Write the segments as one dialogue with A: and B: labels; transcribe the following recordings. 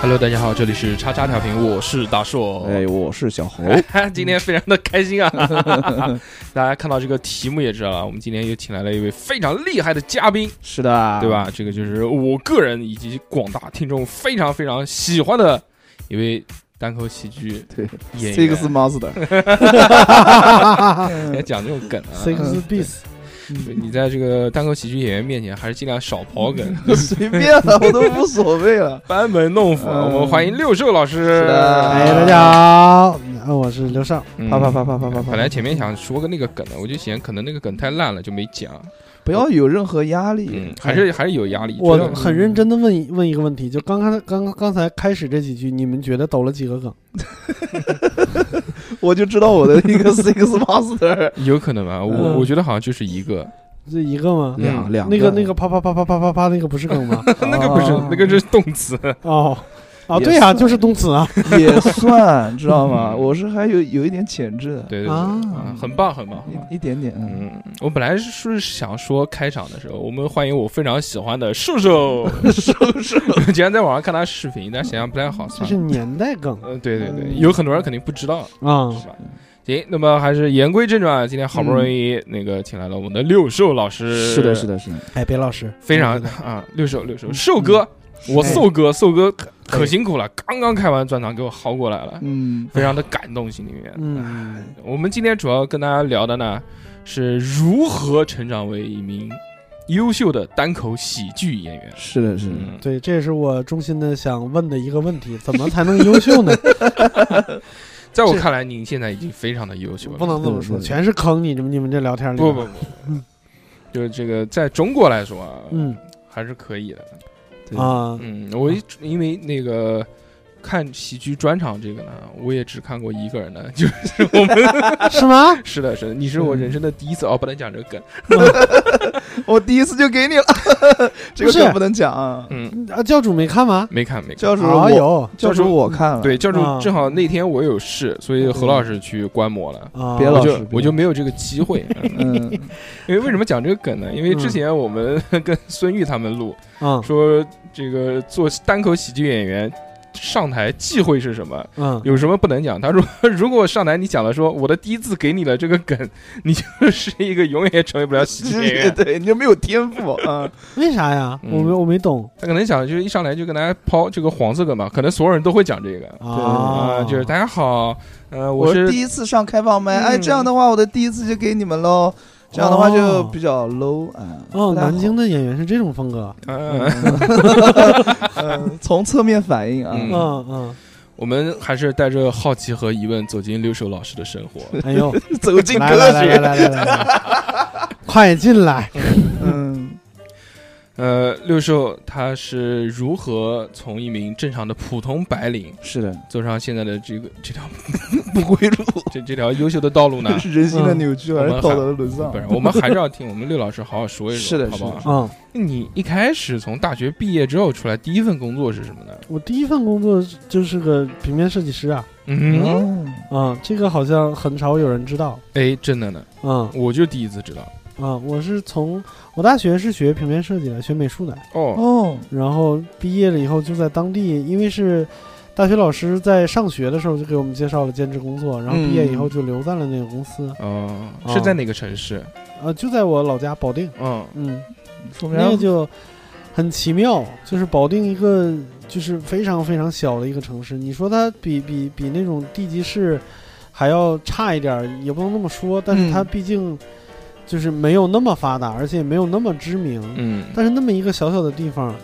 A: Hello，大家好，这里是叉叉调频，我是大硕。
B: 哎，我是小猴。
A: 今天非常的开心啊！ 大家看到这个题目也知道了，我们今天又请来了一位非常厉害的嘉宾，
B: 是的，
A: 对？吧？这个就是我个人以及广大听众非常非常喜欢的一位单口喜剧
B: 对
A: 演员。
B: ，Six Master，
A: 别讲这种梗啊！
C: Six Beats，
A: 对你在这个单口喜剧演员面前，还是尽量少刨梗，
B: 随便了，我都无所谓了。
A: 班门弄斧。啊
B: 嗯
A: 我们欢迎六兽老师。
B: 是的哎
C: 哎，大家好，啊我是刘尚，
A: 嗯
B: 啪啪啪啪啪啪啪！
A: 本来前面想说个那个梗的，我就嫌可能那个梗太烂了，就没讲。
B: 不要有任何压
A: 嗯
B: 力，，
A: 还是还是有压力。
C: 我
A: 真的
C: 很认真的问一问一个问题，就刚刚刚刚才开始这几句，你们觉得抖了几个梗？
B: 我就知道我的一个 Six Master
A: 有可能吧，我
C: 嗯
A: 我觉得好像就是一个，
C: 这一个吗？
A: 嗯
B: 两两
C: 那个那个啪啪啪啪啪啪啪那个不是梗 吗？
A: 那个不是，
B: 哦
A: 那个是动词。
C: 哦，啊，
B: 也
C: 对呀，
B: 算
C: 就是动词 啊。
B: 也算，知道吗？
A: 嗯
B: 我是还有有一点潜质的，
A: 对对对，
C: 啊
A: 嗯很棒很棒。
B: 一一点点。嗯
A: 嗯，我本来是想说开场的时候，我们欢迎我非常喜欢的瘦瘦 瘦瘦，竟然在网上看他视频，但想想不太好
C: 这
A: 算
C: 是
A: 了。
C: 年代 梗
A: 嗯，对对对，有很多人肯定不知道，
C: 啊，
A: 是吧？行，那么还是言归正传，今天好不容
C: 嗯
A: 易那个请来了我们的六兽老师，
B: 是的，是，的，是的，
C: 哎，别老师，
A: 非常啊，六兽六兽瘦哥，我瘦哥瘦哥可可辛苦了，刚刚开完专场给我薅过来了，
B: 嗯，
A: 非常的感动，心里面。
C: 嗯，
A: 我们今天主要跟大家聊的呢，是如何成长为一名优秀的单口喜剧演员。
B: 是的，是的，
A: 嗯，
C: 对，这也是我衷心的想问的一个问题，怎么才能优秀呢？
A: 在我看来，您现在已经非常的优秀了。
C: 不能这么说，
B: 对对对
C: 全是坑你，你们你们这聊天里
A: 不不不，就是这个，在中国来说啊，
C: 嗯
A: 还是可以的。
B: 对，
C: 啊，
A: 嗯，我一直因为那个看喜剧专场这个呢，我也只看过一个人的， 就是我们
C: 是吗？
A: 是的，是的，你是我人生的第一次哦，不能讲这个梗。
B: 我第一次就给你了， 这个
C: 不是
B: 可不能讲啊。
A: 嗯，
C: 啊，教主没看吗？
A: 没看没看。
B: 教主，
C: 啊，
B: 我
C: 有
B: 教主我看了，
A: 对，教主
C: 啊
A: 正好那天我有事，所以何老师去观摩了。
C: 啊，
B: 别老
A: 我
B: 师
A: 就我就没有这个机会， 嗯
B: 嗯，
A: 因为为什么讲这个梗呢？因为之前我们 跟孙玉他们录
C: 嗯
A: 说，这个做单口喜剧演员上台忌讳是什么？
C: 嗯，
A: 有什么不能讲？他说， 如果上台你讲了说我的第一次给你了这个梗， 你就是一个永远也成为不了喜剧演 员。
B: 对，你就没有天赋 啊。
C: 为啥呀？
A: 嗯
C: 我没我没懂
A: 他可能想就是一上来就跟大家抛这个黄色梗嘛，可能所有人都会讲这个啊、
C: 啊，
A: 就是大家好，呃，
B: 我
A: 是
B: 第一次上开放麦，哎，
A: 嗯
B: 这样的话，我的第一次就给你们喽。这样的话就
C: 哦
B: 比较 low 啊。
C: 哦，
B: 不太好
C: 南京的演员是这种风格，
A: 呃，
B: 嗯 嗯，从侧面反应啊，
A: 嗯
C: 嗯嗯，
A: 我们还是带着好奇和疑问走进六兽老师的生活。
C: 哎呦，
B: 走进
C: 来
B: 科
C: 来来来
B: 学。
C: 来来来来，快进来，
B: 嗯，
A: 呃，六兽他是如何从一名正常的普通白领
B: 是的，
A: 走上现在的这个这条
B: 不归路，
A: 这这条优秀的道路呢？
B: 是人性的扭曲
A: 嗯
B: 还是道德的沦丧
A: 不？是，我们还是要听我们六老师好好说一说，
B: 啊是的
A: 好不好？
C: 嗯，
A: 你一开始从大学毕业之后出来，第一份工作是什么呢？
C: 我第一份工作就是个平面设计师啊，
A: 嗯，
B: 嗯，
C: 啊，这个好像很少有人知道，
A: 哎，真的呢，
C: 嗯
A: 我就第一次知道
C: 啊，我是从我大学是学平面设计的，学美术的，
A: 哦，
B: 哦，
C: 然后毕业了以后就在当地，因为是大学老师在上学的时候就给我们介绍了兼职工作，然后毕业以后就留在了那个公司，
A: 哦，
C: 哦
A: 是在哪个城市？
C: 呃，就在我老家保定，
A: 嗯，
C: 嗯，
B: 说明
C: 那个就很奇妙，就是保定一个就是非常非常小的一个城市，你说它比比比那种地级市还要差一点儿，也不能那么说，但是它
B: 嗯
C: 毕竟就是没有那么发达，而且也没有那么知名，
A: 嗯，
C: 但是那么一个小小的地方。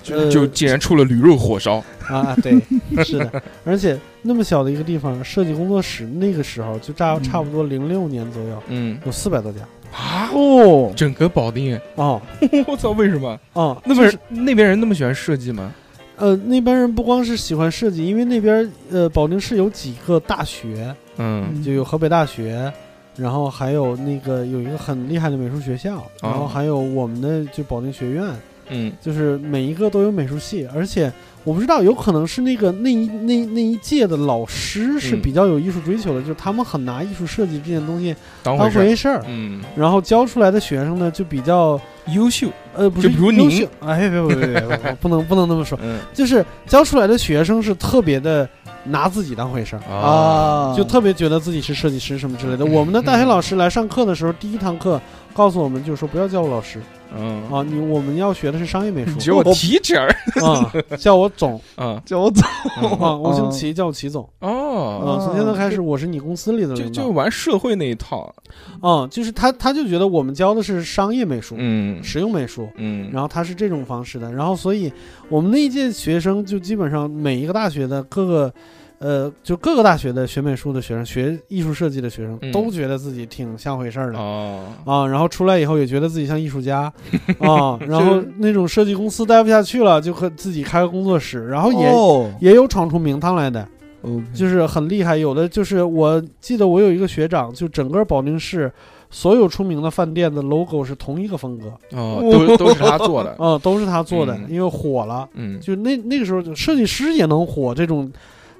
A: 就
C: 呃
A: 就竟然出了驴肉火烧，
C: 啊，对， 是的，而且那么小的一个地方，设计工作室那个时候就差
B: 嗯
C: 差不多零六年左右，
A: 嗯
C: 有四百多家。
A: 啊，
B: 哦，
A: 整个保定，
C: 哦
A: 我操，为什么
C: 哦，
A: 那
C: 就
A: 边
C: 是
A: 人那边人那么喜欢设计吗？
C: 呃，那边人不光是喜欢设计，因为那边呃，保定市有几个大学，
A: 嗯
C: 就有河北大学、然后还有那个有一个很厉害的美术学校，然
A: 哦
C: 后还有我们的就保定学院，
A: 嗯，
C: 就是每一个都有美术系，而且我不知道，有可能是那个那一那那一届的老师是
A: 嗯
C: 比较有艺术追求的，就是他们很拿艺术设计这件东西
A: 当
C: 当
A: 回事儿，
C: 回事儿，
A: 嗯，
C: 然后教出来的学生呢就比较
A: 优秀，
C: 呃不是
A: 就比如
C: 优
A: 您
C: 秀，哎别别别别别， 别不能不能那么说，
A: 嗯
C: 就是教出来的学生是特别的拿自己当回事儿。
B: 啊，
C: 就特别觉得自己是设计师什么之类的。
A: 嗯
C: 我们的大学老师来上课的时候，第一堂课告诉我们就是说不要叫我老师
A: 嗯，
C: 啊，你我们要学的是商业美术
A: 只有
B: 我
A: teacher，
C: 啊，叫我 总
A: 嗯，
B: 叫我走
C: 啊，我姓
B: 嗯
C: 齐，叫我齐总
A: 哦，
C: 啊。
B: 哦
C: 从现在开始，我是你公司里的
A: 就
C: 领
A: 就
C: 导
A: 玩社会那一套，
C: 啊，就是他他就觉得我们教的是商业美术、
A: 嗯
C: 实用美术。
A: 嗯，
C: 然后他是这种方式的，然后所以我们那一届学生就基本上每一个大学的各个，呃，就各个大学的学美术的学生、学艺术设计的学生，
A: 嗯
C: 都觉得自己挺像回事儿的。
A: 哦，
C: 啊，然后出来以后也觉得自己像艺术 家啊，然后那种设计公司待不下去了，就和自己开个工作室，然后也、
B: 哦，
C: 也有闯出名堂来
A: 嗯
C: 的，
B: 就
C: 就是很厉害。有的就是我记得我有一个学长，就整个保定市所有出名的饭店的 logo 是同一个风格，
A: 哦，都都是他 做的，
C: 啊，都是他做的，
A: 嗯
C: 因为火了。
A: 嗯，
C: 就那那个时候，就设计师也能火这种，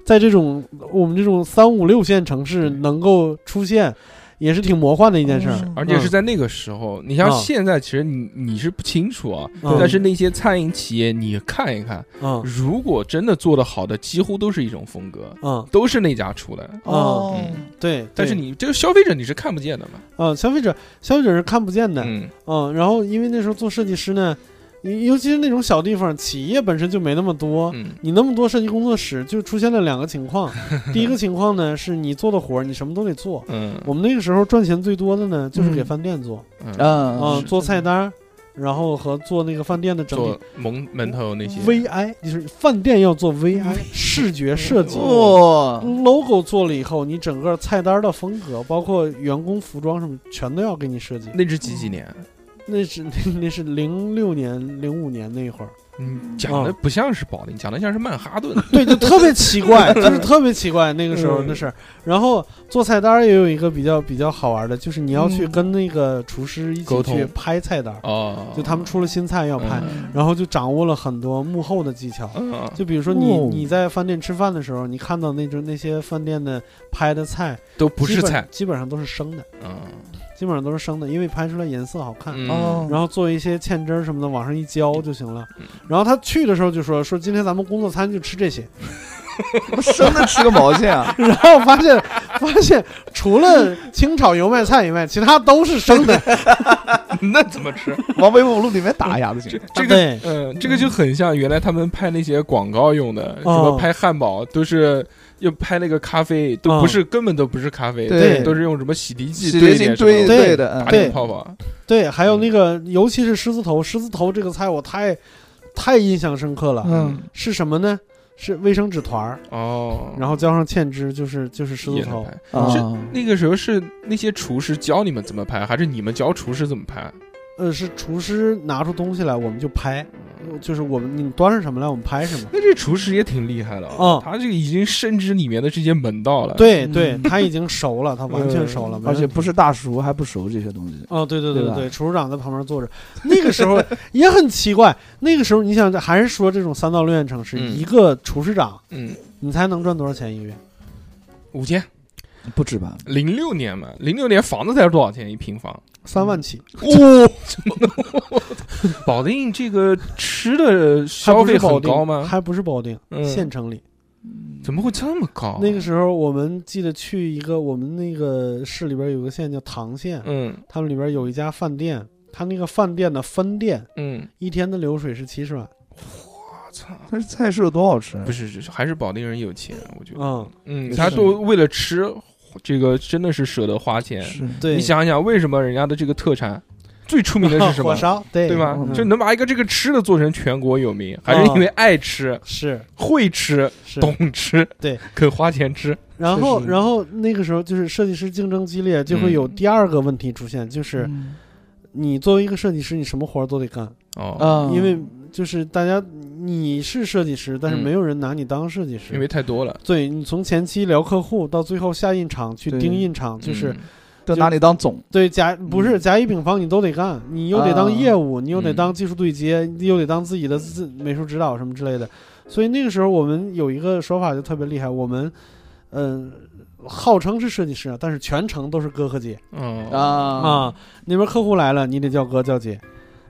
C: 在这种我们这种三五六线城市
A: 对
C: 能够出现，也是挺魔幻的一件事儿。
A: 而且是
C: 嗯
A: 在那个时候，你像
C: 嗯
A: 现在，其实你你是不清楚啊，
C: 嗯
A: 但是那些餐饮企业，你看一看，
C: 嗯
A: 如果真的做得好的，几乎都是一种风格，
C: 嗯，
A: 都是那家出的。
B: 哦，
A: 嗯
C: 对，
A: 但是
C: 对
A: 你这个消费者你是看不见的嘛？
C: 啊、消费者消费者是看不见的，嗯
A: 嗯，
C: 然后因为那时候做设计师呢，你尤其是那种小地方，企业本身就没那么多，
A: 嗯
C: 你那么多设计工作室，就出现了两个 情况，第一个情况呢是你做的活儿你什么都得做，
A: 嗯
C: 我们那个时候赚钱最多的呢就是给
B: 嗯
C: 饭店做，
A: 嗯，
B: 嗯
C: 啊，
B: 嗯
C: 做菜单儿，然后和做那个饭店的整理
A: 做门门头那些，
C: VI，就是饭店要做 VI
A: 嗯
C: 视觉设计。
A: 哦
B: 哇，
C: logo 做了以后，你整个菜单的风格，包括员工服装什么，全都要给你设计。
A: 那是几几年？
C: 那是那那是零六年、零五年那 会儿，
A: 嗯，讲的
C: 嗯
A: 不像是保定，讲的像是曼哈 顿。
C: 对，就特别奇怪，就是特别奇怪那个时候
A: 嗯
C: 的事儿。然后做菜单儿也有一个比较比较好玩的，就是你要去
B: 嗯
C: 跟那个厨师一
A: 沟
C: 起
A: 通
C: 去拍菜单儿，
A: 哦，
C: 就他们出了新菜要拍，
A: 嗯
C: 然后就掌握了很多幕后的技巧。
A: 嗯，嗯
C: 就比如说你
B: 哦
C: 你在饭店吃饭的时候，你看到那种那些饭店的拍的菜，
A: 都不是
C: 基本
A: 菜，，
C: 基本上都是生的，
A: 嗯
C: 基本上都是生的，因为拍出来颜色好看。
A: 嗯
B: 哦，
C: 然后做一些芡汁儿什么的，往上一浇就行了
A: 嗯。
C: 然后他去的时候就说说今天咱们工作餐就吃这些，！
B: 我生的吃个毛线啊
C: 然后发现发现除了清炒油麦菜以外，其他都是生的。
A: 那怎么吃？
B: 往北五路里面打一下子行
A: 这。 这个
C: 啊对，
A: 嗯，这个就很像原来他们拍那些广告用的，
C: 哦
A: 什么拍汉堡都是又拍那个咖啡，都不
C: 哦
A: 是根本都不是咖啡，
B: 对
A: 都是用什么洗涤剂
B: 洗
A: 兑
B: 洁
A: 一
B: 精
A: 点
B: 堆
A: 什么
B: 对的，
A: 打
B: 嗯
A: 点泡泡，
C: 对，还有
A: 嗯
C: 那个尤其是狮子头，狮子头这个菜我太太印象深刻了。
B: 嗯，
C: 是什么呢？是卫生纸团儿，
A: 哦，
C: 然后浇上芡汁，就是就是狮子
A: 也能
C: 头。
A: 拍。
C: 啊
A: 是
B: 嗯
A: 那个时候是那些厨师教你们怎么拍，还是你们教厨师怎么拍？
C: 呃，是厨师拿出东西来，我们就拍，
A: 嗯
C: 就是我们你们端上什么来，我们拍什么。
A: 那这厨师也挺厉害的啊、
C: 嗯
A: 他这个已经深知里面的这些门道了。，
C: 对对，
B: 嗯呃
C: 他已经熟了，他完全熟了，
B: 而且不
C: 是。
B: 是大熟还不熟这些东西。
C: 哦，对对对
B: 对吧
C: 对，厨师长在旁边坐着，那个时候 也很奇怪。那个时候，你想还是说这种三到六线城市，
A: 嗯
C: 一个厨师长
A: 嗯，
C: 你才能赚多少钱一个月？
A: 五千，
B: 不止吧？
A: 零六年嘛，零六年房子才多少钱一平方？
C: 三万起，
A: 哦， 保定这个吃的
C: 还
A: 消
C: 不
A: 费
C: 是保
A: 很
C: 定
A: 高吗？
C: 还不是保定，
A: 嗯哦
C: 县城里。
A: 怎么会这么高？啊
C: 那个时候，我们记得去一个我们那个市里边有个县叫唐县，
A: 嗯
C: 他们里边有一家饭店，他那个饭店的分店
A: 嗯，
C: 一天的流水是七十万。啊
A: 我操，
B: 但是菜市有多好吃？啊
A: 不是，这是还是保定人有钱，我觉得，
C: 嗯，
A: 嗯，
C: 是
A: 他都为了吃，这个真的是舍得花钱。
B: 是
C: 对，
A: 你想一想，为什么人家的这个特产最出名的是什么
C: 火？烧，对
A: 对吧
B: 嗯？
A: 就能把一个这个吃的做成全国有名，还是因为爱吃、
C: 是
A: 会吃、
C: 是。
A: 懂吃，
C: 对，
A: 肯花钱吃。
C: 然后，
B: 确实
C: 然后那个时候就是设计师竞争激烈，就会有
A: 嗯
C: 第二个问题出现，就是
B: 嗯
C: 你作为一个设计师，你什么活儿都得干，
A: 哦，
B: 啊，
C: 因为就是大家你是设计师，但是
A: 嗯
C: 没有人拿你当设计师，
A: 因为太多了，
C: 对你从前期聊客户到最后下印厂去
B: 对
C: 盯印厂，就是
A: 嗯
B: 都拿你当总，
C: 对甲不是甲乙丙方你都得干，你又得
A: 啊
C: 当业务，你又
A: 嗯
C: 得当技术对接，你又得当自己的自美术指导什么之类的。所以那个时候我们有一个说法就特别厉害，我们嗯、号称是设计师啊，但是全程都是哥和姐
A: 嗯
B: 啊
C: 啊。那边客户来了，你得叫哥叫姐，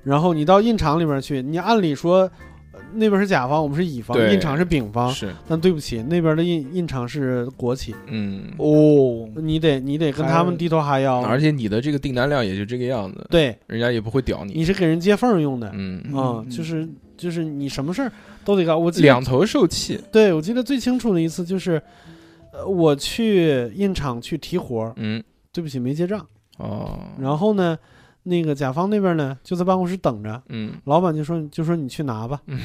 C: 然后你到印厂里边去，你按理说。呃那边是甲方，我们是乙方，
A: 对
C: 印厂是丙方，
A: 是，
C: 但对不起，那边的印印厂是国企，
A: 嗯，
B: 哦，
C: 你得你得跟他们低头哈腰，
A: 而且你的这个订单量也就这个样子，
C: 对，
A: 人家也不会屌你。
C: 你是给人接缝儿用的，
A: 嗯，
C: 啊，
B: 嗯
C: 就是就是你什么事儿都得干。我记得
A: 两头受气。
C: 对我记得最清楚的一次就是，呃，我去印厂去提活儿，
A: 嗯，
C: 对不起没结账。
A: 哦，
C: 然后呢，那个甲方那边呢就在办公室等着，
A: 嗯，
C: 老板就说就说你去拿吧
A: 嗯。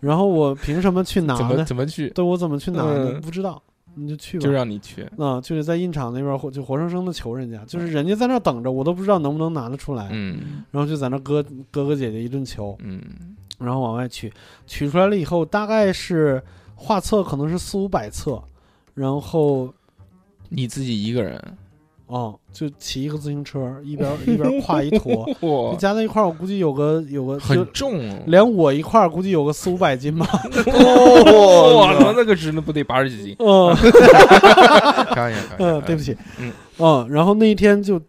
C: 然后我凭什么去拿
A: 怎么
C: 呢？
A: 怎么去，
C: 对我怎么去拿呢？
A: 嗯
C: 不知道，你就去吧。
A: 就让你去。
C: 啊，就是在印厂那边活就活生生的求人家，就是人家在那儿等着，我都不知道能不能拿得出来，
A: 嗯
C: 然后就在那儿哥哥哥姐姐一顿求，
A: 嗯，
C: 然后往外取，取出来了以后，大概是画册可能是四五百册，然后
A: 你自己一个人，
C: 哦，就骑一个自行车，一边一边挎一 坨，就
A: 哇，
C: 加在一块儿，我估计有个有个就
A: 很重哦。
C: 连我一块儿估计有个四五百斤 吧。
A: 哇，
B: 哦，
A: 那那个值那不得八十几 斤？
C: 嗯
A: 开玩笑，开玩笑
C: 嗯，对不起，
A: 哦嗯
C: 嗯，然后那一天就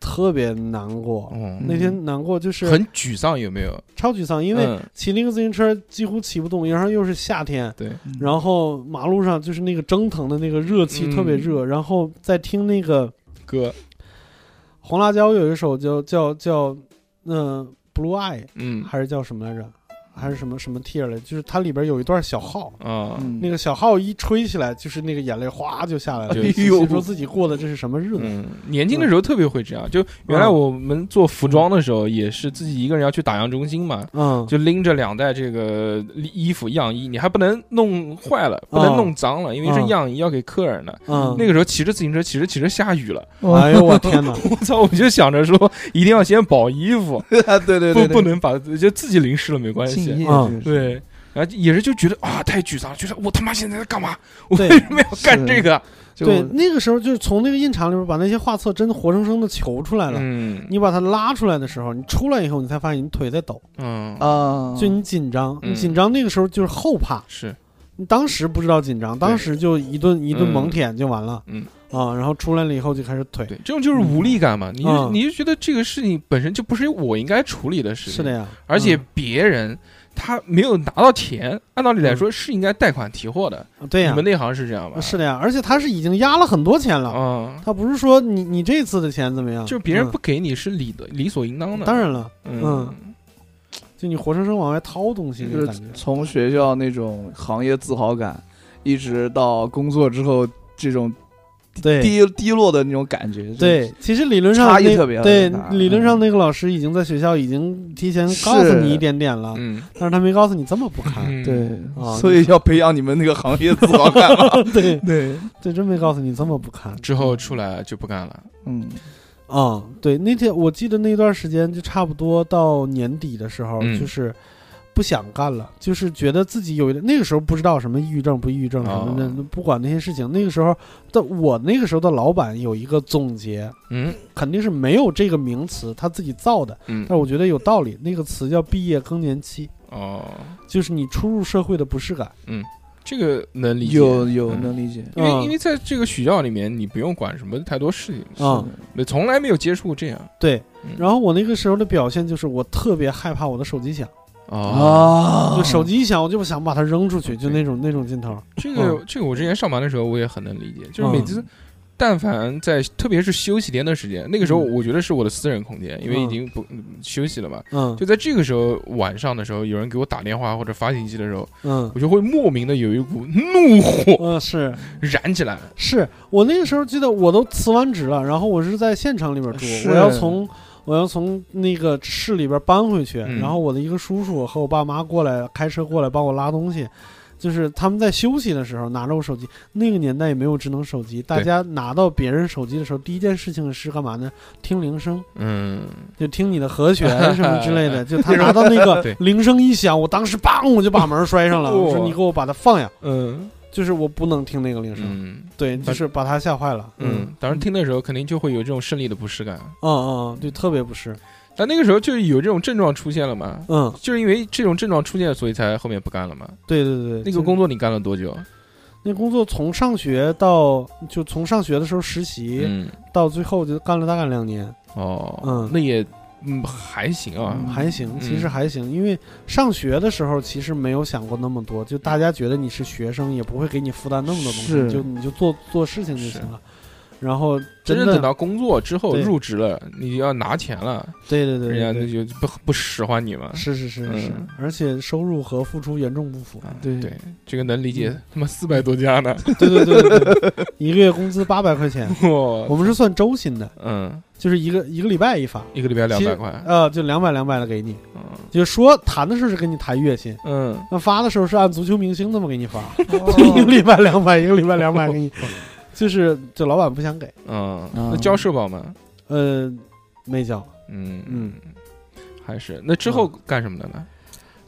C: 特别难过，
A: 哦，
C: 那天难过就是
A: 很沮丧，有没有？
C: 超沮丧，因为
A: 嗯
C: 骑那个自行车几乎骑不动，然后又是夏天，
A: 对，
B: 嗯
C: 然后马路上就是那个蒸腾的那个热气特别
A: 嗯
C: 热，然后再听那个
A: 哥，
C: 红辣椒有一首叫叫叫嗯、Blue Eye
A: 嗯
C: 还是叫什么来着，还是什么什么 tear 来，就是它里边有一段小号，
A: 啊，
B: 嗯
C: 那个小号一吹起来，就是那个眼泪哗就下来了，
A: 就
C: 就
B: 哎呦
C: 说自己过的这是什么日子。
A: 嗯，年轻的时候特别会这样。就原来我们做服装的时候，也是自己一个人要去打样中心嘛，
C: 嗯，
A: 就拎着两袋这个衣服样衣，你还不能弄坏了，不能弄脏了，因为是样衣要给客人的。
C: 嗯，
A: 那个时候骑着自行车，骑着骑着下雨了，
C: 哎呦我天 哪！
A: 我操！我就想着说，一定要先保衣服，
B: 对对
A: 不
B: 对，
A: 不能把就自己淋湿了没关
B: 敬
A: 系。
B: 业
C: 啊
B: 真是，
A: 对，然后也是就觉得啊，太沮丧了，觉得我他妈现在在干嘛？我
C: 对
A: 为什么要干这个？
B: 就
C: 对，那个时候就是从那个印厂里边把那些画册真的活生生的求出来了。
A: 嗯
C: 你把它拉出来的时候，你出来以后，你才发现你腿在抖，
A: 嗯
B: 啊，
C: 就你紧张，
A: 嗯
C: 你紧张那个时候就是后怕，
A: 是
C: 你当时不知道紧张，当时就一顿一顿
A: 嗯
C: 猛舔就完了，
A: 嗯
C: 啊，然后出来了以后就开始腿，
A: 对，这种就是无力感嘛，你就
C: 嗯
A: 你就觉得这个事情本身就不是我应该处理的事情，
C: 是的呀，
A: 而且
C: 嗯
A: 别人他没有拿到钱，按道理来说是应该贷款提货的，
C: 嗯对
A: 你
C: 呀
A: 们，内行是这样吧？
C: 是的呀，而且他是已经压了很多钱了，
A: 啊，
C: 他不是说你你这次的钱怎么样，
A: 就是别人
C: 嗯
A: 不给你是理的理所应当的，
C: 当，然了，
A: 嗯，
C: 就你活生生往外掏东西那
B: 就
C: 个
B: 是
C: 感觉，
B: 从学校那种行业自豪感，一直到工作之后这种
C: 对。
B: 低低落的那种感觉，真
C: 对
B: 是，，
C: 其实理论上
B: 差异
C: 那
B: 特别
C: 对
B: 大
A: 嗯
C: 理论上那个老师已经在学校已经提前告诉
B: 是
C: 你一点点了，
A: 嗯，
C: 但是他没告诉你这么不堪，
A: 嗯，
C: 啊
B: 对，所以要培养你们哦那个行业自豪感嘛，
A: 嗯
C: 对
B: 对，
C: 对，真没告诉你这么不堪
A: 之后出来就不干了，
B: 嗯，
C: 啊、对，那天我记得那段时间就差不多到年底的时候，
A: 嗯
C: 就是不想干了，就是觉得自己有一点那个时候不知道什么抑郁症不抑郁症什么的，
A: 哦
C: 不管那些事情。那个时候的我那个时候的老板有一个总结，
A: 嗯
C: 肯定是没有这个名词，他自己造的，
A: 嗯，
C: 但我觉得有道理。那个词叫毕业更年期，
A: 哦，
C: 就是你初入社会的不适感。
A: 这个能理解，
B: 有有
A: 嗯
B: 能理解，
A: 因为
C: 嗯
A: 因为在这个学校里面，你不用管什么太多事情，
B: 哦
C: 啊、
A: 没从来没有接触过这样
C: 对
A: 嗯。
C: 然后我那个时候的表现就是，我特别害怕我的手机响。
A: 啊。
B: 啊，
C: 就手机一响，我就想把它扔出去，就
A: 对
C: 那种那种劲头儿。
A: 这个这个，我之前上班的时候我也很能理解，就是每
C: 嗯
A: 次，但凡在特别是休息天的时间，那个时候我觉得是我的私人空间，因为已
C: 嗯
A: 经不嗯休息了嘛。
C: 嗯
A: 就在这个时候晚上的时候，有人给我打电话或者发信息的时候，
C: 嗯
A: 我就会莫名的有一股怒火
C: 嗯，是
A: 燃起来了。
C: 是，我那个时候记得我都辞完职了，然后我是在县城里边住，
B: 是
C: 我要从我要从那个市里边搬回去，
A: 嗯
C: 然后我的一个叔叔和我爸妈过来开车过来帮我拉东西。就是他们在休息的时候拿着我手机，那个年代也没有智能手机，大家拿到别人手机的时候，第一件事情是干嘛呢？听铃声，
A: 嗯，
C: 就听你的和弦什么之 类的。就他拿到那个
A: 对
C: 铃声一响，我当时梆我就把门摔上了，我说
A: 哇
C: 你给我把它放下。
A: 嗯，
C: 就是我不能听那个铃声，
A: 嗯
C: 对，就是把他吓坏了，
A: 嗯，当时听的时候肯定就会有这种胜利的不适感，
C: 嗯嗯，对，特别不是，
A: 但那个时候就有这种症状出现了嘛，
C: 嗯，
A: 就是因为这种症状出现，所以才后面不干了嘛。
C: 对对对，
A: 那
C: 就
A: 个工作你干了多久？
C: 那工作从上学到就从上学的时候实习、
A: 嗯，
C: 到最后就干了大概两年，
A: 哦，
C: 嗯
A: 那也嗯还行啊，
B: 嗯
C: 还行，其实
A: 嗯
C: 还行，因为上学的时候其实没有想过那么多，就大家觉得你是学生，也不会给你负担那么多东西，
B: 是
C: 就你就做做事情就行了。然后
A: 真
C: 真
A: 正
C: 的
A: 等到工作之后
C: 对
A: 入职了，你要拿钱了，
C: 对对对对
A: 人家
C: 对
A: 那就不不使唤你嘛。
C: 是是是是
A: 嗯，
C: 而且收入和付出严重不符。
A: 啊
B: 对
A: 对，这个能理解。他妈四百多家呢，
C: 对对对对对，一个月工资八百块钱， 我
A: 哇，
C: 们是算周薪的，
A: 嗯，
C: 就是一个一个礼拜一发，
A: 一个礼拜两
C: 其
A: 百
C: 实
A: 块，
C: 呃，就两百两百的给你，
A: 嗯
C: 就说谈的时候是跟你谈月薪，
A: 嗯，
C: 那发的时候是按足球明星那么给 你发，就
B: 哦
C: 一个礼拜两百，一个礼拜两百
A: 哦
C: 给你，就是这老板不想给，
A: 嗯，
B: 啊
A: 那交社保吗？
C: 呃，没交。
A: 嗯
C: 嗯，啊
A: 还是那之后干什么的呢？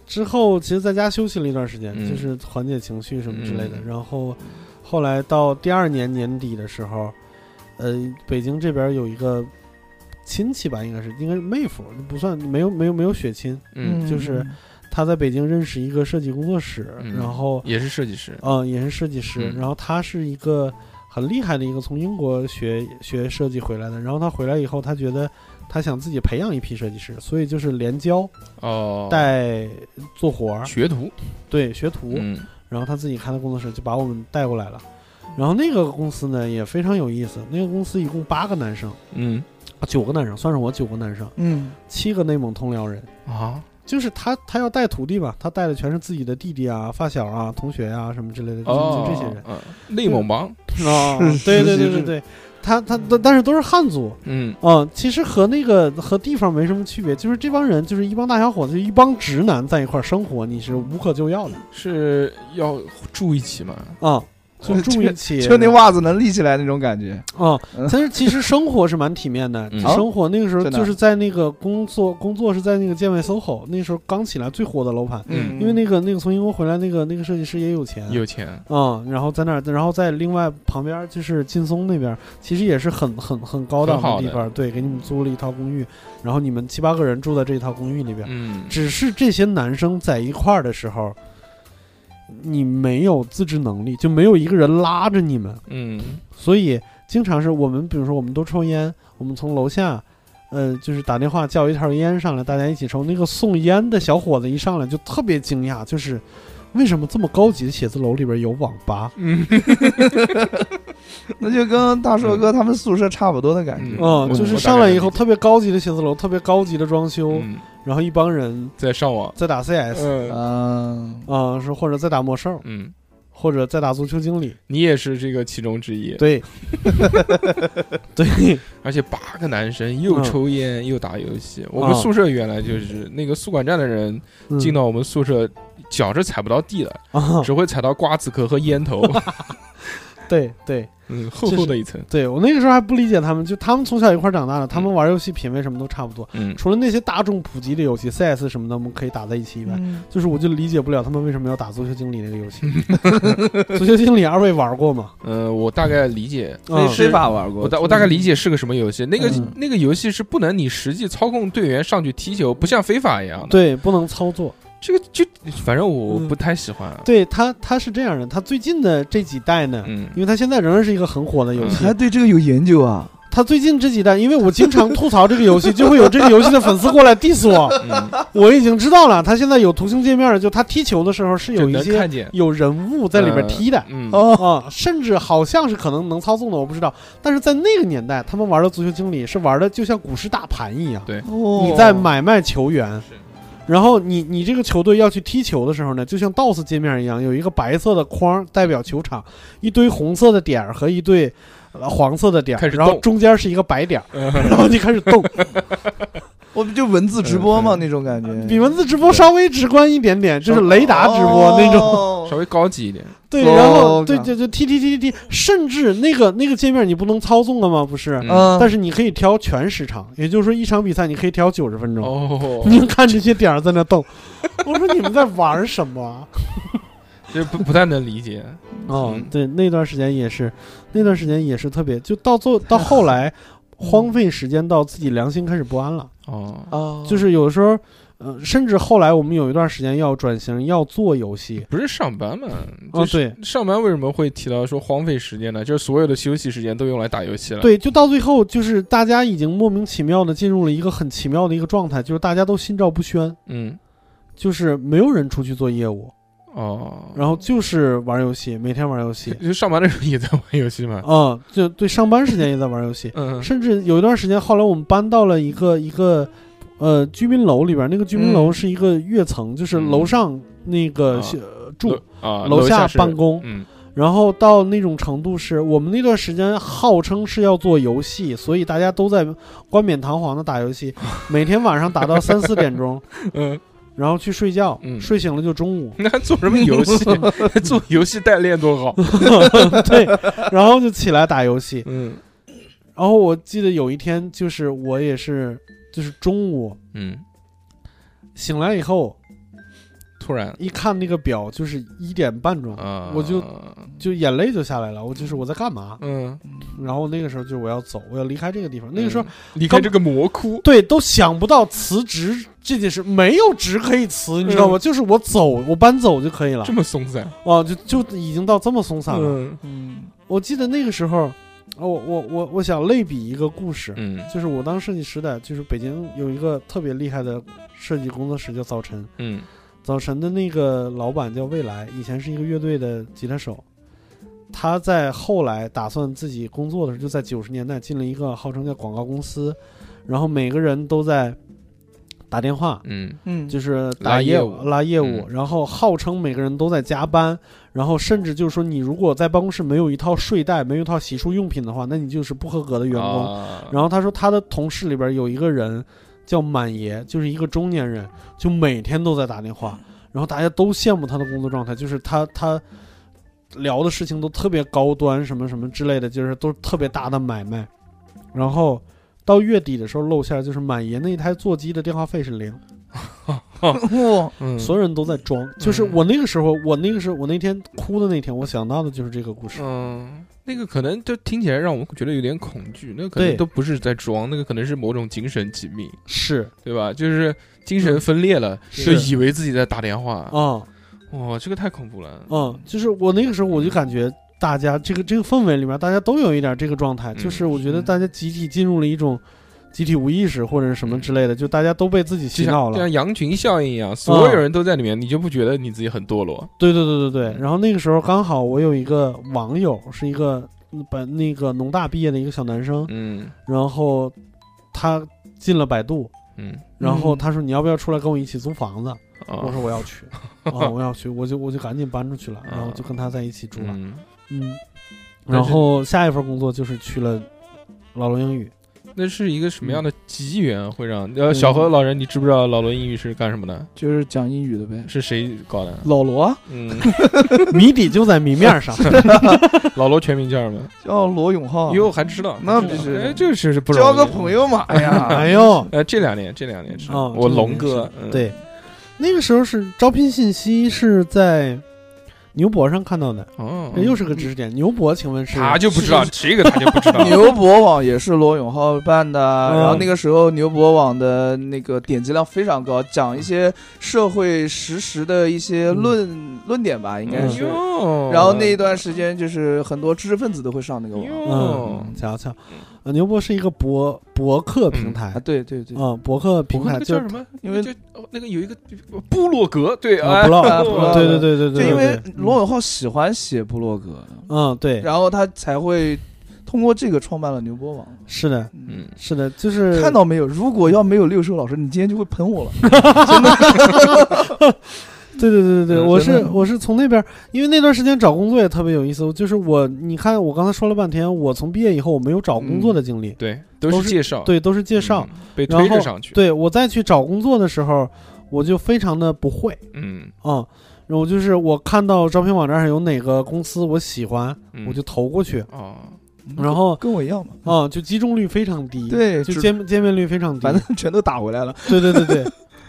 C: 之后其实在家休息了一段时间，
A: 嗯
C: 就是缓解情绪什么之类的。
A: 嗯
C: 然后后来到第二年年底的时候，呃，北京这边有一个亲戚吧，应该是应该是妹夫，不算没有没有没有血亲，
A: 嗯，
C: 就是他在北京认识一个设计工作室，
A: 嗯
C: 然后
A: 也是设计师。
C: 嗯、呃也是设计师，
A: 嗯
C: 然后他是一个很厉害的一个从英国学学设计回来的，然后他回来以后，他觉得他想自己培养一批设计师，所以就是连教
A: 哦，
C: 带做活儿，
A: 学徒，
C: 对学徒，
A: 嗯
C: 然后他自己开的工作室就把我们带过来了。然后那个公司呢也非常有意思，那个公司一共八个男生，
A: 嗯
C: 啊九个男生，算上我九个男生，
B: 嗯
C: 七个内蒙通辽人。
A: 啊，
C: 就是他，他要带徒弟嘛，他带的全是自己的弟弟啊、发小啊、同学啊什么之类的，就
A: 哦
C: 就，这些人。
A: 嗯，内蒙帮，
C: 哦
B: 是
C: 对
B: 是
C: 对对
B: 是
C: 对对，他他但但是都是汉族，
A: 嗯
C: 嗯，其实和那个和地方没什么区别，就是这帮人就是一帮大小伙子，就一帮直男在一块儿生活，你是无可救药的
A: 是要住一起嘛？
C: 啊、就住一起，
B: 就那袜子能立起来那种感觉，
C: 啊
B: 嗯，
C: 但是其实生活是蛮体面的，
A: 嗯
C: 生活那个时候
B: 真的
C: 就是在那个工作工作是在那个建外 SOHO，那时候刚起来最火的楼盘，
A: 嗯
C: 因为那个那个从英国回来那个那个设计师也有钱，
A: 有钱，
C: 嗯，然后在那儿，然后在另外旁边就是劲松那边，其实也是很很很高档
A: 很好的
C: 地方，对，给你们租了一套公寓，然后你们七八个人住在这一套公寓里边，
A: 嗯，
C: 只是这些男生在一块儿的时候，你没有自制能力，就没有一个人拉着你们，
A: 嗯
C: 所以经常是我们，比如说我们都抽烟，我们从楼下。呃，就是打电话叫一套烟上来，大家一起抽。那个送烟的小伙子一上来就特别惊讶，就是为什么这么高级的写字楼里边有网吧？
A: 嗯
B: 那就跟大硕哥他们宿舍差不多的感觉。
A: 我
C: 嗯，就是
A: 我大
C: 上
A: 概
C: 来
A: 能
C: 以后
A: 理解
C: 特别高级的写字楼，特别高级的装修，
A: 嗯，
C: 然后一帮人
A: 在上网，
C: 在打 CS，
A: 嗯
B: 嗯，
C: 啊、是或者在打魔兽，
A: 嗯，
C: 或者在打足球经理，
A: 你也是这个其中之一，
C: 对， 对，
A: 而且八个男生又
C: 嗯
A: 抽烟又打游戏，我们
C: 啊
A: 宿舍原来就是那个宿管站的人
C: 嗯
A: 进到我们宿舍，脚是踩不到地的，
C: 啊，
A: 只会踩到瓜子壳和烟 头，
C: 对对
A: 嗯，厚厚的一层，
C: 对，我那个时候还不理解他们，就他们从小一块儿长大的，他们玩游戏品味什么都差不多，
A: 嗯
C: 除了那些大众普及的游戏 CS 什么的，我们可以打在一起以
A: 嗯
C: 外，
B: 嗯
C: 就是我就理解不了他们为什么要打足球经理那个 游戏。足球经理二位玩过吗？
A: 呃，我大概理解，
B: 非
C: 嗯
B: 非法玩过，
A: 我大我大概理解是个什么游戏，那个
B: 嗯
A: 那个游戏是不能你实际操控队员上去踢球，不像非法一样的，
C: 对，不能操作。
A: 这个就反正我
C: 嗯
A: 不太喜欢，
C: 对他，他是这样的，他最近的这几代呢，
A: 嗯
C: 因为他现在仍然是一个很火的游戏。
B: 还对这个有研究啊。
C: 他最近这几代，因为我经常吐槽这个游戏，就会有这个游戏的粉丝过来 diss 我。
A: 嗯，
C: 我已经知道了，他现在有图形界面了，就他踢球的时候是
A: 就
C: 有一
A: 能
C: 些
A: 看见
C: 有人物在里边踢的。
A: 嗯
B: 哦，
C: 啊、甚至好像是可能能操纵的，我不知道。但是在那个年代，他们玩的足球经理是玩的就像股市大盘一样，你
B: 你
C: 在买卖球员
A: 哦是，
C: 然后你你这个球队要去踢球的时候呢，就像 DOS 界面一样，有一个白色的框代表球场，一堆红色的点儿和一堆、呃黄色的点
A: 开
C: 儿，
A: 始
C: 然后
A: 动
C: 中间是一个白点儿，
A: 嗯
C: 然后就开 始动，
B: 我们就文字直播嘛
A: 嗯
B: 那种感觉，
C: 比文字直播稍微直观一点点，就是雷达直
A: 哦
C: 播那种。
A: 稍
B: 种。
A: 微高级一点，
C: 对，
B: 哦
C: 然后
B: 我
C: 对
B: 看
C: 对对，踢踢踢踢踢，甚至那个那个界面你不能操纵了吗？不是，
A: 嗯
B: 嗯，
C: 但
B: 是
C: 是你可以调全时长，也就是说一场比赛你可以调九十分钟。
A: 哦，
C: 你就看这些点儿在那动，我说你们在玩什么？
A: 就不不太能理解。
C: 哦
A: 嗯，
C: 对，那段时间也是，那段时间也是特别，就到 最到后来，荒废时间到自己良心开始不安了，
A: 哦，
B: 啊，
C: 就是有的时候，呃，甚至后来我们有一段时间要转型，要做游戏。
A: 不是上班嘛？
C: 哦
A: 嗯就，是
C: 对
A: 上班为什么会提到说荒废时间呢？就是所有的休息时间都用来打游戏了。，
C: 对，就到最后，就是大家已经莫名其妙的进入了一个很奇妙的一个状态，就是大家都心照不宣，
A: 嗯，
C: 就是没有人出去做业务，
A: 哦，，
C: 然后就是玩游戏，每天玩游戏
A: 就上班的时候也在玩游戏 嘛。
C: 嗯，就对，上班时间也在玩游戏，
A: 嗯，
C: 甚至有一段时间，后来我们搬到了一个一个呃居民楼里边儿，那个居民楼是一个跃层，就是楼上那个
A: 嗯啊
C: 小、住，
A: 啊，
C: 楼
A: 下是
C: 办。公，
A: 嗯，
C: 然后到那种程度是我们那段时间号称是要做游戏，所以大家都在冠冕堂皇的打游 戏，每天晚上打到三四点钟，
A: 嗯，
C: 然后去睡觉，
A: 嗯，
C: 睡醒了就中午
A: 那还做什么游戏？ 做游戏代练多好。
C: 对，然后就起来打游戏。
A: 嗯
C: 然后我记得有一天就是我也是就是中午。
A: 嗯，
C: 醒来以后，
A: 突然
C: 一看那个表就是一点半钟，
A: 啊，
C: 我就就眼泪就下来了。我就是我在干嘛？
A: 嗯，
C: 然后那个时候就是我要走，我要离开这个地方。那个时候、
A: 嗯离开这个魔窟，
C: 对都想不到辞职这件事，没有职可以辞，你知道吗？就是我走，我搬走就可以了
A: 嗯这。么松散。
C: 哦，就就已经到这么松散了。
A: 嗯
B: 嗯
C: 我记得那个时候，哦我我我我想类比一个故事，
A: 嗯
C: 就是我当设计师的，就是北京有一个特别厉害的设计工作室叫早晨，
A: 嗯
C: 早晨的那个老板叫未来，以前是一个乐队的吉他手。他在后来打算自己工作的时候，就在九十年代进了一个号称叫广告公司，然后每个人都在打电话，
A: 嗯
B: 嗯
C: 就是
A: 拉
C: 打
A: 业务
C: 拉业务，
A: 嗯
C: 然后号称每个人都在加班，然后甚至就是说，你如果在办公室没有一套睡袋，没有一套洗漱用品的话，那你就是不合格的员工。
A: 啊
C: 然后他说他的同事里边有一个人叫满爷，就是一个中年人，就每天都在打电话，
A: 嗯
C: 然后大家都羡慕他的工作状态，就是他他聊的事情都特别高端，什么什么之类的，就是都是特别大的买卖。然后到月底的时候露馅儿，就是满爷那一台座机的电话费是零，
B: 哇，
A: 嗯
C: 所有人都在装。就是我那个时候，我那个时候，我那天哭的那天，我想到的就是这个故事。
A: 嗯，那个可能就听起来让我们觉得有点恐惧，那个可
C: 对
A: 能都不是在装，那个可能是某种精神疾病，
C: 是
A: 对吧？就是精神分裂了，就是以为自己在打电话。
C: 啊。
A: 哇，这个太恐怖了。
C: 嗯，就是我那个时候我就感觉大家这个这个氛围里面，大家都有一点这个状态，
A: 嗯
C: 就是我觉得
B: 是
C: 大家集体进入了一种集体无意识或者什么之类的，就大家都被自己
A: 就
C: 洗
A: 像
C: 脑
A: 就
C: 了。
A: 像羊群效应一样，所有人都在里面，你就不觉得你自己很堕落？
C: 对对对对对。
A: 嗯
C: 然后那个时候刚好我有一个网友是一个嗯本那个农大毕业的一个小男生，
A: 嗯
C: 然后他进了百度。
A: 嗯
C: 然后
B: 嗯
C: 他说：“你要不要出来跟我一起租房子？”我
A: 啊
C: 说：“我要 去，啊，我要去，我就我就赶紧搬出去了，然后就跟他在一起住了。”
A: 嗯，
C: 嗯，
A: 但
C: 然
A: 是
C: 后下一份工作就是去了老龙英语。
A: 那是一个什么样的机缘会让
C: 嗯
A: 呃小何老人，你知不知道老罗英语是干什么的？
B: 就是讲英语的呗。
A: 是谁搞的？
B: 老罗
A: 嗯，
C: 谜底就在谜面上。
A: 老罗全名叫什么？
B: 叫罗永浩，
A: 哟，还知道？
B: 哦那必须
A: 哎，这是不容易
B: 交个朋。友嘛。哎呀，
C: 哎呦，
A: 呃，这两年，这两年是
C: 哦
A: 我
C: 这两
A: 龙
C: 年
A: 哥，嗯，
C: 对，那个时候是招聘信息是在牛博上看到的，
A: 哦
C: 这，又是个知识点。牛博，请问是？
A: 他就不知道这个，他就不知道。
B: 牛博网也是罗永浩办的，
C: 嗯
B: 然后那个时候牛博网的那个点击量非常高，讲一些社会实时的一些论论点吧，应该是。
A: 哟
B: 然后那一段时间，就是很多知识分子都会上那个网
A: 哟
C: 嗯，，瞧瞧，呃牛博是一个博博客平
B: 啊，
C: 台，
B: 对对对，
C: 嗯，博客平
A: 我看那
C: 台
A: 个
C: 就
A: 叫
C: 是
A: 什么？
B: 因为
A: 就哦那个有一个部落格，对，
C: 呃
A: 哎
C: 不落
B: 啊，
A: 部
B: 不
A: 落
B: 落
A: 格
C: 对对对对
B: 就
C: 对，
B: 因为
C: 对
B: 罗，永浩喜欢写部落格，
C: 嗯，对，
B: 然后他才会通过这个创办了牛博网。
C: 是的，
A: 嗯，
C: 是的，就是
B: 看到没有？如果要没有六兽老师，你今天就会喷我了。
C: 对对对对对，
A: 嗯
C: 我
B: 真
C: 是
B: 的
C: 我是从那边，因为那段时间找工作也特别有意思，就是我你看我刚才说了半天，我从毕业以后我没有找工作的经历，
A: 对，都
C: 都
A: 是
C: 是
A: 介绍，
C: 对，都是介绍。
A: 嗯被
C: 然
A: 推
C: 后
A: 着上去，
C: 对我再去找工作的时候，我就非常的不会
A: 嗯，
C: 啊。然后就是我看到招聘网站上有哪个公司我喜欢，
A: 嗯
C: 我就投过去，
A: 哦，
C: 然后
B: 跟我一样嘛，
C: 啊，就击中率非常低，，
B: 嗯对，
C: 就
B: 只
C: 见见面率非常 低
B: 反，正全都打回来了，
C: 对对对对，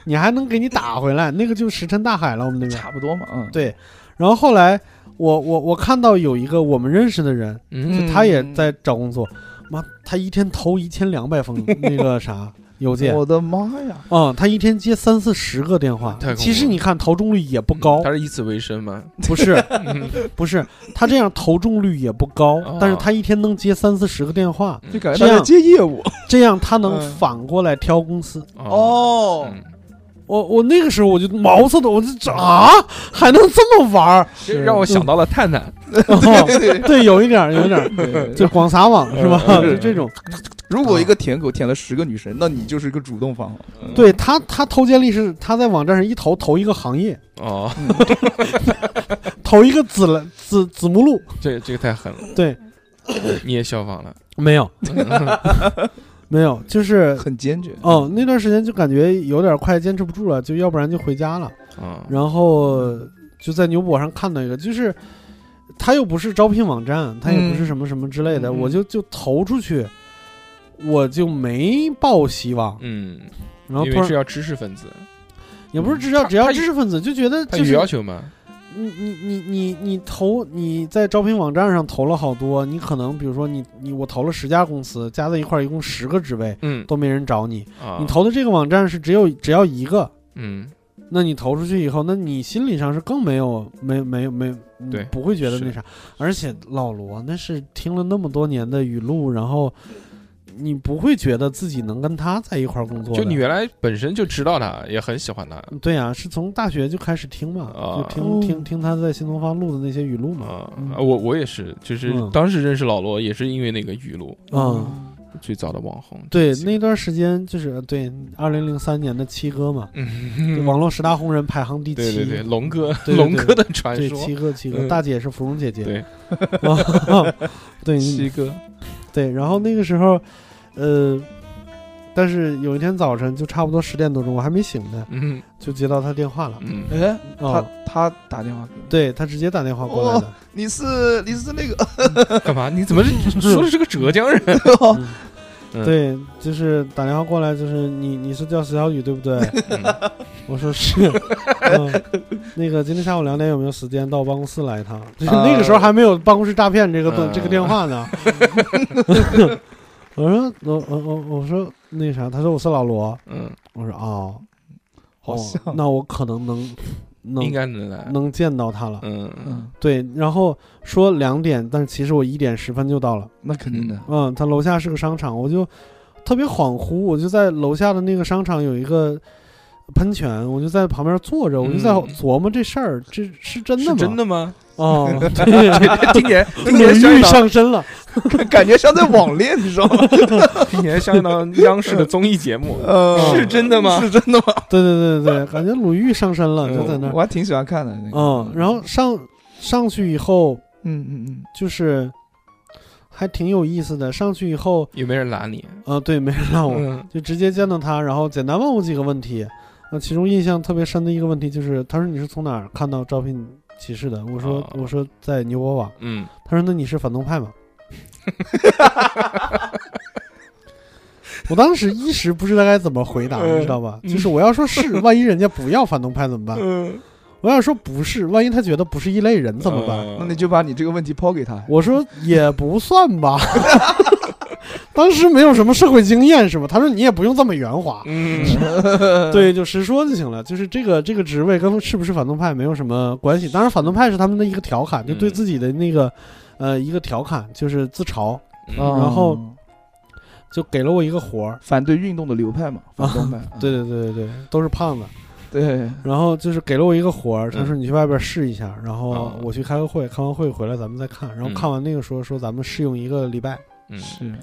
C: 你还能给你打回来，那个就石沉大海了，我们那边。
B: 差不多嘛，嗯，
C: 对，然后后来我我我看到有一个我们认识的人，
A: 嗯，
C: 他也在找工作，妈，他一天投一千两百 封那个啥邮件，
B: 我的妈呀！
C: 嗯，他一天接三四十个电话
A: 太恐怖了。嗯
C: 其实你看投中率也不高，
A: 他是以此为生 嘛？
C: 不是
A: 嗯
C: 不是，他这样投中率也不高
A: 哦，
C: 但是他一天能接三四十个电话，
B: 就感觉
C: 这
B: 他
C: 样
B: 在接业务
C: 这样他能
B: 嗯
C: 反过来挑公司。
B: 哦
A: 嗯
C: 我我那个时候我就茅塞的，我就啊，还能这么玩儿？
A: 这让我想到了探探，
B: 对对对
C: 对，有一点儿，有一点儿，
B: 对
C: 就广撒网是吧？
A: 嗯
C: 就这种，
B: 如果一个舔狗舔了十个女生，那你就是一个主动方。嗯，
C: 对他他投简历是他在网站上一投投一个行业，
A: 哦，
C: 投一个子栏子子目录，
A: 这这个太狠了，
C: 对，
A: 你也效仿了，
C: 没 有
A: 嗯
C: 没有，就是
B: 很坚决。
C: 哦那段时间就感觉有点快坚持不住了，就要不然就回家了，
A: 啊，
C: 然后就在牛博上看到一个，就是他又不是招聘网站，他也不是什么什么之类的，
A: 嗯嗯
C: 我就就投出去，我就没抱希望，
A: 嗯，
C: 然后
A: 因
C: 突
A: 为是
C: 然
A: 要知识分子，
C: 也不是只要
A: 他
C: 只要
A: 他
C: 知识分子就觉得
A: 他
C: 就
A: 有
C: 是
A: 要求吗？
C: 你你你你你投你在招聘网站上投了好多，你可能比如说你你我投了十家公司，加在一块儿一共十个职位
A: 嗯
C: 都没人找你，
A: 啊，
C: 你投的这个网站是只有只要一个，
A: 嗯，
C: 那你投出去以后，那你心理上是更没有没没没嗯
A: 对
C: 不会觉得
A: 是
C: 那啥，而且老罗那是听了那么多年的语录，然后你不会觉得自己能跟他在一块儿工作的，
A: 就你原来本身就知道他，也很喜欢他，
C: 对呀、是从大学就开始听嘛，
A: 啊
C: 就听
B: 哦
C: 听听他在新东方录的那些语录嘛，
A: 啊
C: 嗯，
A: 我我也是，就是
C: 嗯
A: 当时认识老罗也是因为那个语录，
C: 嗯。
A: 最早的网红，
C: 对，
A: 这个
C: 那段时间就是对二零零三年的七哥嘛，
A: 嗯
C: 网络十大红人排行第七。
A: 对对对，龙哥，
C: 对对对
A: 龙哥的传
C: 对
A: 说，
C: 七哥，七哥，
A: 嗯
C: 大姐是芙蓉姐姐。
A: 对
C: 啊， 对
B: 七哥，
C: 对，然后那个时候，呃，但是有一天早晨就差不多十点多钟，我还没醒呢，
A: 嗯
C: 就接到他电话了。
A: 嗯，
B: 哎，他
C: 啊，
B: 他打电话给你，
C: 对他直接打电话
A: 哦
C: 过来的。
B: 你是你是那个，
A: 干嘛？你怎么是 说的是个浙江人？哦
C: 嗯对，就是打电话过来，就是你你是叫石小雨对不对？
A: 嗯
C: 我说 是，嗯，那个今天下午两点有没有时间到我办公室来一趟？就是那个时候还没有办公室诈骗这个东、
A: 呃
C: 这个电话呢。我说我我我我说那啥，他说我是老罗，
A: 嗯，
C: 我说哦，
B: 好像
C: 哦那我可能能
A: 应
C: 能
A: 该能来，
C: 能见到他了。
A: 嗯嗯
B: 嗯，
C: 对，然后说两点，但是其实我一点十分就到了。
B: 那肯定的，
C: 嗯，他楼下是个商场，我就特别恍惚，我就在楼下的那个商场有一个喷泉，我就在旁边坐着，我就在
A: 嗯
C: 琢磨这事儿，这是真的
A: 是
C: 吗？
A: 真的吗？
C: 哦， 对，
A: 今年今
C: 我
A: 年香
C: 欲
A: 港
C: 上身了。
B: 感觉像在网恋，你知道吗？
A: 今年香港央视的综艺节目，
B: 呃
A: 是真的吗
B: 是真的吗？
C: 对对对对，感觉鲁豫上身了，
A: 嗯
C: 就在那儿。
B: 我还挺喜欢看的那个。
C: 嗯，然后上上去以后
B: 嗯嗯嗯，
C: 就是还挺有意思的。上去以后，
A: 有没有人拦你？
C: 呃，对，没人让我，
A: 嗯
C: 就直接见到他，然后简单问我几个问题。那其中印象特别深的一个问题就是，他说你是从哪儿看到招聘启事的？我说、
A: 啊
C: 我说在牛博网。
A: 嗯，
C: 他说那你是反动派 吗？我当时一时不知道该怎么回答，
A: 嗯嗯
C: 你知道吧？就是我要说 是，万一人家不要反动派怎么办？我要说不是，万一他觉得不是一类人怎么办？
A: 嗯
B: 那你就把你这个问题抛给他。
C: 我说也不算吧， 当时没有什么社会经验是吧？他说你也不用这么圆滑，
A: 嗯，
C: 对，就实说就行了。就是这个这个职位跟是不是反动派没有什么关系。当然，反动派是他们的一个调侃，就对
A: 嗯
C: 自己的那个呃一个调侃，就是自嘲，
A: 嗯
C: 然后
B: 嗯
C: 就给了我一个活儿。
B: 反对运动的流派嘛，反动派。
C: 啊
B: 啊
C: 对对对对对，都是胖子。
B: 对，
C: 然后就是给了我一个活儿，他说你去外边试一下，然后
A: 嗯哦
C: 我去开个会，开完会回来咱们再看。然后
A: 嗯
C: 看完那个说说咱们试用一个礼拜。
A: 嗯，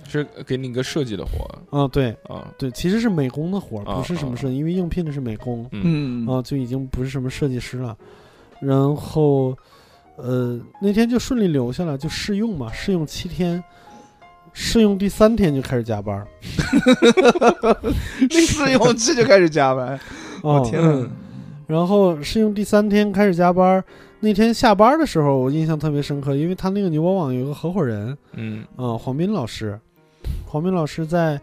B: 是
A: 是给你一个设计的活
C: 嗯，对
A: 啊，
C: 对，其实是美工的活儿，
A: 啊
C: 不是什么设计，因为应聘的是美工。
A: 嗯
B: 嗯
C: 啊，就已经不是什么设计师了。然后，呃，那天就顺利留下来，就试用嘛，试用七天，试用第三天就开始加班儿。
B: 试用期就开始加班，
C: 哦，
B: 天啊哪！
C: 然后试用第三天开始加班儿。那天下班儿的时候，我印象特别深刻，因为他那个牛博网有一个合伙人，
A: 嗯
C: 啊、黄斌老师，黄斌老师在，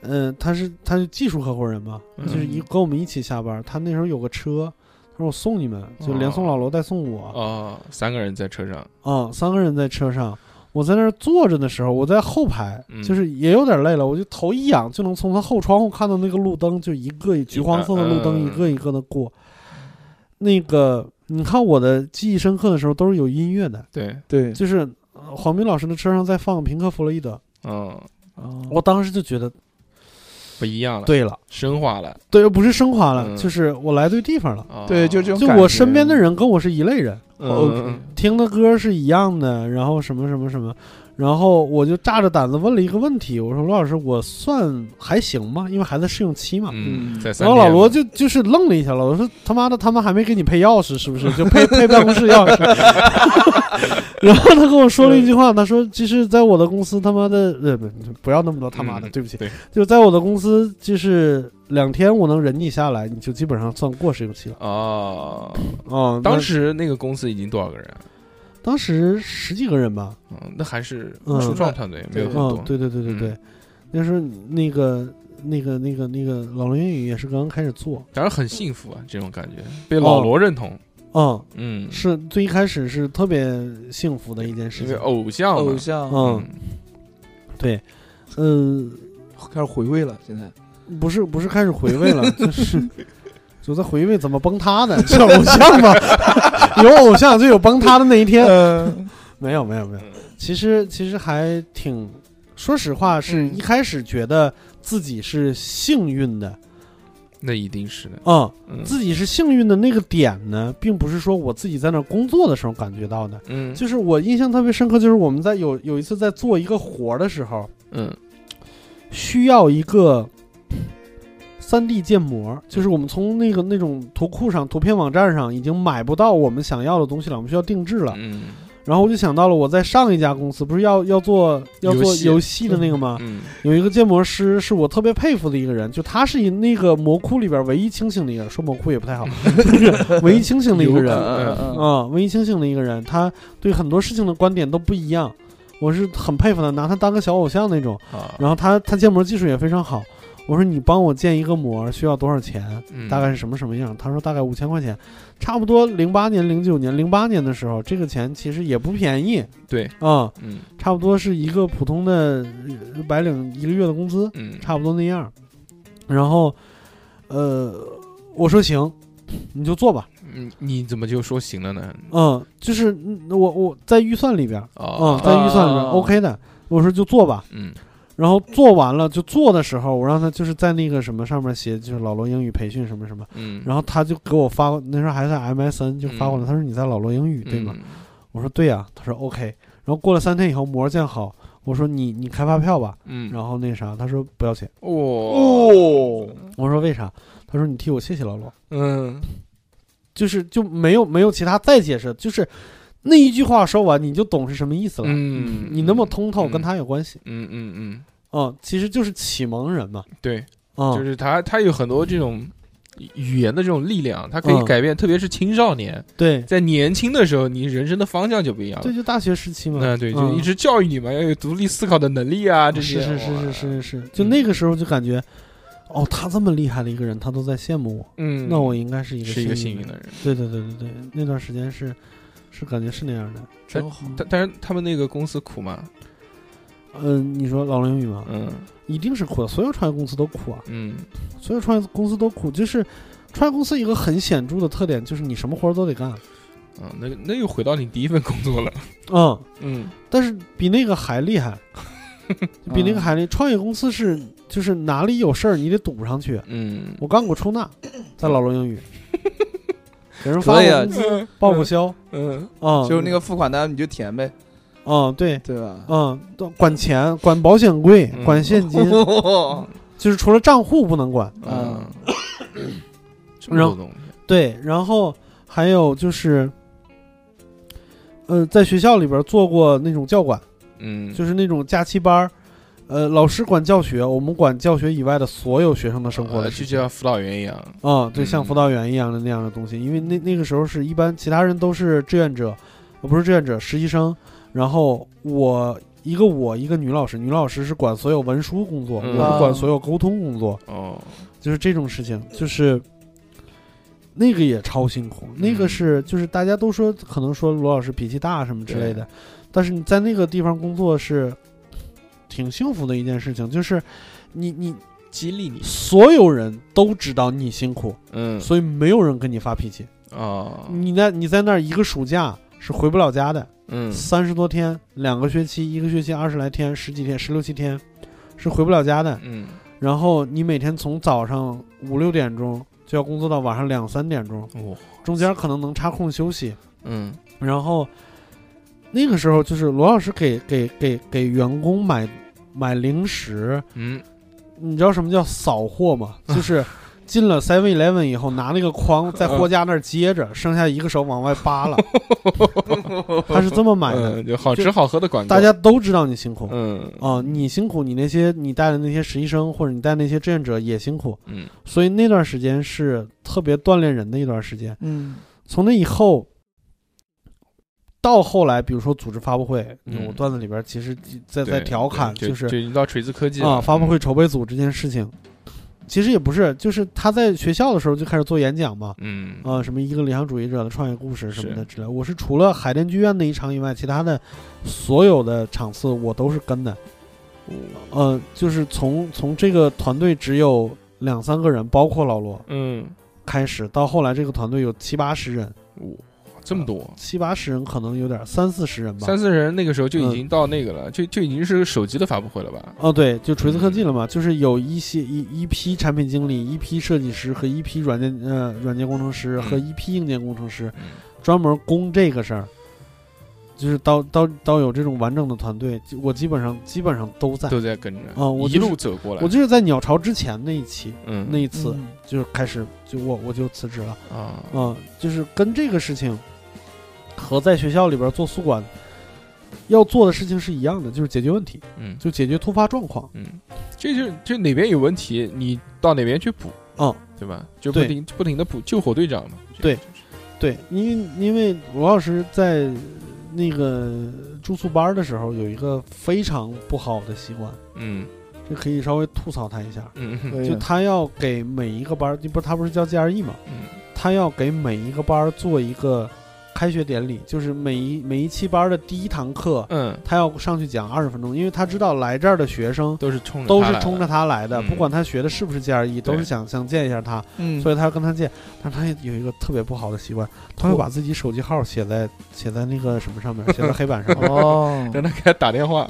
C: 呃嗯、他是他是技术合伙人嘛，就是一跟我们一起下班儿。他那时候有个车，他说我送你们，就连送老罗带送我。
A: 哦，三个人在车上，
C: 啊、三个人在车上，我在那儿坐着的时候，我在后排，
A: 嗯
C: 就是也有点累了，我就头一仰就能从他后窗户看到那个路灯，就一个橘黄色的路灯
A: 嗯
C: 一个一个的过。那个，你看我的记忆深刻的时候都是有音乐的，
A: 对，
B: 对，
C: 就是呃黄斌老师的车上在放平克·弗洛伊德，
A: 嗯，
C: 我当时就觉得
A: 不一样了，，
C: 对了，
A: 升华了，
C: 对，不是升华了，
A: 嗯
C: 就是我来对地方了，
A: 哦
B: 对就这种
C: 就
B: 感
C: 我
B: 觉嗯
C: 身边的人跟我是一类人。哦
A: 嗯
B: OK
C: 听的歌是一样的，然后什么什么什么，然后我就大着胆子问了一个问题，我说罗老师，我算还行吗？因为还在试用期嘛。
A: 嗯，
B: 嗯
A: 在三
C: 然后老
A: 天
C: 罗
A: 了
C: 就就是愣了一下，老罗说：“他妈的，他们还没给你配钥匙是不是？就配配办公室钥匙。” 然后他跟我说了一句话，他说：“其实，在我的公司，他妈的，呃，不，不要那么多他妈的，
A: 嗯
C: 对不起，
A: 对
C: 就在我的公司，就是两天我能忍你下来，你就基本上算过试用期了。
A: 哦，
C: 哦，那
A: 当时那个公司已经多少个人啊？
C: 当时十几个人吧，
A: 嗯，那还是
C: 嗯
A: 初创团队，没有很
C: 嗯，
A: 多，
C: 对对对对对，那时候你那个那个那个那个老罗英语也是刚刚开始做，
A: 当然很幸福啊，这种感觉被老罗认同，
C: 嗯，
A: 嗯，
C: 是最一开始是特别幸福的一件事
A: 因为
C: 情，
A: 偶像嘛，
B: 偶像
C: 嗯，对，嗯、
B: 开始回味了，现在
C: 不是不是开始回味了，就是。就在回味怎么崩塌的，叫偶像吧，有偶像就有崩塌的那一天。没有没有没有
A: 嗯，
C: 其实其实还挺，说实话是
A: 嗯
C: 一开始觉得自己是幸运的，
A: 那一定是的，
C: 嗯，
A: 嗯
C: 自己是幸运的那个点呢，并不是说我自己在那儿工作的时候感觉到的，
A: 嗯
C: 就是我印象特别深刻，就是我们在有有一次在做一个活儿的时候，
A: 嗯
C: 需要一个三 D 建模，就是我们从那个那种图库上、图片网站上已经买不到我们想要的东西了，我们需要定制了。
A: 嗯
C: 然后我就想到了我在上一家公司不是要要做要
A: 游
C: 做
A: 戏
C: 游戏的那个吗？
A: 嗯
C: 有一个建模师是我特别佩服的一个人，就他是以那个魔窟里边唯一清醒的一个人，说魔窟也不太好，唯一清醒的一个 人
A: 有可能
C: 啊、
B: 嗯嗯嗯
C: 唯一清醒的一个人，他对很多事情的观点都不一样，我是很佩服他，拿他当个小偶像那种。
A: 啊，
C: 然后他他建模技术也非常好，我说你帮我建一个模需要多少钱？
A: 嗯
C: 大概是什么什么样？他说大概五千块钱，差不多零八年、零九年、零八年的时候，这个钱其实也不便宜
A: 对，
C: 啊、
A: 嗯
C: 差不多是一个普通的呃白领一个月的工资，
A: 嗯
C: 差不多那样。然后，呃，我说行，你就做吧。
A: 嗯，你怎么就说行了呢？
C: 嗯，就是嗯我我在预算里边儿，嗯，
A: 哦，
C: 在预算里边儿
B: 啊
C: OK 的。我说就做吧。
A: 嗯
C: 然后做完了就做的时候，我让他就是在那个什么上面写，就是老罗英语培训什么什么。
A: 嗯，
C: 然后他就给我发，那时候还在 MSN 就发过来，他说你在老罗英语对吗？
A: 嗯？
C: 我说对呀、啊他说 OK。然后过了三天以后模儿建好，我说你你开发票吧，
A: 嗯，
C: 然后那啥，他说不要钱。
A: 哦，
B: 哦，
C: 我说为啥？他说你替我谢谢老罗，
A: 嗯
C: 就是就没有没有其他再解释，就是那一句话说完你就懂是什么意思了。
A: 嗯，
C: 你那么通透
A: 嗯
C: 跟他有关系，
A: 嗯嗯
C: 嗯，其实就是启蒙人嘛，
A: 嗯，对，
C: 嗯，
A: 就是他他有很多这种语言的这种力量，他可以
C: 嗯
A: 改变，特别是青少年，
C: 对
A: 在年轻的时候，你人生的方向就不一样了
C: 对，。就大学时期嘛，
A: 那对，就
C: 嗯
A: 一直教育你嘛，要有独立思考的能力啊，这些。
C: 是是是是
A: 哇，
C: 是是，就
A: 嗯
C: 那个时候就感觉，哦，他这么厉害的一个人，他都在羡慕我，
A: 嗯，
C: 那我应该是一个
A: 是一个幸
C: 运
A: 运的。人。
C: 对对对对对，那段时间是是感觉是那样的。
B: 真好，
A: 但但是他们那个公司苦嘛，
C: 嗯，你说老龙英语吗？
A: 嗯
C: 一定是苦的，所有创业公司都苦啊，
A: 嗯
C: 所有创业公司都苦。就是创业公司一个很显著的特点就是你什么活儿都得干，
A: 嗯，那那又回到你第一份工作了。
C: 嗯，
A: 嗯
C: 但是比那个还厉害，比那个
B: 嗯
C: 还厉害。创业公司是就是哪里有事儿你得堵上去。
A: 嗯，
C: 我干过 出纳，在老龙英语，给人发
B: 可以啊
C: 过工资报过销
A: 嗯
C: 啊，
B: 就是那个付款单你就填呗，
C: 啊，对，
B: 对吧？
C: 嗯，都管钱、管保险柜、
A: 嗯
C: 管现 金，就是除了账户不能管。
A: 哦嗯
B: 嗯，
A: 这么多东西，
C: 对，然后还有就是，呃，在学校里边做过那种教管，
A: 嗯，
C: 就是那种假期班儿，呃，老师管教学，我们管教学以外的所有学生的生活
A: 呃
C: 的
A: 就
C: 事情。
A: 像辅导员一样。
C: 啊、对，像
A: 嗯
C: 辅导员一样的那样的东西，因为那那个时候是一般其他人都是志愿者，呃，不是志愿者，实习生。然后我一个我一个女老师，女老师是管所有文书工作，
A: 嗯
C: 我是管所有沟通工作，
A: 哦，
C: 就是这种事情，就是那个也超辛苦，那
A: 嗯
C: 个是就是大家都说可能说罗老师脾气大什么之类的，但是你在那个地方工作是挺幸福的一件事情，就是你你
A: 激励你，
C: 所有人都知道你辛苦，
A: 嗯
C: 所以没有人跟你发脾气。
A: 哦，
C: 你在你在那儿一个暑假是回不了家的，
A: 嗯
C: 三十多天，两个学期，一个学期二十来天，十几天，十六七天，是回不了家的。
A: 嗯，
C: 然后你每天从早上五六点钟就要工作到晚上两三点钟，
A: 我
C: 中间可能能插空休息。
A: 哦嗯
C: 然后那个时候就是罗老师给给给给员工买买零食，
A: 嗯
C: 你知道什么叫扫货吗？就是进了 Seven Eleven 以后，拿那个筐在货架那儿接着，剩下一个手往外扒拉，他是这么买的。
A: 嗯，就好吃
C: 就
A: 好喝的管够
C: 大家都知道你辛苦，
A: 嗯
C: 哦，你辛苦，你那些你带的那些实习生或者你带那些志愿者也辛苦，
A: 嗯
C: 所以那段时间是特别锻炼人的一段时间。
B: 嗯
C: 从那以后，到后来，比如说组织发布会，
A: 嗯
C: 我段子里边其实在
A: 对
C: 在调侃，
A: 对就是就已经到锤子科技了
C: 啊，
A: 嗯
C: 发布会筹备组这件事情，其实也不是，就是他在学校的时候就开始做演讲嘛，
A: 嗯
C: 啊，什么一个理想主义者的创业故事什么
A: 是
C: 的之类。我是除了海淀剧院那一场以外，其他的所有的场次我都是跟的。
A: 嗯
C: 呃，就是从从这个团队只有两三个人，包括老罗
A: 嗯，
C: 开始，到后来这个团队有七八十人，
A: 哇，这么多。
C: 七八十人可能有点三四十人吧。
A: 三四人那个时候就已经到那个了，就就已经是手机的发布会了吧？
C: 哦，对，就
A: 嗯
C: 锤子科技了嘛，就是有一些一一批产品经理、一批设计师和一批软件呃软件工程师和
A: 嗯
C: 一批硬件工程师，
A: 嗯
C: 专门攻这个事儿，就是到到到有这种完整的团队，就我基本上基本上都在。
A: 都在跟着
C: 啊我
A: 一
C: 就是
A: 路走过来。
C: 我就是在鸟巢之前那一期
A: 嗯，
C: 那一次、
B: 嗯
C: 就开始就我我就辞职了，
A: 啊，
C: 嗯，就是跟这个事情和在学校里边做宿管要做的事情是一样的，就是解决问题，
A: 嗯
C: 就解决突发状况。
A: 嗯，这就就哪边有问题，你到哪边去补，
C: 嗯，
A: 对吧？就不
C: 对
A: 停不停的补，救火队长嘛。
C: 对
A: 这个就是，
C: 对，因为因为罗老师在那个住宿班儿的时候有一个非常不好的习惯，
A: 嗯
C: 这可以稍微吐槽他一下。
A: 嗯嗯
B: 可以
C: 就他要给每一个班儿，不是他不是叫 GRE 嘛，
A: 嗯
C: 他要给每一个班儿做一个开学典礼，就是每一每一期班儿的第一堂课，
A: 嗯，
C: 他要上去讲二十分钟，因为他知道来这儿的学生
A: 都是冲着
C: 都
A: 他
C: 是
A: 来
C: 冲 着
A: 的，
C: 他来的，
A: 嗯
C: 不管他学的是不是 GRE，都
A: 对
C: 是想想见一下他，
B: 嗯，
C: 所以他要跟他见。但他有一个特别不好的习惯，他会把自己手机号写在写在那个什么上 面，写在黑板上 啊、
B: 哦，
A: 让他给他打电话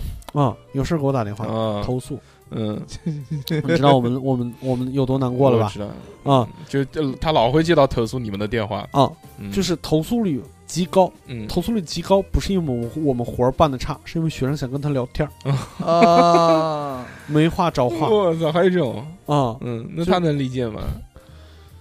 C: 有事给我打电话
A: 啊，
C: 投诉。
A: 嗯，
C: 哦 你知道我们我们我们有多难过了
A: 我
C: 吧？
A: 知道，嗯
C: 啊、
A: 就就他老会接到投诉你们的电话，
C: 啊、
A: 嗯
C: 就是投诉率极高，
A: 嗯
C: 投诉率极高，不是因为我们我们活儿办的差，是因为学生想跟他聊天儿，
B: 嗯啊，
C: 没话找 话
A: 我操，还有这种，
C: 啊、
A: 嗯，那
C: 就
A: 他能理解吗？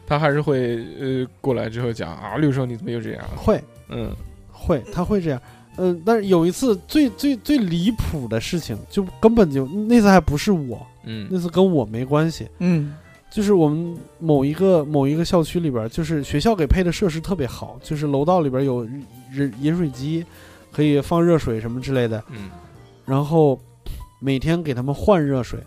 A: 他还是会呃过来之后讲啊，六叔你怎么又这样？
C: 会
A: 嗯
C: 会他会这样，嗯、但是有一次最最最离谱的事情，就根本就那次还不是我，
A: 嗯
C: 那次跟我没关系，
B: 嗯
C: 就是我们某一个某一个校区里边儿，就是学校给配的设施特别好，就是楼道里边儿有饮饮水机，可以放热水什么之类的，
A: 嗯
C: 然后每天给他们换热水。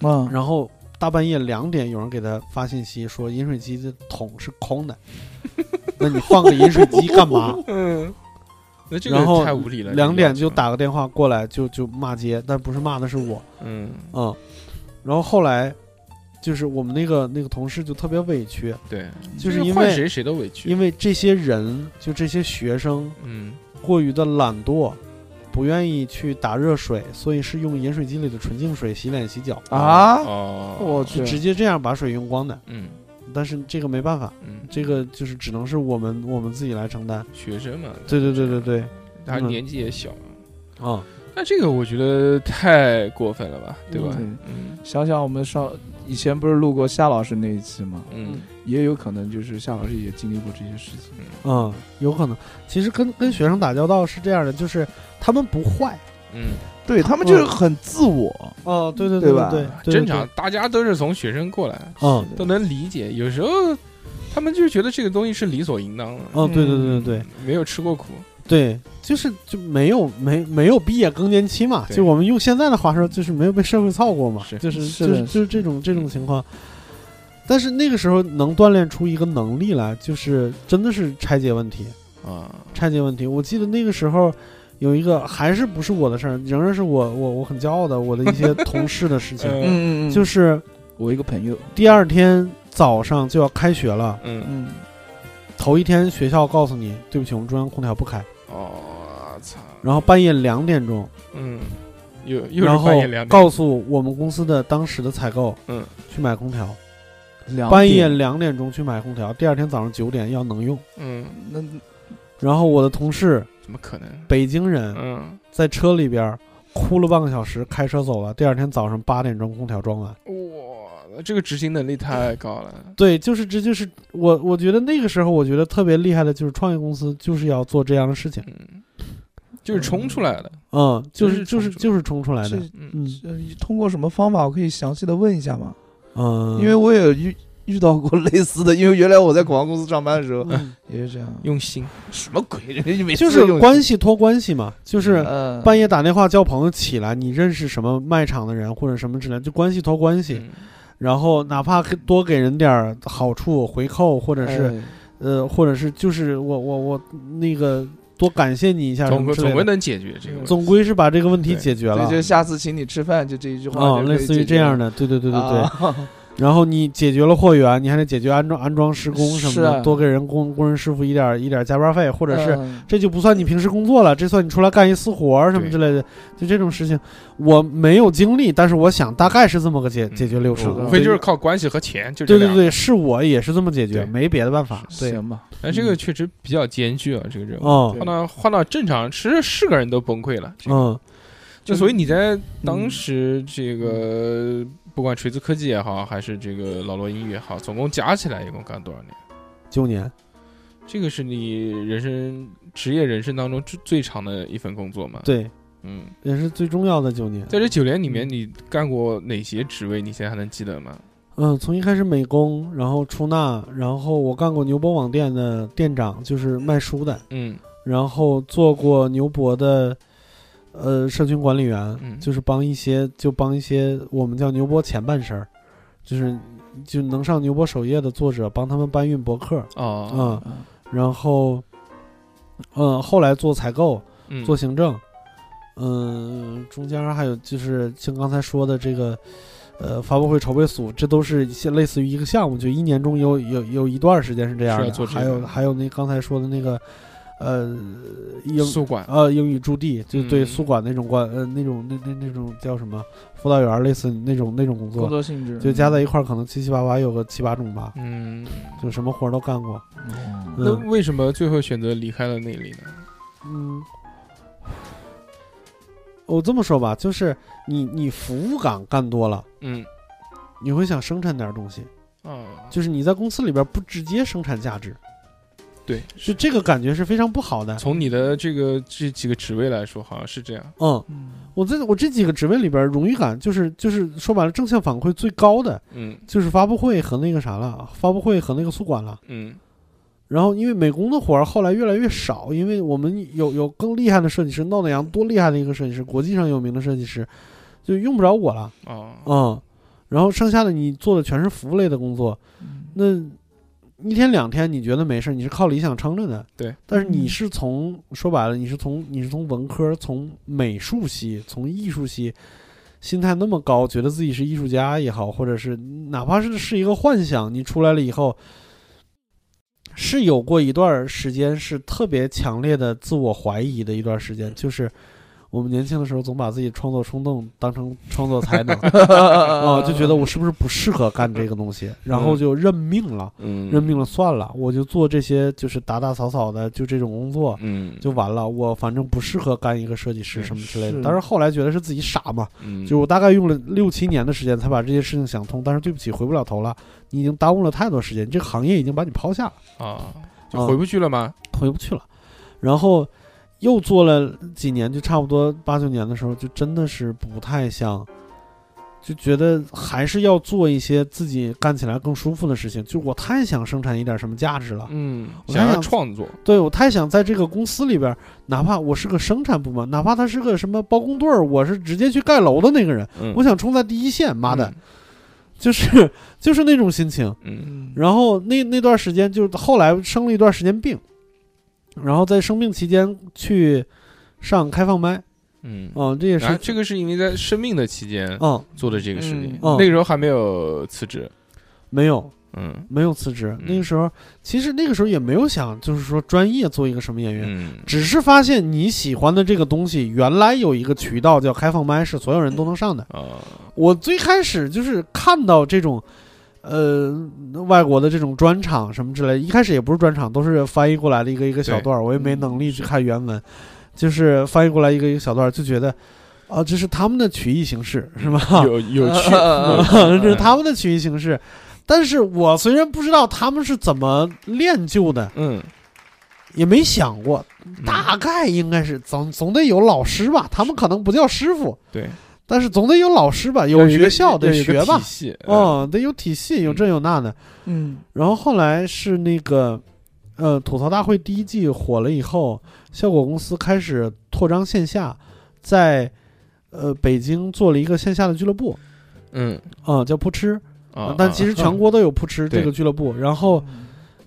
B: 啊，
C: 然后大半夜两点有人给他发信息说饮水机的桶是空的， 那你放个饮水机干嘛？
A: 嗯，那这个
C: 然后
A: 太无理了，
C: 两点
A: 这个
C: 就
A: 要求，
C: 打个电话过来就就骂街，但不是骂的是我，
A: 嗯，
C: 嗯，然后后来就是我们那个那个同事就特别委屈，
A: 对，
C: 就是因
A: 换
C: 为
A: 谁谁都委屈，
C: 因为这些人就这些学生
A: 嗯
C: 过于的懒惰。不愿意去打热水，所以是用饮水机里的纯净水洗脸洗脚
B: 啊
A: 哦，
B: 我去
C: 就直接这样把水用光的。
A: 嗯
C: 但是这个没办法，
A: 嗯，
C: 这个就是只能是我们我们自己来承担。
A: 学生嘛，
C: 对对对对对，
A: 他
C: 嗯
A: 年纪也小，
C: 啊、
A: 那这个我觉得太过分了吧，对吧？
B: 嗯
A: 嗯
B: 想想我们上以前不是录过夏老师那一期吗？
A: 嗯
B: 也有可能就是夏老师也经历过这些事情。
C: 嗯，有可能。其实跟跟学生打交道是这样的，就是他们不坏。
A: 嗯，
B: 对他们就是很自我，
C: 哦，对对
B: 对
C: 对
B: 吧
C: 对，对
A: 正常，。大家都是从学生过来，
C: 嗯
A: 都能理解，有时候他们就觉得这个东西是理所应当的，嗯
C: 哦，对对对对对
A: 没有吃过苦，
C: 对，就是就没有没没有毕业更年期嘛，
A: 对
C: 就我们用现在的话说，就是没有被社会操过嘛，
A: 是嗯
C: 就是
B: 是
C: 就
B: 的
C: 是
B: 是
C: 就是这种这种情况。但是那个时候能锻炼出一个能力来，就是真的是拆解问题，
A: 啊，
C: 拆解问题。我记得那个时候有一个还是不是我的事儿，仍然是我我我很骄傲的我的一些 同事的事情，
A: 嗯
B: 嗯嗯，
C: 就是是
B: 我一个朋友，
C: 第二天早上就要开学了，
A: 嗯，
B: 嗯，
C: 头一天学校告诉你对不起，我们中央空调不开，
A: 哦，操，
C: 然后半夜两点钟，
A: 嗯，又又
C: 然
A: 是
C: 后
A: 半夜两点，
C: 告诉我们公司的当时的采购，
A: 嗯，
C: 去买空调，
B: 两
C: 半夜
B: 点
C: 两点钟去买空调，第二天早上九点要能用。
A: 嗯，
B: 那
C: 然后我的同事
A: 怎么可能？
C: 北京人
A: 嗯，
C: 在车里边儿哭了半个小时，开车走了。第二天早上八点钟空调装完。
A: 哇，这个执行能力太高了，
C: 对，就是这就是我我觉得那个时候我觉得特别厉害的就是创业公司就是要做这样的事情，
A: 嗯，就是冲出来的，
C: 嗯，就是
A: 就
C: 就是是
A: 冲出来
C: 就是冲出来的，
B: 是
A: 嗯，
C: 嗯
B: 呃通过什么方法？我可以详细的问一下吗？
C: 嗯，
B: 因为我也遇遇到过类似的，因为原来我在广告公司上班的时候
C: 嗯
B: 也是这样。
A: 用心，
B: 什么鬼？人家每次
C: 就是
B: 用
C: 关系托关系嘛，
A: 嗯
C: 就是。
B: 呃
C: 半夜打电话叫朋友起来，你认识什么卖场的人或者什么之类的，就关系托关系。
A: 嗯
C: 然后哪怕给多给人点儿好处回扣，或者是、
B: 哎
C: 呃，或者是就是我我我那个多感谢你一下什
A: 总
C: 么
A: 归
C: 之类
A: 总
C: 的
A: 归能解决这个问题，
C: 总归是把这个问题
A: 对
C: 解决了
B: 对，。就下次请你吃饭，就这一句话
C: 啊、
B: 就可以
C: 类似于
B: 解决
C: 这样的，对对对对对。
B: 啊
C: 然后你解决了货源，你还得解决安装安装施工什么
B: 是
C: 的，
B: 啊
C: 多给人工工人师傅一点儿一点儿加班费，或者是、
B: 嗯
C: 这就不算你平时工作了，这算你出来干一私活儿什么
A: 对
C: 之类的，就这种事情，我没有经历，但是我想大概是这么个
A: 嗯
C: 解、解决流程，
A: 无非就是靠关系和钱，就这
C: 对对
A: 两
C: 对，是我也是这么解决，
A: 对
C: 没别的办法。对，
B: 行吧，
A: 但这个确实比较艰巨啊，这个任务。
C: 哦，
A: 换到换到正常，其实是个人都崩溃了。这个
C: 嗯
A: 就所以你在当时这个不管锤子科技也好，还是这个老罗英语也好，总共加起来一共干多少年？
C: 九
A: 嗯
C: 年，
A: 这个是你人生职业人生当中最最长的一份工作嘛？，
C: 对，
A: 嗯，
C: 也是最重要的九年。
A: 在这九年里面，你干过哪些职位？你现在还能记得吗？
C: 嗯，从一开始美工，然后出纳，然后我干过牛博网店的店长，就是卖书的，
A: 嗯
C: 然后做过牛博的。呃，社群管理员、
A: 嗯
C: 就是帮一些，就帮一些我们叫牛博前半身儿，就是就能上牛博首页的作者，帮他们搬运博客，
B: 啊
A: 哦
C: 嗯，然后，嗯，后来做采购，
A: 嗯
C: 啊做行政，嗯、中间还有就是像刚才说的这个，呃，发布会筹备组，这都是一些类似于一个项目，就一年中有有有一段时间是这样
A: 是
C: 的，
A: 要做这
C: 还有
A: 个
C: 还有那刚才说的那个，呃，英
A: 宿管
C: 呃英语驻地，就对
A: 嗯
C: 宿管那种管呃那种那那那种叫什么辅导员儿类似那种那种工
B: 工
C: 作，
B: 作嗯性质
C: 就加在一块儿可能七七八八有个七八种吧，
A: 嗯，
C: 就什么活儿都干过，
B: 嗯
A: 那
C: 嗯
A: 为什么最后选择离开了那里呢？
C: 嗯。我这么说吧，就是你你服务岗干多了，
A: 嗯
C: 你会想生产点东西，
A: 啊，
C: 就是你在公司里边不直接生产价值，
A: 对，
C: 就这个感觉是啊非常不好的。
A: 从你的这个这几个职位来说，好像是这样。
C: 嗯，
B: 嗯
C: 我在我这几个职位里边，荣誉感就是就是说白了，正向反馈最高的
A: 嗯
C: 就是发布会和那个啥了，发布会和那个宿管了。
A: 嗯
C: 然后因为美工的活儿后来越来越少，因为我们有有更厉害的设计师，闹南阳多厉害的一个设计师，国际上有名的设计师，就用不着我了。
A: 哦，
C: 嗯，然后剩下的你做的全是服务类的工作，
B: 嗯
C: 那一天两天你觉得没事，你是靠理想撑着的。
A: 对，
C: 但是你是从说白了，你是从你是从文科、从美术系、从艺术系，心态那么高，觉得自己是艺术家也好，或者是哪怕是是一个幻想，你出来了以后。是有过一段时间是特别强烈的自我怀疑的一段时间，就是我们年轻的时候总把自己创作冲动当成创作才能， 哦，就觉得我是不是不适合干这个东西，然后就认命了，
A: 嗯
C: 认命了算了，我就做这些就是打打扫扫的，就这种工作
A: 嗯，
C: 就完了。我反正不适合干一个设计师什么之类的。
B: 是
C: 但是后来觉得是自己傻嘛，
A: 嗯
C: 就是我大概用了六七年的时间才把这些事情想通。但是对不起，回不了头了，你已经耽误了太多时间，这个行业已经把你抛下了，
A: 啊，就回不去了吗？
C: 回不去了。然后又做了几年，就差不多八九年的时候，就真的是不太像，就觉得还是要做一些自己干起来更舒服的事情。就我太想生产一点什么价值了，
A: 嗯，
C: 啊我在
A: 想要
C: 想
A: 创作，
C: 对我太想在这个公司里边儿，哪怕我是个生产部门，哪怕他是个什么包工队儿，我是直接去盖楼的那个人，
A: 嗯
C: 我想冲在第一线。妈的，
A: 嗯，
C: 就是就是那种心情。
A: 嗯
C: 然后那那段时间，就是后来生了一段时间病，然后在生病期间去上开放麦，
A: 嗯，
C: 嗯，这也是
A: 然后，这个是因为在生病的期间
C: 嗯，
A: 做的这个事情，
B: 嗯
C: 嗯
A: 那个时候还没有辞职，
C: 没有
A: 嗯
C: 没有辞职。
A: 嗯
C: 那个时候，其实那个时候也没有想，就是说专业做一个什么演员，
A: 嗯
C: 只是发现你喜欢的这个东西，原来有一个渠道叫开放麦，是所有人都能上的。
A: 啊
C: 我最开始就是看到这种，呃，外国的这种专场什么之类，一开始也不是专场，都是翻译过来的一个一个小段儿，我也没能力去看原文，就是翻译过来一个一个小段儿，就觉得。啊，这是他们的曲艺形式，是吧？
A: 嗯有有趣，
C: 呃这是他们的曲艺形式。 但是我虽然不知道他们是怎么练就的，
A: 嗯，
C: 也没想过，
A: 嗯
C: 大概应该是总总得有老师吧。他们可能不叫师傅，
A: 对，
C: 但是总得有老师吧，有
A: 要一个
C: 学校得
A: 要有一个
C: 学吧
A: 体，系，嗯
C: 嗯，得有体系，有这有那的。
B: 嗯
C: 然后后来是那个，呃，吐槽大会第一季火了以后，效果公司开始拓张线下，在呃北京做了一个线下的俱乐部，
A: 嗯
C: 啊、叫扑哧。
A: 啊，
C: 但其实全国都有扑哧
A: 对
C: 这个俱乐部。然后，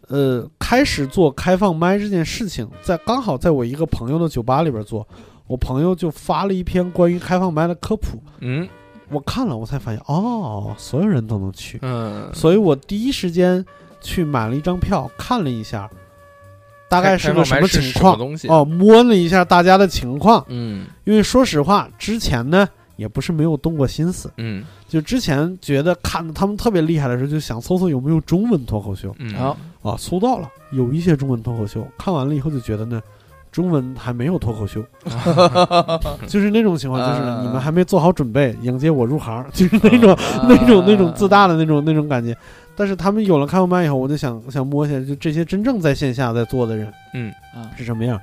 C: 呃，开始做开放麦这件事情，在刚好在我一个朋友的酒吧里边做，我朋友就发了一篇关于开放麦的科普，
A: 嗯
C: 我看了，我才发现，哦，所有人都能去，
A: 嗯，
C: 所以我第一时间去买了一张票，看了一下，大概是
A: 开放
C: 个什
A: 麦
C: 么
A: 是
C: 情
A: 什
C: 况
A: 么。东西，
C: 哦，摸了一下大家的情况，
A: 嗯
C: 因为说实话，之前呢也不是没有动过心思，
A: 嗯
C: 就之前觉得看他们特别厉害的时候，就想搜搜有没有中文脱口秀
A: 嗯，
B: 好
C: 啊，搜到了，有一些中文脱口秀。看完了以后就觉得呢，中文还没有脱口秀，就是那种情况，就是
B: 啊
C: 你们还没做好准备迎接我入行，就是那种、
B: 嗯
C: 那种那
B: 啊
C: 种自大的那种那种感觉。但是他们有了开放麦以后，我就想想摸一下，就这些真正在线下在做的人
B: 啊
C: 是什么样，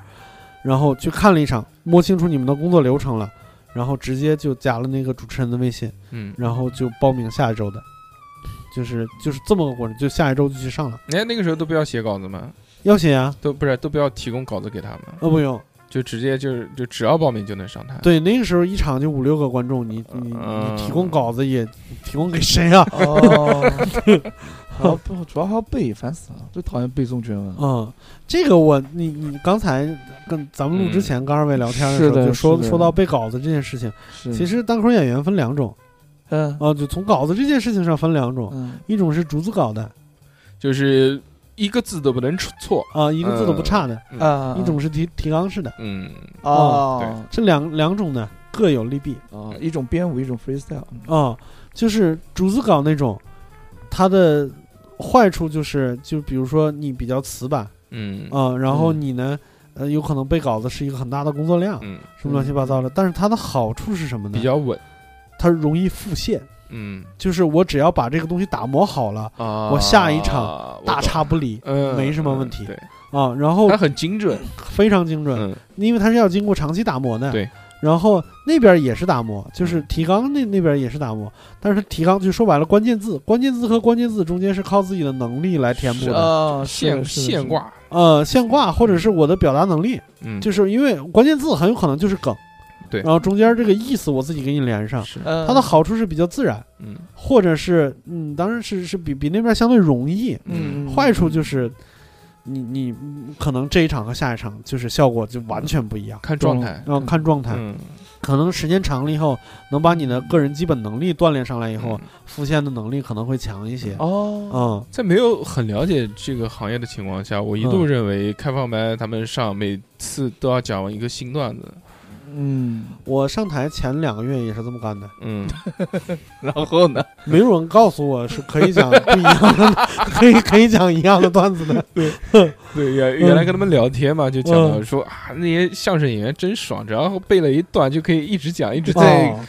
C: 然后去看了一场，摸清楚你们的工作流程了，然后直接就加了那个主持人的微信。
A: 嗯，
C: 然后就报名下一周的，就是就是这么个过程，就下一周就去上了。
A: 哎，那个时候都不要写稿子吗？
C: 要写啊？
A: 都不是都不要提供稿子给他们，
C: 呃，不用。
A: 就直接就是就只要报名就能上台。
C: 对，那个时候一场就五六个观众，你你
A: 嗯
C: 你提供稿子也提供给谁啊？
B: 哦，好不主要还要背，烦死了，最讨厌背诵全文。
C: 嗯，这个我你你刚才跟咱们录之前跟二位聊天的时
B: 是
C: 候，
B: 的
C: 就说
B: 是的嗯
C: 说到背稿子这件事情。
B: 是，
C: 其实单口演员分两种
B: 嗯
C: 啊，就从稿子这件事情上分两种，
B: 嗯
C: 一种是逐字稿的
A: 就是一个字都不能出错。
C: 啊，一个字都不差的；
B: 啊，
C: 一种是提提纲式的。
A: 嗯，
B: 哦
C: 这两两种呢各有利弊。
B: 哦，一种编舞，一种 freestyle。
C: 啊、就是竹子稿那种，它的坏处就是，就比如说你比较死板
A: 嗯
C: 啊、然后
B: 嗯
C: 你呢，呃，有可能背稿子是一个很大的工作量，
A: 嗯，
C: 什么乱七八糟的。但是它的好处是什么呢？
A: 比较稳。
C: 它容易复现，
A: 嗯
C: 就是我只要把这个东西打磨好了，
A: 啊，
C: 我下一场
A: 我
C: 大
A: 懂，
C: 差不离
A: 嗯，
C: 没什么问题
A: 对，
C: 啊、然后
A: 它很精准。
C: 非常精准，
A: 嗯
C: 因为它是要经过长期打磨的。
A: 对。嗯
C: 然后那边也是打磨，就是提纲那那边也是打磨，但是提纲就说白了，关键字、关键字和关键字中间是靠自己的能力来填补
A: 是
C: 的。
B: 啊，
A: 现现，挂，
C: 呃，现挂或者是我的表达能力，
A: 嗯，
C: 就是因为关键字很有可能就是梗，
A: 对嗯
C: 然后中间这个意思我自己给你连上，
A: 是，
B: 它
C: 它的好处是比较自然，
A: 嗯
C: 或者是嗯，当然是是比比那边相对容易，
A: 嗯
C: 坏处就是你你嗯可能这一场和下一场就是效果就完全不一样，
A: 看状态，
C: 然后看状态，
A: 嗯，
C: 可能时间长了以后，能把你的个人基本能力锻炼上来以后，
A: 嗯
C: 复现的能力可能会强一些。
B: 哦
C: 嗯，
A: 在没有很了解这个行业的情况下，我一度
C: 嗯
A: 认为开放麦他们上每次都要讲一个新段子，
B: 嗯，
C: 我上台前两个月也是这么干的，
A: 嗯，
B: 然后呢？
C: 没有人告诉我是可以讲不一样的，可以可以讲一样的段子 的。
A: 对，原原来跟他们聊天嘛，就讲到说啊，那些相声演员真爽，只要背了一段就可以一直讲，一直讲。
C: 哦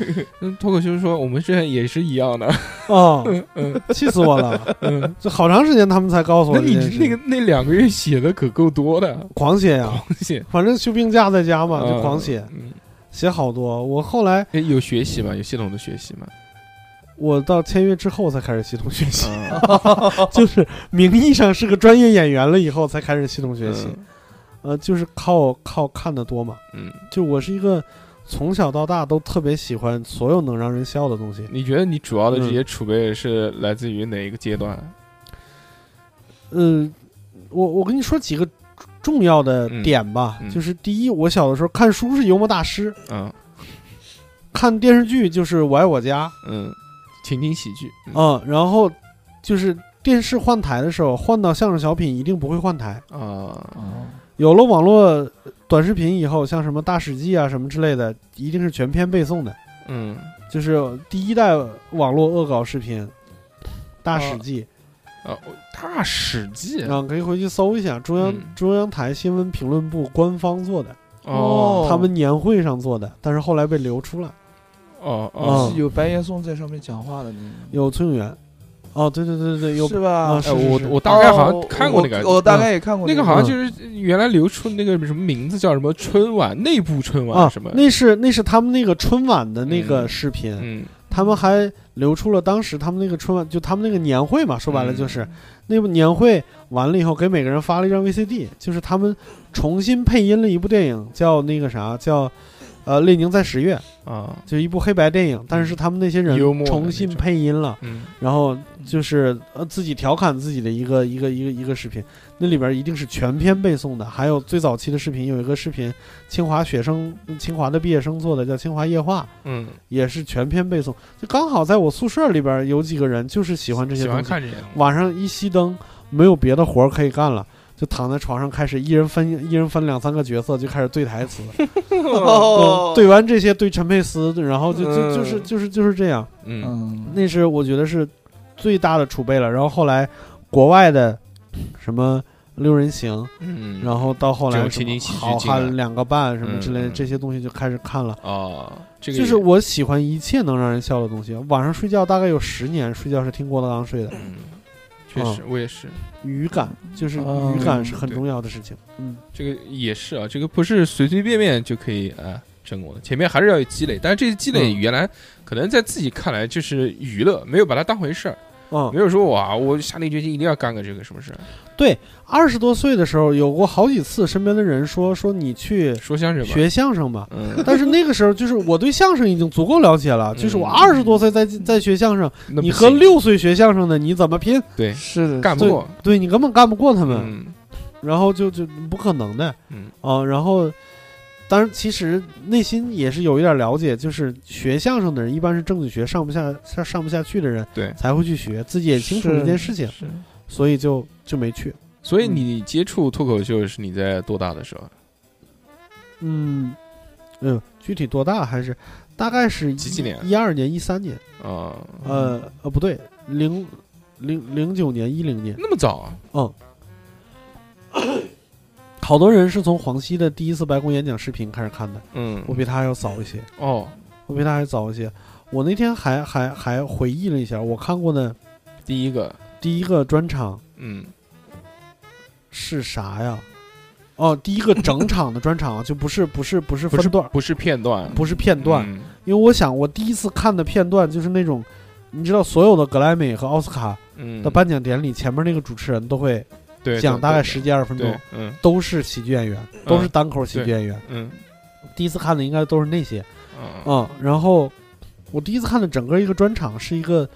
A: 嗯脱口秀说我们这也是一样的。
C: 哦，气死我了！
A: 嗯，
C: 这好长时间他们才告诉我
A: 那
C: 这
A: 你
C: 件事情。
A: 那个那两个月写的可够多的，
C: 狂写呀、
A: 狂写
C: 反正休病假在家嘛，啊就
A: 嗯
C: 狂写，
A: 嗯
C: 写好多。我后来
A: 哎有学习吗？有系统的学习 吗？
C: 我到签约之后才开始系统学习，
A: 嗯
C: 就是名义上是个专业演员了以后才开始系统学习。呃，就是靠靠看的多嘛。
A: 嗯
C: 就我是一个从小到大都特别喜欢所有能让人笑的东西。
A: 你觉得你主要的这些储备是来自于哪一个阶段？
C: 嗯，我我跟你说几个重要的点吧，
A: 嗯嗯
C: 就是第一，我小的时候看书是油墨大师，
A: 嗯
C: 看电视剧就是我爱我家，
A: 嗯，情景喜剧，嗯
C: 嗯，然后就是电视换台的时候，换到相声小品一定不会换台。
A: 啊，
C: 有了网络短视频以后，像什么大史记啊什么之类的，一定是全篇背诵的，
A: 嗯
C: 就是第一代网络恶搞视频。大
A: 哦
C: 史记，
A: 啊，大史记
C: 啊，可以回去搜一下中央、
A: 嗯
C: 中央台新闻评论部官方做的，
A: 哦
C: 他们年会上做的，但是后来被流出了。
A: 哦
C: 嗯
A: 哦，
B: 是有白岩松在上面讲话的那个，
C: 有崔永元，哦，对对对对对，有
B: 嗯是吧
C: 啊？
A: 哎，
C: 是
A: 我
C: 是
A: 我大概好
B: 哦
A: 像看过那个嗯
B: 我，我大概也看过
A: 那
B: 个
A: 个好像
C: 嗯
A: 就是原来流出那个什么名字叫什么春晚内部春晚
C: 啊
A: 什么，，
C: 那是那是他们那个春晚的那个视频，
A: 嗯
C: 他们还流出了当时他们那个春晚，就他们那个年会嘛，说白了就是、
A: 嗯
C: 那部年会完了以后，给每个人发了一张 VCD，就是他们重新配音了一部电影，叫那个啥，叫呃《列宁在十月》，
A: 啊
C: 就是一部黑白电影，但是他们那些
A: 嗯
C: 人
A: 幽默的
C: 重新
A: 那种
C: 配音了。
A: 嗯
C: 然后就是呃自己调侃自己的一个一个一个一个视频，那里边一定是全篇背诵的。还有最早期的视频有一个视频，清华学生、清华的毕业生做的叫《清华夜话
A: 嗯》，，
C: 也是全篇背诵。就刚好在我宿舍里边有几个人就是喜欢这些
A: 喜
C: 东
A: 欢
C: 西，
A: 看这些，
C: 晚上一熄灯，没有别的活儿可以干了。就躺在床上开始一人分一人分两三个角色就开始对台 词，
B: 哦
C: 嗯，对完这些对陈佩斯，然后就就
A: 嗯
C: 就是就是就是这样。
A: 嗯
B: 嗯，
C: 那是我觉得是最大的储备了。然后后来国外的什么六人行，
A: 嗯，
C: 然后到后
A: 这
C: 来
A: 种
C: 什
A: 情景
C: 么
A: 喜剧
C: 好
A: 进来
C: 汉两个半什么之类
A: 嗯
C: 的
A: 嗯
C: 这些东西就开始看了。
A: 哦，这个
C: 就
A: 也
C: 是我喜欢一切能让人笑的东西。晚上睡觉大概有十年睡觉是听郭德纲睡的。
A: 嗯，确实
C: 嗯
A: 我也是，
C: 语感就是
B: 哦
C: 语感是很
A: 嗯对
C: 重要的事情。嗯，
A: 这个也是啊，这个不是随随便便就可以啊成功的，前面还是要有积累。但是这些积累
C: 嗯
A: 原来可能在自己看来就是娱乐，没有把它当回事儿，
C: 嗯，
A: 没有说哇，我下定决心一定要干个这个什么事儿。
C: 二十多岁的时候有过好几次身边的人说说你去
A: 说相声吧，
C: 学相声吧，
A: 嗯，
C: 但是那个时候，就是我对相声已经足够了解了。就是我
A: 嗯
C: 二十多岁在在学相声，
A: 那
C: 你
A: 不
C: 和
A: 行
C: 六岁学相声的，你怎么拼？
A: 对
B: 是的，
A: 干不
C: 对
A: 过，
C: 对你根本干不过他们，
A: 嗯
C: 然后就就不可能的
A: 嗯
C: 啊。然后，当然其实内心也是有一点了解，就是学相声的人一般是政治学上不下上上不下去的人，
A: 对
C: 才会去学，自己也清楚
B: 是
C: 这件事情，
B: 是
C: 所以就就没去。
A: 所以你接触脱口秀是你在多大的时候？
C: 嗯，嗯，具体多大还是大概是
A: 几几年
C: 一二年、一三年。
A: 啊，
C: 呃呃，不对，零零零九年、一零年，
A: 那么早啊？
C: 好多人是从黄西的第一次白宫演讲视频开始看的，
A: 嗯，
C: 我比他还要早一些，
A: 哦，
C: 我比他还早一些。我那天还还还回忆了一下，我看过的
A: 第一个，
C: 第一个专场
A: 嗯
C: 是啥呀？哦，第一个整场的专场啊，就不是不是不是
A: 不是
C: 分段，
A: 不是片段，
C: 不是片段，
A: 嗯
C: 因为我想我第一次看的片段就是那种，你知道所有的格莱美和奥斯卡
A: 嗯
C: 的颁奖典礼前面那个主持人都会
A: 对
C: 讲大概十
A: 几
C: 几二十分钟
A: 对，，嗯
C: 都是喜剧演员，都是单口喜剧
A: 对
C: 演员。
A: 嗯
C: 第一次看的应该都是那些，
A: 嗯
C: 嗯，然后我第一次看的整个一个专场是一个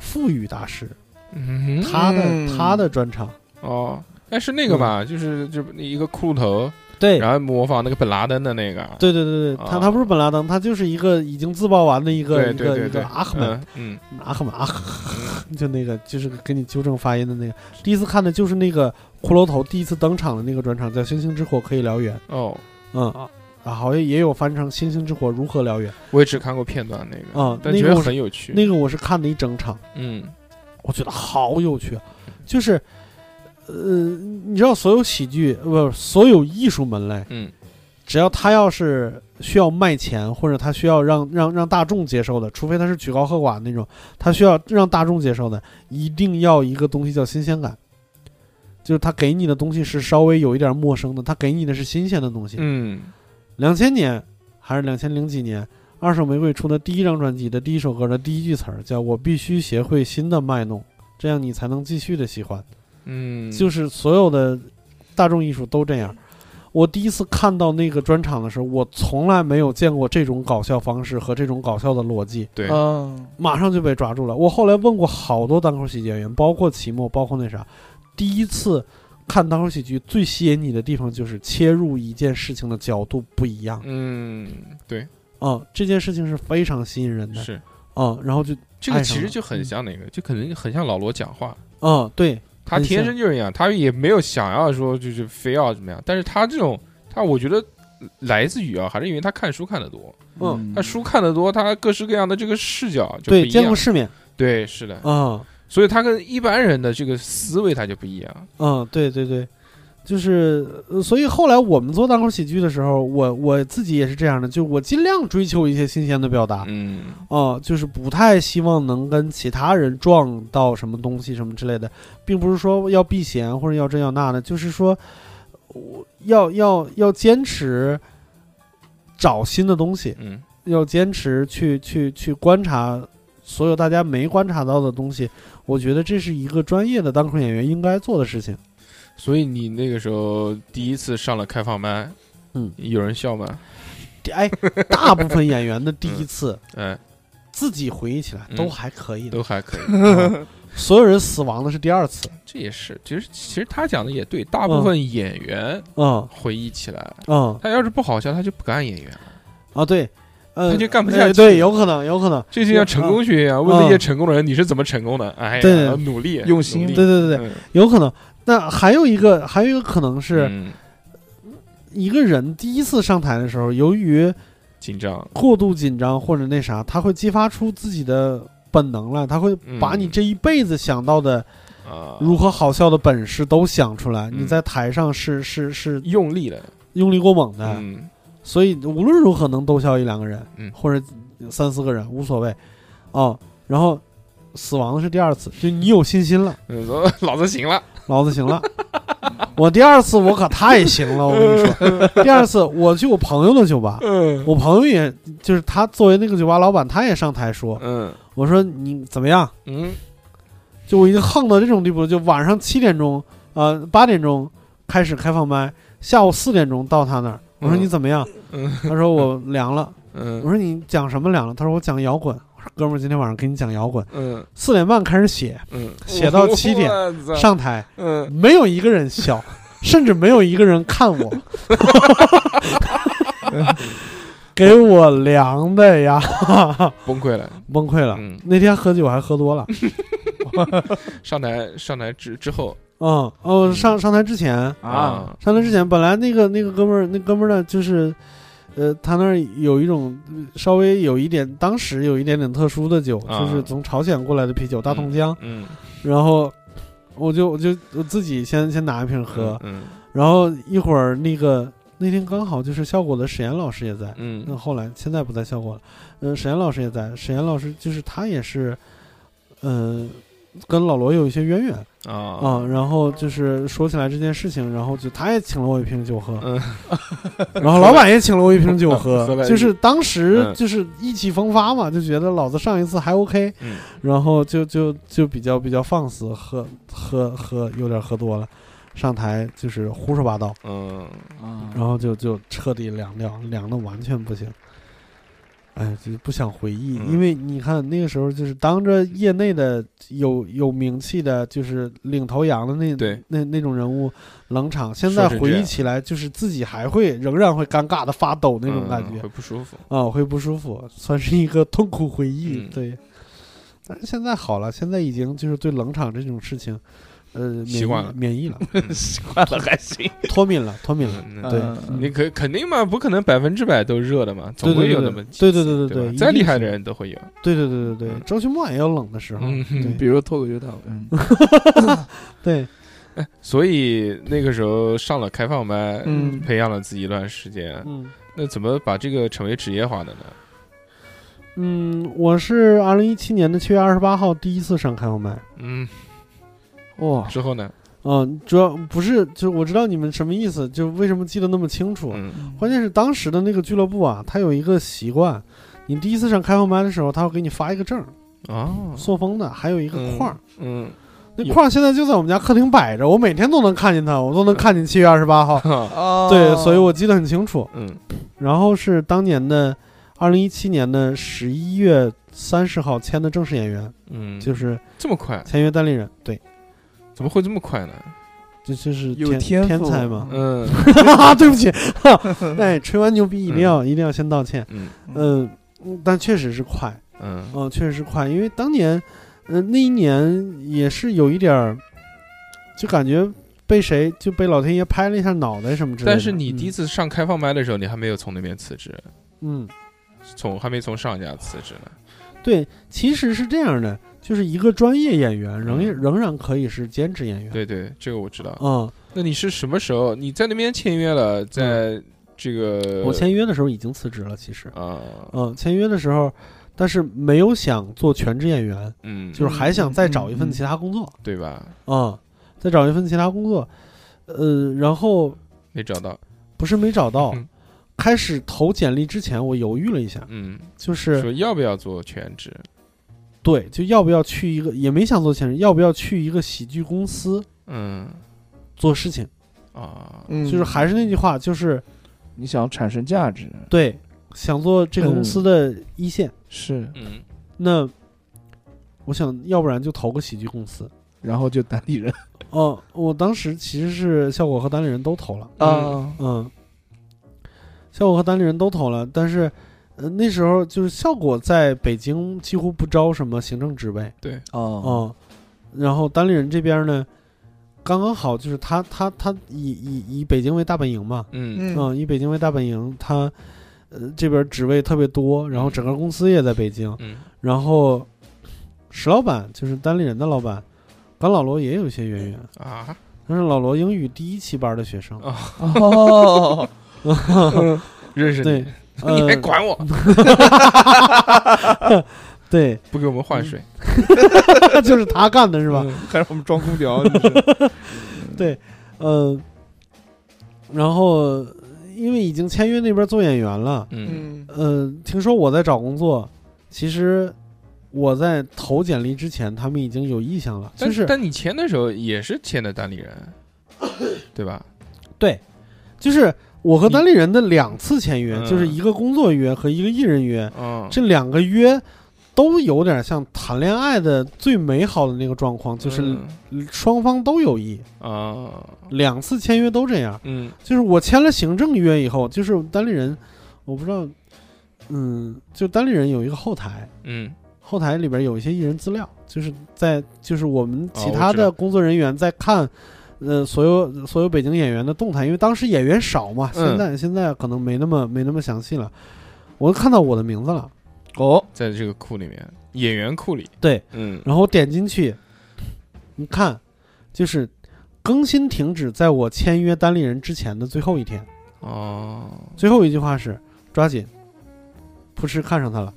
C: 腹语大师，
A: 嗯哼
C: 他的、
B: 嗯
C: 他的专场，
A: 哦，但是那个吧，就是就那一个骷髅头，
C: 嗯对
A: 然后模仿那个本拉登的那个，
C: 对对对对，他
A: 啊
C: 他不是本拉登，他就是一个已经自爆完的一个
A: 对
C: 一
A: 对
C: 个
A: 对
C: 一
A: 对
C: 个，阿克曼
A: 嗯嗯
C: 阿克曼阿克， 就那个就是给你纠正发音的那个。第一次看的就是那个骷髅头第一次登场的那个专场，叫《星星之火可以燎原》，
A: 哦，
C: 嗯啊。啊，好像也有翻成《星星之火如何燎原》
A: 我也只看过片段那个，
C: 啊、
A: 但
C: 那
A: 觉
C: 个
A: 得
C: 我是
A: 很有趣。
C: 那个我是看的一整场，
A: 嗯
C: 我觉得好有趣，啊就是，呃，你知道所有喜剧呃不，所有艺术门类，
A: 嗯
C: 只要他要是需要卖钱，或者他需要让让让大众接受的，除非他是曲高和寡那种，他需要让大众接受的，一定要一个东西叫新鲜感，就是他给你的东西是稍微有一点陌生的，他给你的是新鲜的东西。
A: 嗯
C: 两千年还是两千零几年，二手玫瑰出的第一张专辑的第一首歌的第一句词儿叫“我必须学会新的卖弄，这样你才能继续的喜欢”，
A: 嗯，
C: 就是所有的大众艺术都这样。我第一次看到那个专场的时候，我从来没有见过这种搞笑方式和这种搞笑的逻辑，
A: 对，
B: 嗯，
C: 马上就被抓住了。我后来问过好多单口喜剧演员，包括齐墨，包括那啥，第一次看单口喜剧最吸引你的地方就是切入一件事情的角度不一样
A: 嗯，对，
C: 啊、这件事情是非常吸引人的
A: 是
C: 啊、然后就
A: 这个
C: 爱
A: 其
C: 上
A: 实
C: 了
A: 就很
C: 嗯
A: 像哪个，就可能很像老罗讲话，
C: 啊、对，
A: 他
C: 很
A: 天
C: 像
A: 生就是这样，他也没有想要说就是非要怎么样，但是他这种他我觉得来自于啊，还是因为他看书看得多，
C: 嗯
A: 他书看得多，他各式各样的这个视角就不
C: 对，
A: 一
C: 见
A: 样
C: 过，世面
A: 对，是的，
C: 啊。
A: 所以他跟一般人的这个思维他就不一样，
C: 嗯，对对对，就是，呃所以后来我们做单口喜剧的时候，我我自己也是这样的，就我尽量追求一些新鲜的表达，
A: 嗯，
C: 哦、就是不太希望能跟其他人撞到什么东西什么之类的，并不是说要避嫌或者要这要那的，就是说，我要要要坚持找新的东西，
A: 嗯，
C: 要坚持去去去观察所有大家没观察到的东西，我觉得这是一个专业的单口演员应该做的事情。
A: 所以你那个时候第一次上了开放麦，
C: 嗯
A: 有人笑吗？
C: 哎，大部分演员的第一次，
A: 哎，
C: 自己回忆起来
A: 嗯
C: 都还可以的。
A: 都还可以，
C: 啊所有人死亡的是第二次，
A: 这也是，其实其实他讲的也对，大部分演员
C: 嗯
A: 回忆起来，
C: 嗯
A: 他要是不好笑，他就不干演员了，
C: 啊，对，呃，
A: 他就干不下
C: 呃
A: 去
C: 对，有可能，有可能，
A: 这就像成功学一样，问那些成功的人你是怎么成功的，哎
C: 嗯对
A: 呀，努力，
B: 用心
A: 努力
C: 对对对对，
A: 嗯
C: 有可能。那还有一个，还有一个可能是、
A: 嗯
C: 一个人第一次上台的时候，由于
A: 紧张，
C: 过度紧张或者那啥，他会激发出自己的本能来，他会把
A: 嗯
C: 你这一辈子想到的
A: 啊，
C: 如何好笑的本事都想出来。
A: 嗯
C: 你在台上是是是
A: 用力了，
C: 用力过猛的，
A: 嗯
C: 所以无论如何能逗笑一两个人，
A: 嗯
C: 或者三四个人无所谓，哦，然后死亡的是第二次，就你有信心了，
A: 嗯，说老子行了，
C: 老子 行了。我第二次我可太行了，我跟你说，第二次我去我朋友的酒吧，
A: 嗯
C: 我朋友也就是他作为那个酒吧老板，他也上台说，
A: 嗯
C: 我说你怎么样？
A: 嗯，
C: 就我已经横到这种地步了，就晚上七点钟，呃八点钟开始开放麦，下午四点钟到他那儿，我说
A: 嗯
C: 你怎么样？
A: 嗯
C: 他说我凉了。我
A: 嗯
C: 说你讲什么凉了？他说我讲摇滚。我说哥们儿，今天晚上给你讲摇滚。
A: 嗯
C: 四点半开始写，
A: 嗯，
C: 写到七点
A: 我操，
C: 上台
A: 嗯，
C: 没有一个人 笑，甚至没有一个人看我，给我凉的呀，
A: 崩溃了，
C: 崩溃了。
A: 嗯，
C: 那天喝酒还喝多了，
A: 上台上台之之后
C: 嗯哦，上上台之前，
B: 啊，，
C: 上台之前，本来那个那个哥们儿，那哥们儿呢，就是，呃，他那儿有一种呃稍微有一点，当时有一点点特殊的酒，
A: 啊
C: 就是从朝鲜过来的啤酒，大同江。
A: 嗯，
C: 然后我就我就我自己先先拿一瓶喝，
A: 嗯
C: 然后一会儿那个那天刚好就是效果的沈岩老师也在，
A: 嗯
C: 那
A: 嗯
C: 后来现在不在效果了，呃，沈岩老师也在，沈岩老师就是他也是，呃，跟老罗有一些渊源啊、
A: 啊
C: 然后就是说起来这件事情，然后就他也请了我一瓶酒喝，
A: 嗯
C: 然后老板也请了我一瓶酒喝
A: 喝了，一
C: 就是当时
A: 嗯
C: 就是意气风发嘛，就觉得老子上一次还 OK，
A: 嗯
C: 然后就就就比较比较放肆，喝喝喝有点喝多了，上台就是胡说八道，
A: 嗯，
B: 啊
C: 然后就就彻底凉掉，凉的完全不行。哎，就不想回忆，
A: 嗯
C: 因为你看那个时候就是当着业内的有有名气的，就是领头羊的那
A: 对
C: 那那种人物冷场，现
A: 说
C: 在
A: 是这
C: 回忆
A: 样
C: 起来，就是自己还会仍然会尴尬的发抖那种
A: 嗯
C: 感觉。
A: 会不舒服，
C: 啊、会不舒服，算是一个痛苦回忆。
A: 嗯
C: 对，但是现在好了，现在已经就是对冷场这种事情，呃，免
A: 习
C: 疫
A: 惯了
C: 免疫了，
B: 习惯了还行，
C: 脱敏了，脱敏了。
A: 嗯
C: 对
B: 嗯
A: 你可肯定嘛，不可能百分之百都热的嘛，总会有那么几
C: 对
A: 次
C: 对对
A: 对
C: 对对
A: 吧
C: 对
A: 再厉害
C: 一定
A: 的
C: 是
A: 人都会有。
C: 对对对对对，
A: 嗯
C: 周奇墨也有冷的时候。
A: 嗯
C: 对
B: 比如脱口秀大会，
C: 对，
A: 哎所以那个时候上了开放麦，
C: 嗯
A: 培养了自己一段时间。
C: 嗯
A: 那怎么把这个成为职业化的呢？
C: 嗯，我是二零一七年的七月二十八号第一次上开放麦。
A: 嗯，
B: 哇，
A: 之后呢？
C: 嗯，主要不是，就是我知道你们什么意思，就为什么记得那么清楚。
A: 嗯
C: 关键是当时的那个俱乐部啊，它有一个习惯，你第一次上开放麦的时候，他会给你发一个证儿，
A: 哦，
C: 塑封的，还有一个框儿。
A: 嗯
C: 那框现在就在我们家客厅摆着，我每天都能看见它，我都
A: 嗯
C: 能看见七月二十八号。
A: 哦
B: 啊，
C: 对，所以我记得很清楚。
A: 嗯，
C: 然后是当年的二零一七年的十一月三十号签的正式演员，
A: 嗯，
C: 就是
A: 这么快，
C: 签约单立人。 对，
A: 怎么会这么快呢？
C: 这这是
B: 有
C: 天
B: 天赋？
C: 才嘛
B: 嗯
A: 嗯
C: 对不起， 哎，吹完牛逼一定要、一定要先道歉。
A: 嗯
C: 嗯、但确实是快，
A: 嗯
C: 嗯、确实是快，因为当年，嗯、那一年也是有一点儿，就感觉被谁就被老天爷拍了一下脑袋什么之类的。嗯
A: 但是你第一
C: 次，
A: 次上开放麦的时候，你还没有从那边辞职，
C: 嗯，
A: 从还没从上一家辞职呢。
C: 对，其实是这样的，就是一个专业演员仍
A: 嗯
C: 仍然可以是兼职演员。
A: 对对，这个我知道。
C: 嗯，
A: 那你是什么时候你在那边签约了？在这个
C: 我签约的时候已经辞职了，其实，
A: 啊，
C: 嗯，签约的时候，但是没有想做全职演员，
A: 嗯，
C: 就是还想再找一份
B: 嗯嗯
C: 其他工作，
A: 对吧？
C: 嗯，再找一份其他工作，呃，然后
A: 没找到。
C: 不是没找到
A: 嗯，
C: 开始投简历之前，我犹豫了一下，
A: 嗯，
C: 就是
A: 说要不要做全职？
C: 对，就要不要去一个，也没想做前任，要不要去一个喜剧公司
A: 嗯
C: 做事情，
A: 啊，
B: 嗯
C: 就是还是那句话，就是
B: 你想产生价值
C: 对，想做这个公
B: 嗯
C: 司的一线，
B: 是，
A: 嗯，
C: 那我想要不然就投个喜剧公司。
B: 然后就单立人
C: 哦、我当时其实是效果和单立人都投了，
A: 嗯
B: 啊，
C: 嗯，效果和单立人都投了，但是。呃，那时候就是效果在北京几乎不招什么行政职位，
B: 哦，
C: 哦，然后单立人这边呢，刚刚好就是他他他以以以北京为大本营嘛，
A: 嗯
B: 嗯
C: 嗯，以北京为大本营，他呃这边职位特别多，然后整个公司也在北京，
A: 嗯
C: 然后石老板就是单立人的老板，跟老罗也有一些渊源，
A: 啊
C: 他是老罗英语第一期班的学生，
A: 啊，
B: 哦，嗯
A: 认识
C: 对
A: 你，，嗯
C: 呃
A: 你还管我？
C: 对，
A: 不给我们换水嗯
C: 就是他干的是
A: 是
C: 吧？？
A: 还让我们装空调， 你是
C: 嗯，然后因为已经签约那边做演员了。
A: 嗯
B: 嗯
C: 呃，听说我在找工作，其实我在投简历之前，他们已经有意向了，
A: 但
C: 就是
A: 但你签的时候也是签的单立人，对吧？
C: 对，就是我和
A: 你
C: 单立人的两次签约，
A: 嗯
C: 就是一个工作约和一个艺人约，
A: 嗯，
C: 这两个约都有点像谈恋爱的最美好的那个状况，就是
A: 嗯
C: 双方都有意，
A: 啊，
C: 两次签约都这样。
A: 嗯
C: 就是我签了行政约以后，就是单立人，我不知道，嗯，就单立人有一个后台，
A: 嗯
C: 后台里边有一些艺人资料，就是在就是我们其
A: 哦
C: 他
A: 我知道
C: 的工作人员在看，呃，所有所有北京演员的动态，因为当时演员少嘛，
A: 嗯
C: 现在、现在可能没那么没那么详细了。我看到我的名字了，
B: 哦，
A: 在这个库里面，演员库里，
C: 对，
A: 嗯
C: 然后我点进去，你看，就是更新停止在我签约单立人之前的最后一天，
A: 哦，
C: 最后一句话是抓紧，扑哧看上他了。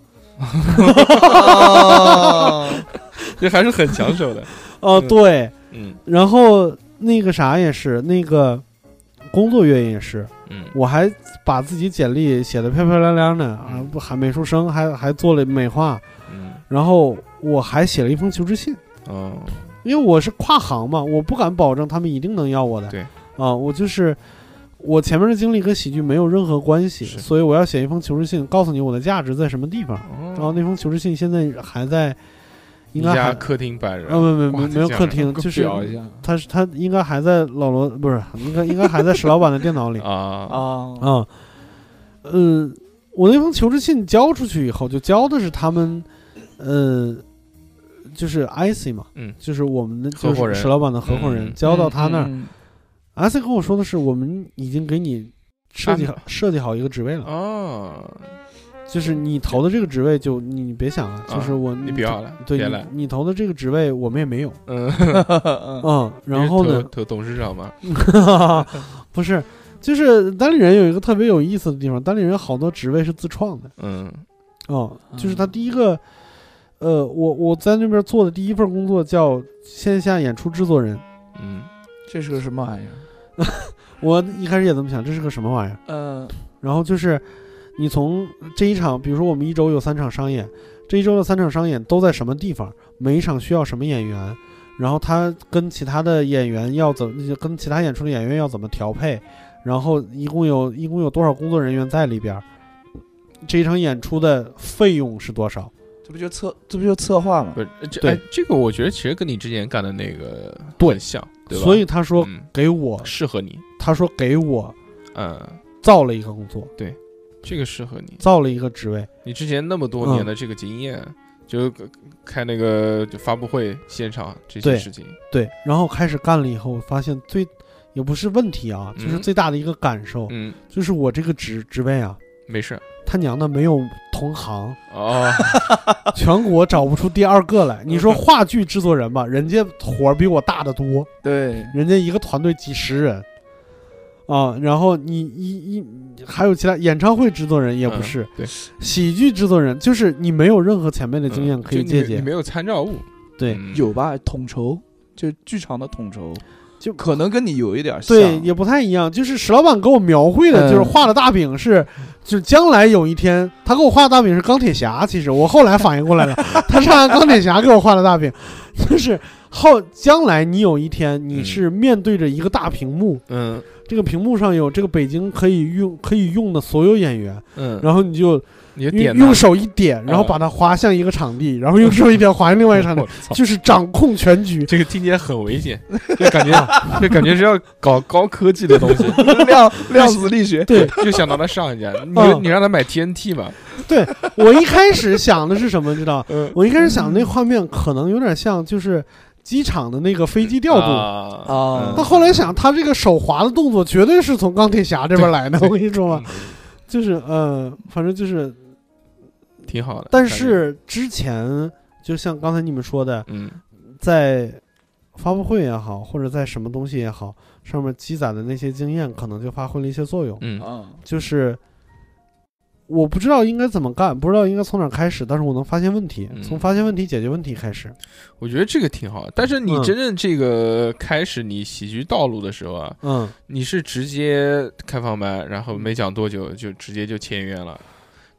A: 这还是很抢手 的，
C: 哦、
A: 嗯
C: 对，
A: 嗯
C: 然后那个啥也是那个工作月也是。
A: 嗯
C: 我还把自己简历写得漂漂亮亮的啊，不还美术生，还还做了美化，
A: 嗯
C: 然后我还写了一封求职信，
A: 哦，
C: 因为我是跨行嘛，我不敢保证他们一定能要我的。
A: 对，
C: 啊，我就是我前面的经历跟喜剧没有任何关系，
A: 是
C: 所以我要写一封求职信，告诉你我的价值在什么地方。然后
A: 哦，
C: 那封求职信现在还在，应该
A: 你
C: 还
A: 家客厅摆
C: 啊，
A: 着，
C: 没没
A: 挂
C: 没
A: 在
C: 没有
A: 墙
C: 客
A: 上
C: 厅，
A: 给我
C: 就是
A: 裱
B: 一下
C: 他是他应该还在老罗不是应该应该还在史老板的电脑 里。
A: 啊
B: 啊
C: 啊，呃，我那封求职信交出去以后，就交的是他们，呃，就是 IC 嘛，
A: 嗯
C: 就是我们的
A: 合
C: 就
A: 伙
C: 是
A: 人
C: 史老板的合伙人，
A: 嗯
C: 交到他那儿。
B: 嗯
C: IC 跟我说的是，我们已经给你设计好设计好一个职位了，
A: 哦，
C: 嗯就是你投的这个职位就你你别想了，就是我、
A: 哦你不要了，
C: 对
A: 别
C: 你
A: 来，
C: 你投的这个职位我们也没有，
A: 嗯，
B: 嗯
C: 嗯，然后呢，
A: 投投董事长嘛，
C: 不是。就是单立人有一个特别有意思的地方，单立人好多职位是自创的，
A: 嗯
C: 哦，就是他第一个，呃，我我在那边做的第一份工作叫线下演出制作人。
A: 嗯
B: 这是个什么玩意儿？
C: 我一开始也这么想，这是个什么玩意儿？
B: 嗯
C: 然后就是，你从这一场，比如说我们一周有三场商演，这一周的三场商演都在什么地方？每一场需要什么演员？然后他跟其他的演员要怎跟其他演出的演员要怎么调配，然后一共有一共有多少工作人员在里边儿，这一场演出的费用是多少？
B: 这不就策这不就策划吗？
A: 不是这
C: 对
A: 哎，这个我觉得其实跟你之前干的那个
C: 对
A: 很像，对吧？
C: 所以他说
A: 嗯
C: 给我，
A: 适合你，
C: 他说给我
A: 嗯，
C: 造了一个工作，
A: 这个适合你。
C: 造了一个职位，
A: 你之前那么多
C: 嗯
A: 年的这个经验，就开那个就发布会现场这些
C: 对
A: 事情，
C: 对，然后开始干了以后，我发现最也不是问题啊，就是
A: 嗯
C: 最大的一个感受，
A: 嗯，
C: 就是我这个职职位啊，
A: 没事儿
C: 他娘的没有同行，
A: 哦，
C: 全国找不出第二 个来。你说话剧制作人吧，人家活儿比我大得多，
B: 对，
C: 人家一个团队几十人，啊，然后你一一还有其他演唱会制作人也不是，
A: 嗯对
C: 喜剧制作人就是你没有任何前辈的经验
A: 嗯
C: 可
A: 就
C: 以
A: 你
C: 借
A: 没你
C: 鉴，
A: 没有参照物，
C: 对
A: 嗯
B: 有吧？统筹就剧场的统筹，
C: 就
B: 可能跟你有一点儿像。
C: 对，也不太一样。就是史老板给我描绘
B: 嗯
C: 的，就是画的大饼是，就是将来有一天，他给我画的大饼是钢铁侠。其实我后来反应过来 了，他是按钢铁侠给我画的大饼，就是后将来你有一天你是面对着一个大屏幕，
A: 嗯
C: 这个屏幕上有这个北京可以用可以用的所有演员，
A: 嗯，
C: 然后你就
A: 你就
C: 用
A: 点
C: 用
A: 它
C: 手一点，然后把它滑向一个场地，然后用手一点滑向另外一个场 地
A: 我，操
C: 就是掌控全局。
A: 这个听起来很危险，就感觉就感觉是要搞高科技的东 西，
B: 量量子力学，
C: 对，
A: 就想拿他上一下，你
C: 嗯
A: 你让他买 TNT 吧，
C: 我一开始想的是什么，知道？
A: 嗯，
C: 我一开始想的那画面可能有点像就是机场的那个飞机调度，
A: 度
B: 啊
C: 但后来想他这个手滑的动作绝对是从钢铁侠这边来的，我跟你
A: 嗯
C: 说吧，就是呃，反正就是，
A: 挺好的，
C: 但是之前就像刚才你们说的，
A: 嗯
C: 在发布会也好，或者在什么东西也好，上面积攒的那些经验，可能就发挥了一些作用，
A: 嗯
B: 嗯，
C: 就是。我不知道应该怎么干，不知道应该从哪儿开始，但是我能发现问题，
A: 嗯
C: 从发现问题、解决问题开始。
A: 我觉得这个挺好，但是你
C: 嗯
A: 真正这个开始你喜剧道路的时候啊，
C: 嗯，
A: 你是直接开放班，然后没讲多久就直接就签约了。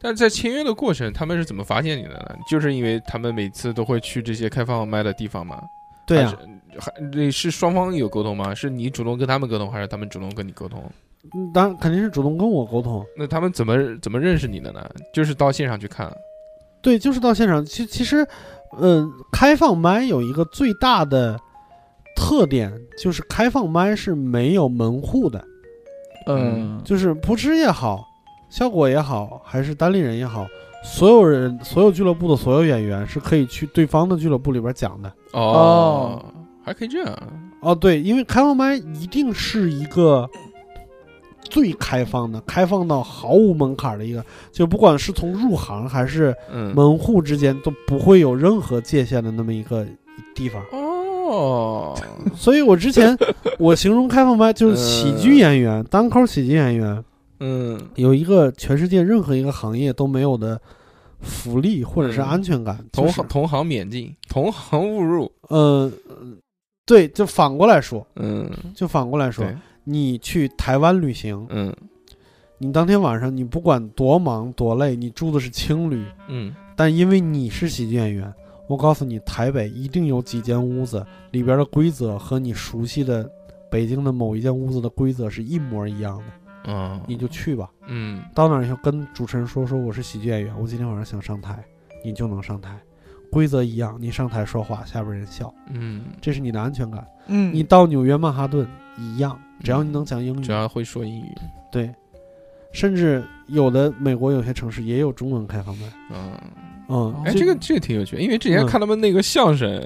A: 但是在签约的过程，他们是怎么发现你的呢？就是因为他们每次都会去这些开放麦的地方嘛。
C: 对啊呀、
A: 还是还那是双方有沟通吗？是你主动跟他们沟通，还是他们主动跟你沟通？
C: 嗯当然肯定是主动跟我沟通。
A: 那他们怎么怎么认识你的呢？就是到现场去看，
C: 对，就是到现场。其其实，嗯、开放麦有一个最大的特点，就是开放麦是没有门户的，
A: 嗯
B: 嗯，
C: 就是扑哧也好，效果也好，还是单立人也好，所有人所有俱乐部的所有演员是可以去对方的俱乐部里边讲的。
A: 哦，还可以这样，啊
C: 哦，对，因为开放麦一定是一个。最开放的，开放到毫无门槛的一个，就不管是从入行还是
A: 嗯，
C: 门户之间都不会有任何界限的那么一个地方。
A: 嗯哦，
C: 所以我 之前我形容开放麦就是喜剧演员、单口喜剧演员
A: 嗯，
C: 有一个全世界任何一个行业都没有的福利或者是
A: 嗯
C: 安全感。
A: 同
C: 就是
A: 行同行免进，同行勿入，
C: 呃，对，就反过来说，
A: 嗯，
C: 就反过来说
A: 对，
C: 你去台湾旅行，
A: 嗯
C: 你当天晚上你不管多忙多累，你住的是青旅，
A: 嗯，
C: 但因为你是喜剧演员，我告诉你，台北一定有几间屋子里边的规则和你熟悉的北京的某一间屋子的规则是一模一样的，
A: 嗯，
C: 你就去吧。
A: 嗯
C: 到那儿以后跟主持人说说我是喜剧演员，我今天晚上想上台，你就能上台。规则一样，你上台说话，下边人笑，
A: 嗯，
C: 这是你的安全感。
B: 嗯
C: 你到纽约曼哈顿一样，只要你能讲英
A: 嗯只
C: 语，
A: 要会说英语，
C: 对，甚至有的美国有些城市也有中文开放麦，
A: 嗯。
C: 嗯，
A: 哎，这个这个挺有趣的，因为之前
C: 嗯
A: 看他们那个相声，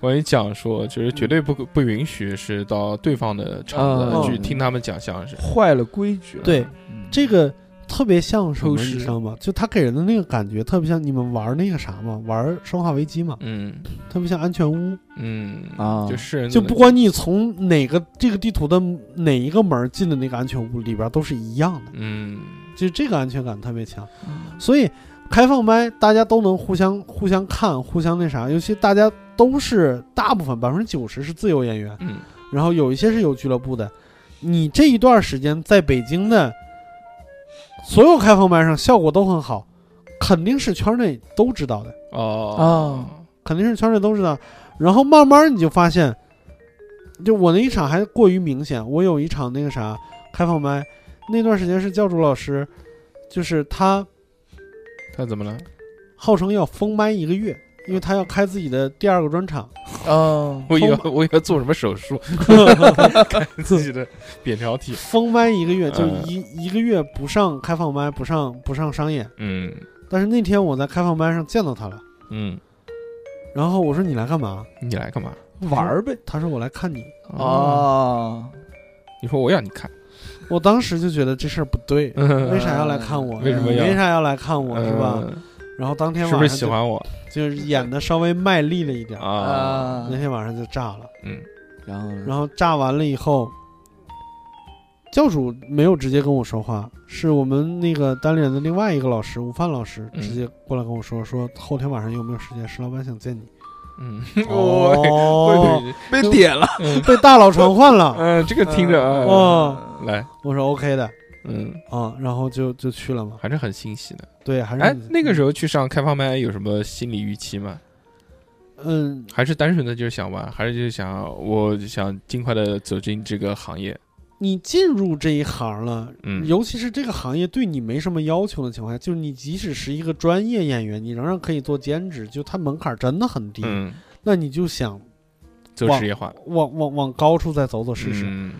A: 关于讲说，就是绝对不不允许是到对方的场
B: 嗯
A: 子去听他们讲相声。
B: 坏了规矩了。
C: 对，
B: 嗯，
C: 这个特别像什么，
A: 偷师
C: 你知道吗？就他给人的那个感觉，特别像你们玩那个啥嘛，玩《生化危机》嘛，
A: 嗯
C: 特别像安全屋，
A: 嗯
B: 啊
A: 就是人
C: 就不管你从哪个这个地图的哪一个门进的那个安全屋里边都是一样的，
A: 嗯
C: 就这个安全感特别强。所以开放麦大家都能互相互相看，互相那啥，尤其大家都是大部分百分之九十是自由演员，
A: 嗯
C: 然后有一些是有俱乐部的。你这一段时间在北京的所有开放麦上效果都很好，肯定是圈内都知道的，
A: 哦
B: 啊
C: 肯定是圈内都知道。然后慢慢你就发现，就我那一场还过于明显，我有一场那个啥开放麦，那段时间是教主老师，就是他
A: 他怎么了？
C: 号称要封麦一个月，因为他要开自己的第二个专场，
B: 嗯，
A: 我以为
C: 疯
A: 我以为做什么手术， 看自己的扁桃体。
C: 封麦一个月就
A: 嗯
C: 一、一个月不上开放麦，不上不上商演。
A: 嗯
C: 但是那天我在开放麦上见到他了，
A: 嗯，
C: 然后我说你来干嘛？
A: 你来干嘛？
B: 玩儿呗。
C: 他说我来看你。
B: 嗯
A: 哦，
B: 哦，
A: 你说我要你看，
C: 我当时就觉得这事儿不对， 为啥要来看我？
A: 嗯为什么要
C: 为啥要来看我？是吧？
A: 嗯
C: 然后当天晚
A: 是
C: 上
A: 不
C: 就是呃
A: 喜欢我
C: 就是演的稍微卖力了一点儿，
A: 啊？
B: 啊
C: 那，天晚上就炸了。
A: 嗯，
B: 然后呢
C: 然后炸完了以后，教主没有直接跟我说话，是我们那个单立人的另外一个老师午饭老师
A: 嗯
C: 直接过来跟我说，说后天晚上有没有时间，石老板想见你。
A: 嗯，
C: 哦，
B: 被点了，
A: 嗯
C: 被大佬传唤了。
A: 嗯，这个听着
B: 嗯
A: 啊，
C: 哦
A: 来，
C: 我说 OK 的
A: 嗯，
C: 啊，然后就就去了嘛。
A: 还是很欣喜的。
C: 对，还是
A: 哎，那个时
C: 候，
A: 候去上开放麦有什么心理预期吗？
C: 嗯，
A: 还是单纯的就是想玩，还是就是想我想尽快的走进这个行业？
C: 你进入这一行了，
A: 嗯
C: 尤其是这个行业对你没什么要求的情况下，就是你即使是一个专业演员，你仍然可以做兼职，就它门槛真的很低。
A: 嗯，
C: 那你就想
A: 走
C: 哇
A: 职业化
C: 往往往高处再走走试试。
A: 嗯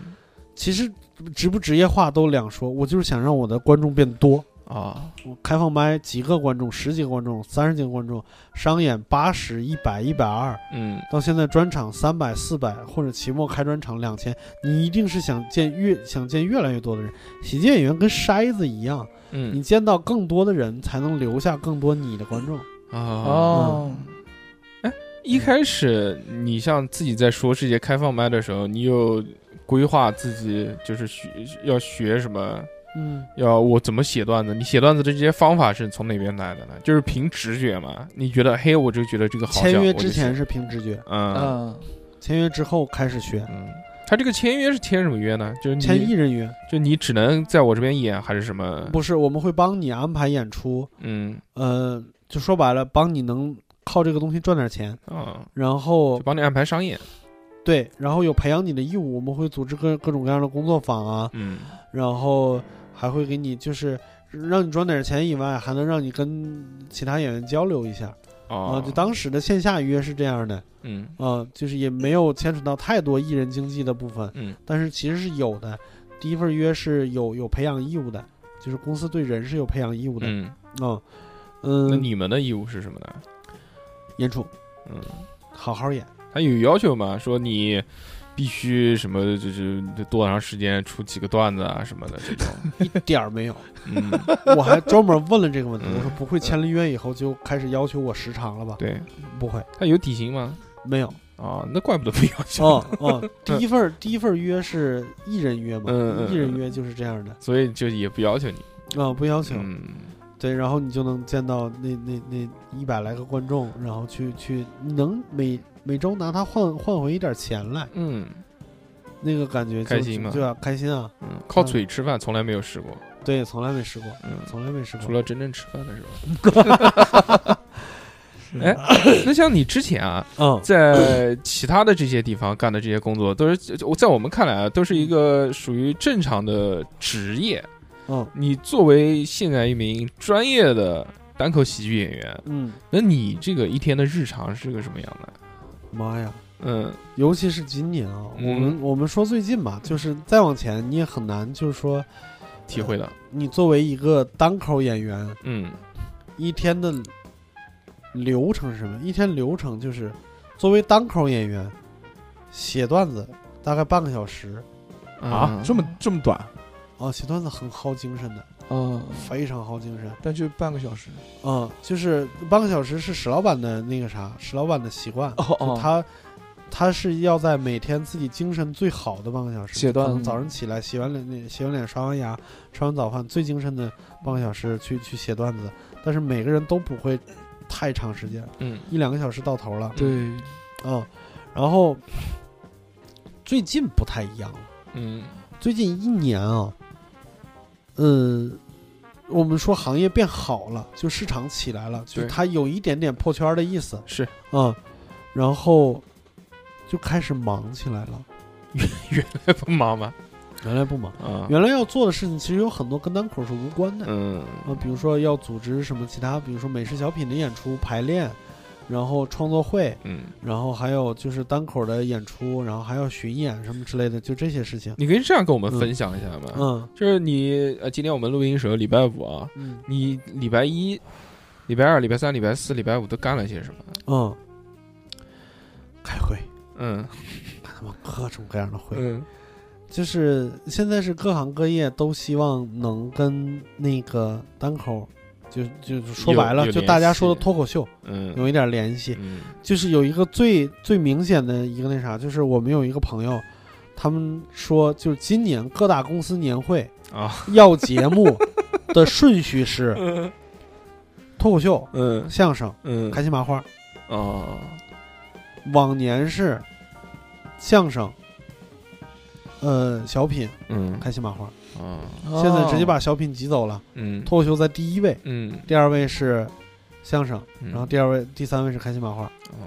C: 其实职不职业化都两说，我就是想让我的观众变多。
A: 啊，
C: 我开放麦几个观众，十几个观众，三十几个观众，商演八十、一百、一百二，
A: 嗯
C: 到现在专场三百、四百，或者期末开专场两千，你一定是想见越想见越来越多的人。喜剧演员跟筛子一样，你
A: 嗯
C: 见到更多的人，才能留下更多你的观众。
A: 啊，
B: 哦，
A: 一开始你像自己在说这些开放麦的时候，你有规划自己就是学要学什么？
C: 嗯，
A: 要我怎么写段子？你写段子的这些方法是从哪边来的呢？就是凭直觉嘛？你觉得嘿，我就觉得这个好笑。
C: 签约
A: 我就
C: 之前
A: 写，
C: 是凭直觉，
A: 嗯
B: 嗯，
C: 签约之后开始学，
A: 嗯，他这个签约是签什么约呢？就是
C: 签
A: 嗯你
C: 艺人约。
A: 就你只能在我这边演还是什么？
C: 不是，我们会帮你安排演出，
A: 嗯
C: 呃，就说白了，帮你能靠这个东西赚点钱，
A: 啊，
C: 然
A: 就
C: 后
A: 帮你安排商演。
C: 对，然后有培养你的义务，我们会组织各各种各样的工作坊啊，
A: 嗯
C: 然后还会给你就是让你赚点钱以外，还能让你跟其他演员交流一下啊、
A: 哦，
C: 就当时的线下约是这样的
A: 嗯
C: 啊、就是也没有牵扯到太多艺人经济的部分，
A: 嗯
C: 但是其实是有的。第一份约是有有培养义务的，就是公司对人是有培养义务的
A: 嗯，
C: 啊，
A: 那
C: 嗯，
A: 你们的义务是什么呢？
C: 演出
A: 嗯，
C: 好好演。
A: 他有要求吗？说你必须什么，就是多长时间出几个段子啊什么的这种。
C: 一点儿没有。
A: 嗯，
C: 我还专门问了这个问题，
A: 嗯
C: 我说不会签了约以后就开始要求我时长了吧？
A: 对，
C: 不会，
A: 他有底薪吗？
C: 没有。
A: 哦，那怪不得不要求。
C: 哦哦，第一份第一份约是艺人约嘛
A: 嗯嗯，嗯
C: 艺人约就是这样的
A: 所以就也不要求你。
C: 啊，不要求。
A: 嗯
C: 对，然后你就能见到那那那一百来个观众，然后去去，你能每每周拿它换换回一点钱来，
A: 嗯
C: 那个感觉就
A: 开心吗
C: 对啊，开心啊！
A: 嗯，靠嘴吃饭从来没有试过，
C: 对，从来没试过，
A: 嗯，
C: 从来没试
A: 除
C: 过。
A: 了真正吃饭的时候。 哎，那像你之前啊，
C: 嗯，
A: 在其他的这些地方干的这些工作，都是我在我们看来啊，都是一个属于正常的职业。
C: 嗯，
A: 你作为现在一名专业的单口喜剧演员，
C: 嗯，
A: 那你这个一天的日常是个什么样的？
C: 妈呀！
A: 嗯
C: 尤其是今年啊，
A: 嗯
C: 我们我们说最近吧，就是再往前你也很难，就是说
A: 体会到，
C: 你作为一个单口演员，
A: 嗯
C: 一天的流程是什么？一天流程就是作为单口演员写段子大概半个小时
A: 嗯
B: 啊，这么这么短，
C: 啊，写段子很耗精神的，
B: 嗯，
C: 非常耗精神。
B: 但就半个小时，
C: 嗯，就是半个小时是史老板的那个啥，史老板的习惯，
B: 哦
C: 就他他是要在每天自己精神最好的半个小时，
B: 写段子
C: 可能早上起来洗完脸、洗完脸、刷完牙、吃完早饭，最精神的半个小时去去写段子。但是每个人都不会太长时间，
A: 嗯
C: 一两个小时到头了，
B: 对，
C: 嗯，然后最近不太一样了，
A: 嗯
C: 最近一年啊，嗯。我们说行业变好了，就市场起来了，就
A: 对
C: 它有一点点破圈儿的意思。
A: 是，
C: 嗯，然后就开始忙起来了。
A: 不 忙吗？
C: 原来不忙，
A: 啊，
C: 原来要做的事情其实有很多跟单口是无关的。
A: 嗯
C: 啊，比如说要组织什么其他，比如说美食小品的演出、排练，然后创作会，
A: 嗯，
C: 然后还有就是单口的演出，然后还要巡演什么之类的，就这些事情。
A: 你可以这样跟我们
C: 嗯
A: 分享一下吗？
C: 嗯
A: 就是你呃，今天我们录音时候礼拜五啊，
C: 嗯
A: 你礼拜一、礼拜二、礼拜三、礼拜四、礼拜五都干了些什么？
C: 嗯，开会，
A: 嗯
C: 开他妈各种各样的会，
A: 嗯
C: 就是现在是各行各业都希望能跟那个单口。就就是说
A: 有
C: 白了，
A: 有
C: 就
A: 联
C: 大家说的
A: 系
C: 脱口秀
A: 嗯
C: 有一点联系，
A: 嗯
C: 就是有一个最最明显的一个那啥，就是我们有一个朋友，他们说就是今年各大公司年会
A: 啊
C: 要 节目的顺序是脱口秀、
A: 嗯
C: 相声、
A: 嗯
C: 开心麻花。
A: 哦
C: 往年是相声，呃，小品、
A: 嗯
C: 开心麻花，
A: 哦
C: 现在直接把小品挤走了，
A: 嗯
C: 脱口秀在第一位，
A: 嗯，
C: 第二位是相声，
A: 然
C: 然后第二位、第三位是开心麻花。
A: 嗯哦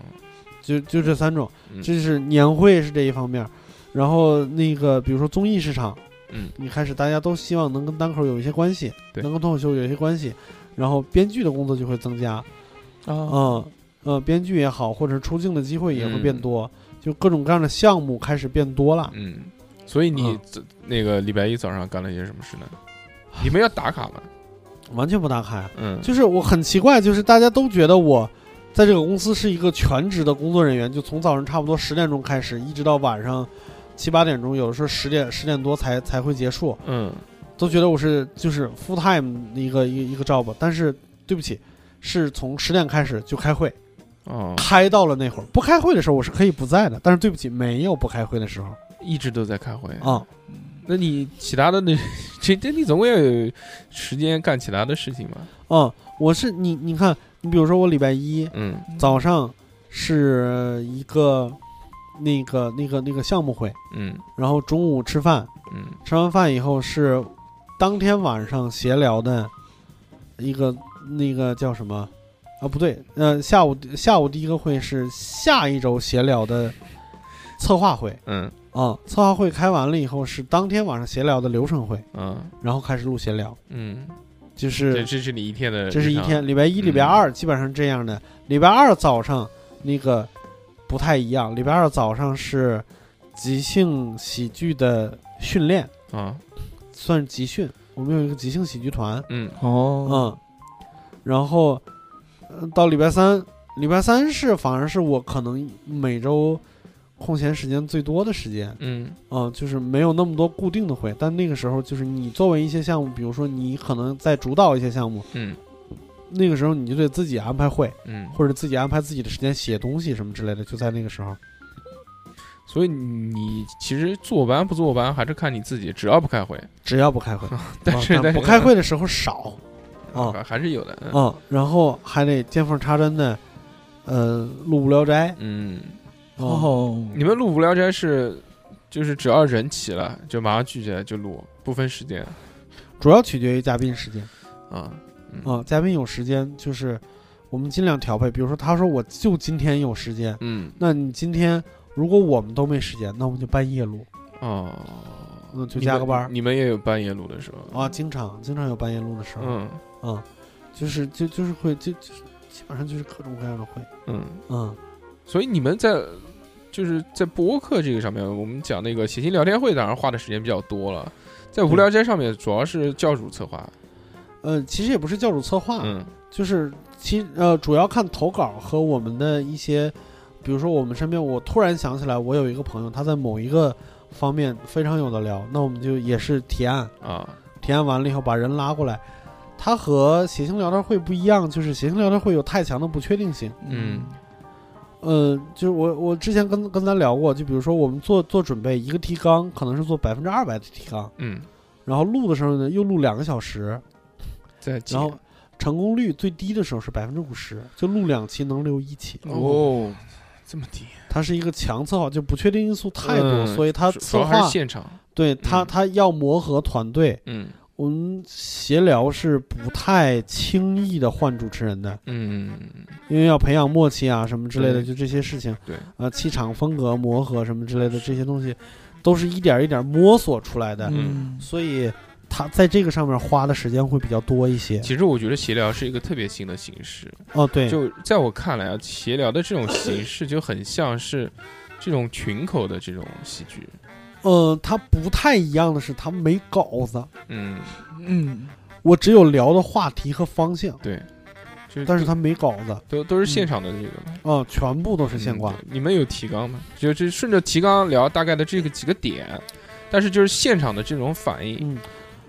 C: 就就这三种
A: 嗯，
C: 这是年会是这一方面儿，然后那个比如说综艺市场，
A: 嗯，
C: 一开始大家都希望能跟单口有一些关系，
A: 对
C: 能跟脱口秀有一些关系，然后编剧的工作就会增加，
A: 哦
C: 嗯呃，编剧也好，或者出镜的机会也会变
A: 嗯
C: 多，就各种各样的项目开始变多了。
A: 嗯，所以你
C: 嗯
A: 这那个礼拜一早上干了些什么事呢？你们要打卡吗？
C: 完全不打卡呀，
A: 嗯，
C: 就是我很奇怪，就是大家都觉得我。在这个公司是一个全职的工作人员，就从早上差不多十点钟开始，一直到晚上七八点钟，有的时候十点十点多才才会结束。
A: 嗯
C: 都觉得我是就是 full time 的一个一个一个 job，但是对不起，是从十点开始就开会，
A: 哦，
C: 开到了那会儿。不开会的时候我是可以不在的，但是对不起，没有不开会的时候
A: 一直都在开会。
C: 啊、
A: 那你其他的那， 这这你总归要有时间干其他的事情嘛？
C: 嗯我是你你看，你比如说我礼拜一
A: 嗯
C: 早上是一个那个那个那个项目会，
A: 嗯
C: 然后中午吃饭，
A: 嗯
C: 吃完饭以后是当天晚上闲聊的一个那个叫什么啊？不对，呃，下午下午第一个会是下一周闲聊的策划会
A: 嗯
C: 啊、策划会开完了以后是当天晚上闲聊的流程会，
A: 嗯
C: 然后开始录闲聊，
A: 嗯，这
C: 就是
A: 这是你一天的日常，
C: 这是一天，嗯礼拜一、礼拜二基本上这样的。礼拜二早上那个不太一样，礼拜二早上是即兴喜剧的训练。
A: 啊，
C: 算是集训，我们有一个即兴喜剧团，
A: 嗯
B: 哦，
C: 嗯，然后呃到礼拜三，礼拜三是反而是我可能每周空闲时间最多的时间，
A: 嗯
C: 嗯，就是没有那么多固定的会，但那个时候就是你作为一些项目，比如说你可能在主导一些项目，
A: 嗯
C: 那个时候你就得自己安排会，
A: 嗯，
C: 或者自己安排自己的时间写东西什么之类的，就在那个时候，
A: 所以你其实坐班不坐班还是看你自己，只要不开会，
C: 只要不开 会，
A: 但是
C: 啊
A: 但是
C: 不开会的时候少，啊
A: 还是有的，嗯
C: 嗯，然后还得见缝插针的，呃，录无聊斋，
A: 嗯，
C: 哦，
B: 哦，
A: 你们录无聊斋是就是只要人齐了就马上聚起来就录，不分时间
C: 主要取决于嘉宾时间
A: 啊，嗯
C: 啊，嘉宾有时间就是我们尽量调配，比如说他说我就今天有时间，
A: 嗯
C: 那你今天如果我们都没时间，那我们就半夜录
A: 哦，
C: 嗯就
A: 你
C: 加
A: 们
C: 个班儿
A: 你们也有半夜录的时候
C: 啊，经常经常有半夜录的时候，
A: 嗯
C: 啊，就是就就是会就就是基本上就是各种各样的会，
A: 嗯。
C: 嗯
A: 所以你们在就是在播客这个上面，我们讲那个谐星聊天会，当然花的时间比较多了。在无聊
C: 嗯
A: 斋上面，主要是教主策划，
C: 呃，其实也不是教主策划，啊
A: 嗯
C: 就是其呃主要看投稿和我们的一些，比如说我们身边，我突然想起来，我有一个朋友，他在某一个方面非常有的聊，那我们就也是提案，
A: 啊，
C: 提案完了以后把人拉过来。他和谐星聊天会不一样，就是谐星聊天会有太强的不确定性。
A: 嗯
C: 呃，就是我我之前跟跟咱聊过，就比如说我们做做准备，一个提纲可能是做百分之二百的提纲，
A: 嗯，
C: 然后录的时候呢又录两个小时，
A: 在几
C: 然后成功率最低的时候是百分之五十，就录两期能留一期。
A: 哦，这么低，
C: 它是一个强策划，就不确定因素太多，
A: 嗯
C: 所以它
A: 主主
C: 策
A: 要还
C: 划
A: 是现场，
C: 对它
A: 嗯
C: 它要磨合团队。
A: 嗯
C: 我们协聊是不太轻易的换主持人的，
A: 嗯，
C: 因为要培养默契啊什么之类的，
A: 对
C: 就这些事情。
A: 对，
C: 呃，气场、风格、磨合什么之类的这些东西，都是一点一点摸索出来的，
A: 嗯
C: 所以他在这个上面花的时间会比较多一些。
A: 其实我觉得协聊是一个特别新的形式，
C: 哦，对，
A: 就在我看来啊，协聊的这种形式就很像是这种群口的这种喜剧，
C: 呃，他不太一样的是，他没稿子，
A: 嗯，
B: 嗯，
C: 我只有聊的话题和方向，
A: 对，就
C: 但是
A: 都
C: 他没稿子，
A: 都都是现场的这个
C: 啊、全部都是现
A: 现
C: 挂
A: 况。。你们有提纲吗？就就顺着提纲聊大概的这个几个点，但是就是现场的这种反应，
C: 嗯，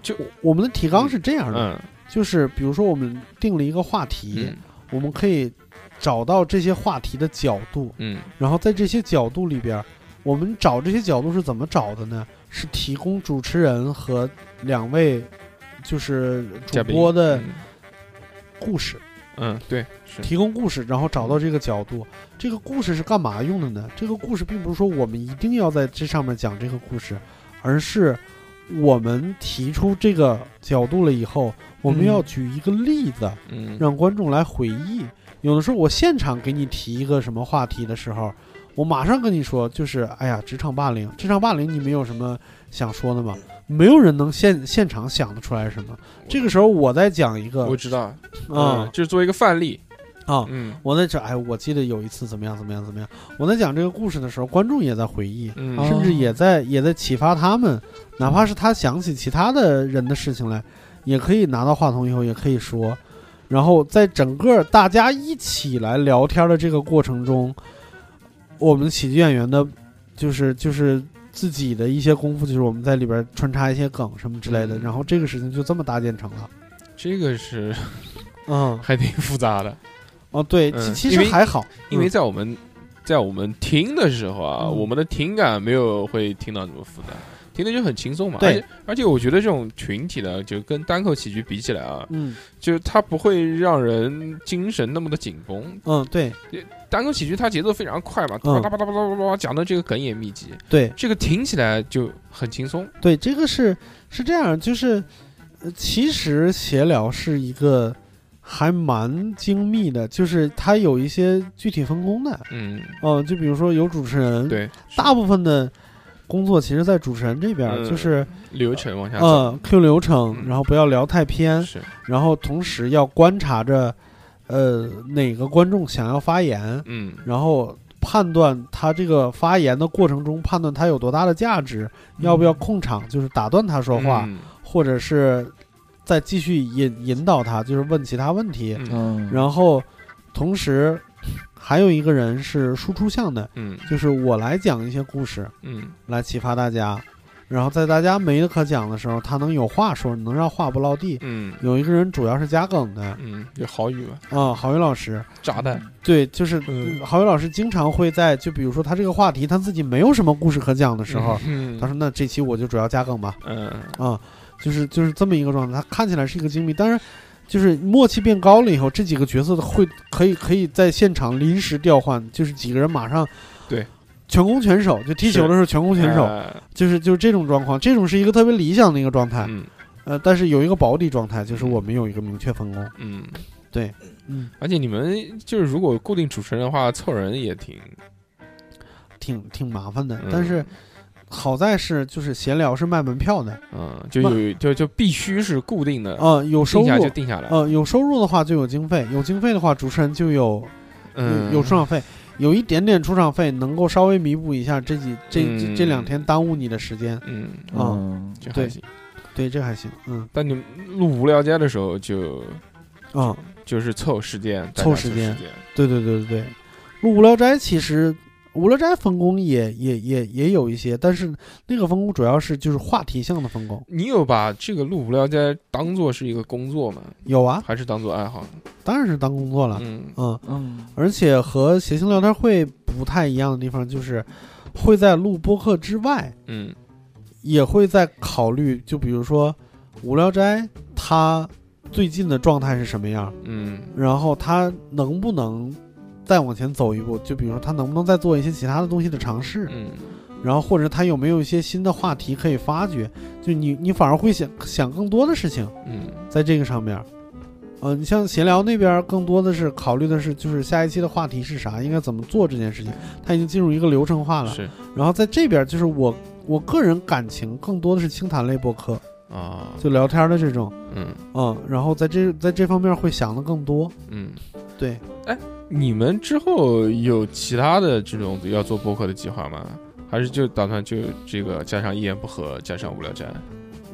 A: 就
C: 我我们的提纲是这样的，
A: 嗯
C: 就是比如说我们定了一个话题，
A: 嗯
C: 我们可以找到这些话题的角度，
A: 嗯
C: 然后在这些角度里边儿，我们找这些角度是怎么找的呢？是提供主持人和两位就是主
A: 嘉宾
C: 播的
A: 嗯
C: 故事，
A: 嗯，对，是，
C: 提供故事，然后找到这个角度。这个故事是干嘛用的呢？这个故事并不是说我们一定要在这上面讲这个故事，而是我们提出这个角度了以后，我
B: 嗯
C: 们要举一个例子，
A: 嗯，
C: 让观众来回忆。有的时候我现场给你提一个什么话题的时候，我马上跟你说，就是哎呀，职场霸凌，职场霸凌，你们有什么想说的吗？
A: 嗯
C: 没有人能现现场想得出来什么。这个时候我在讲一个
A: 我知道，
C: 啊
A: 嗯，就是作为一个范例，
C: 啊，
A: 嗯
C: 我在这，哎，我记得有一次怎么样怎么样怎么样。我在讲这个故事的时候，观众也在回忆，
A: 嗯
B: 啊
C: 甚至也在也在启发他们，哪怕是他想起其他的人的事情来，也可以拿到话筒以后也可以说。然后在整个大家一起来聊天的这个过程中，我们喜剧演员的，就是就是自己的一些功夫，就是我们在里边穿插一些梗什么之类的。
A: 嗯
C: 然后这个事情就这么搭建成了。
A: 这个是
C: 嗯，
A: 还挺复杂的，
C: 哦，对，
A: 嗯
C: 其其
A: 因
C: 实
A: 为
C: 还好，
A: 因为在我们，在我们听的时候啊，
C: 嗯
A: 我们的听感没有会听到那么复杂，听的就很轻松嘛。
C: 对
A: 而且而且我觉得这种群体的，就跟单口喜剧比起来啊，
C: 嗯
A: 就是它不会让人精神那么的紧绷。
C: 嗯，对
A: 单口喜剧它节奏非常快嘛，
C: 嗯
A: 哒吧哒吧哒吧哒吧，讲的这个梗也密集，
C: 对。
A: 这个听起来就很轻松。
C: 对，这个是是这样，就是呃其实闲聊是一个还蛮精密的，就是它有一些具体分工的。
A: 嗯，
C: 嗯、就比如说有主持人，，
A: 对，
C: 大部分的工作其实，在主持人这边儿，
A: 嗯
C: 就是
A: 流程往下走。
C: 呃 Q 流程，
A: 嗯
C: 然后不要聊太偏，
A: 是，
C: 然后同时要观察着，呃，哪个观众想要发言，
A: 嗯
C: 然后。判断他这个发言的过程中，判断他有多大的价值，要不要控场，就是打断他说话，
A: 嗯
C: 或者是再继续引引导他，就是问其他问题。
A: 嗯
B: 嗯，
C: 然后同时还有一个人是输出向的，
A: 嗯
C: 就是我来讲一些故事
A: 嗯
C: 来启发大家，然后在大家没得可讲的时候，他能有话说，能让话不落地。
A: 嗯
C: 有一个人主要是加梗的，
A: 嗯，有好语嘛，
C: 啊，郝宇老师，
A: 炸弹。
C: 对，就是
A: 嗯
C: 郝宇老师经常会在，就比如说他这个话题他自己没有什么故事可讲的时候，
A: 嗯
C: 他说那这期我就主要加梗吧，
A: 嗯
C: 啊，就是就是这么一个状态。他看起来是一个精密，但是就是默契变高了以后，这几个角色会可以可以在现场临时调换，就是几个人马上
A: 对
C: 全攻全守，就踢球的时候全攻全守，
A: 呃
C: 就是就是这种状况，这种是一个特别理想的一个状态。
A: 嗯
C: 呃，但是有一个保底状态，就是我们有一个明确分工。
A: 嗯，
C: 对，嗯，
A: 而且你们就是如果固定主持人的话，凑人也挺，
C: 挺挺麻烦的
A: 嗯，
C: 哎但是。好在是就是闲聊是卖门票的，
A: 嗯，就有就就必须是固定的，
C: 啊，有收
A: 呃定下
C: 入
A: 就，定下来，
C: 呃，有收入的话就有经费，有经费的话主持人就有
A: 嗯，
C: 有有出场费，有一点点出场费能够稍微弥补一下这几这这这两
A: 嗯
C: 天耽误你的时间。
A: 嗯，
B: 嗯，
A: 就还
C: 对
A: 行。
C: 对，这还行，嗯
A: 但你们录无聊斋的时候就
C: 啊，
A: 就是凑时间，大家
C: 凑
A: 凑
C: 时
A: 间
C: 间，对对对对对。录无聊斋其实无聊斋分工也也也也有一些，但是那个分工主要是就是话题性的分工。
A: 你有把这个录无聊斋当做是一个工作吗？
C: 有啊，
A: 还是当做爱好？
C: 当然是当工作了，
A: 嗯
C: 嗯，
B: 嗯，
C: 而且和谐星聊天会不太一样的地方就是会在录播客之外，
A: 嗯
C: 也会在考虑，就比如说《无聊斋》，它最近的状态是什么样，
A: 嗯
C: 然后它能不能再往前走一步？就比如说它能不能再做一些其他的东西的尝试，
A: 嗯
C: 然后或者它有没有一些新的话题可以发掘？就你你反而会想想更多的事情
A: 嗯
C: 在这个上面。呃，你像闲聊那边更多的是考虑的是，就是下一期的话题是啥，应该怎么做这件事情，它已经进入一个流程化了。
A: 是
C: 然后在这边就是我我个人感情更多的是清谈类播客，
A: 啊，
C: 就聊天的这种，
A: 嗯
C: 嗯，然后在这在这方面会想的更多，
A: 嗯，
C: 对，
A: 你们之后有其他的这种要做播客的计划吗？还是就打算就这个加上一言不合，加上无聊斋？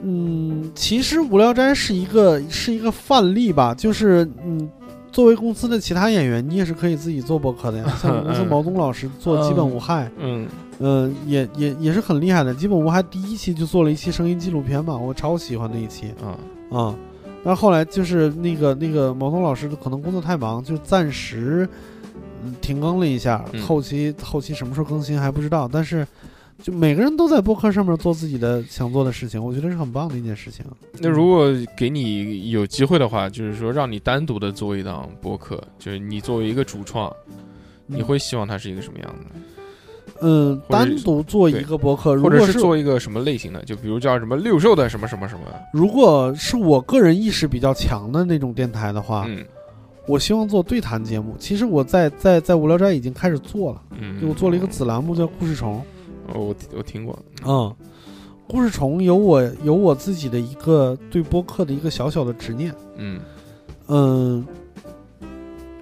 C: 嗯，其实无聊斋是一个是一个范例吧，就是嗯。作为公司的其他演员，你也是可以自己做播客的呀。像我 们公司
A: 嗯
C: 毛东老师做《基本
A: 嗯
C: 无害》，
A: 嗯
C: 嗯，也也也是很厉害的。《基本无害》第一期就做了一期声音纪录片嘛，我超喜欢那一期。
A: 啊
C: 啊、但是后来就是那个那个毛东老师可能工作太忙，就暂时嗯停更了一下，
A: 嗯
C: 后期后期什么时候更新还不知道，但是。就每个人都在播客上面做自己的想做的事情，我觉得是很棒的一件事情。嗯
A: 那如果给你有机会的话，就是说让你单独的做一档播客，就是你作为一个主创，你会希望它是一个什么样的？
C: 嗯，
A: 或者
C: 单独做一
A: 对
C: 个播客，如
A: 或
C: 果
A: 者
C: 是
A: 做一个什么类型的？就比如叫什么六兽的什么什么什么？
C: 如果是我个人意识比较强的那种电台的话，
A: 嗯
C: 我希望做对谈节目。其实我在在在无聊斋已经开始做了，
A: 嗯，
C: 就我做了一个子栏目叫故事虫，
A: 哦，我我听过，
C: 嗯，故事虫有我有我自己的一个对播客的一个小小的执念，
A: 嗯
C: 嗯，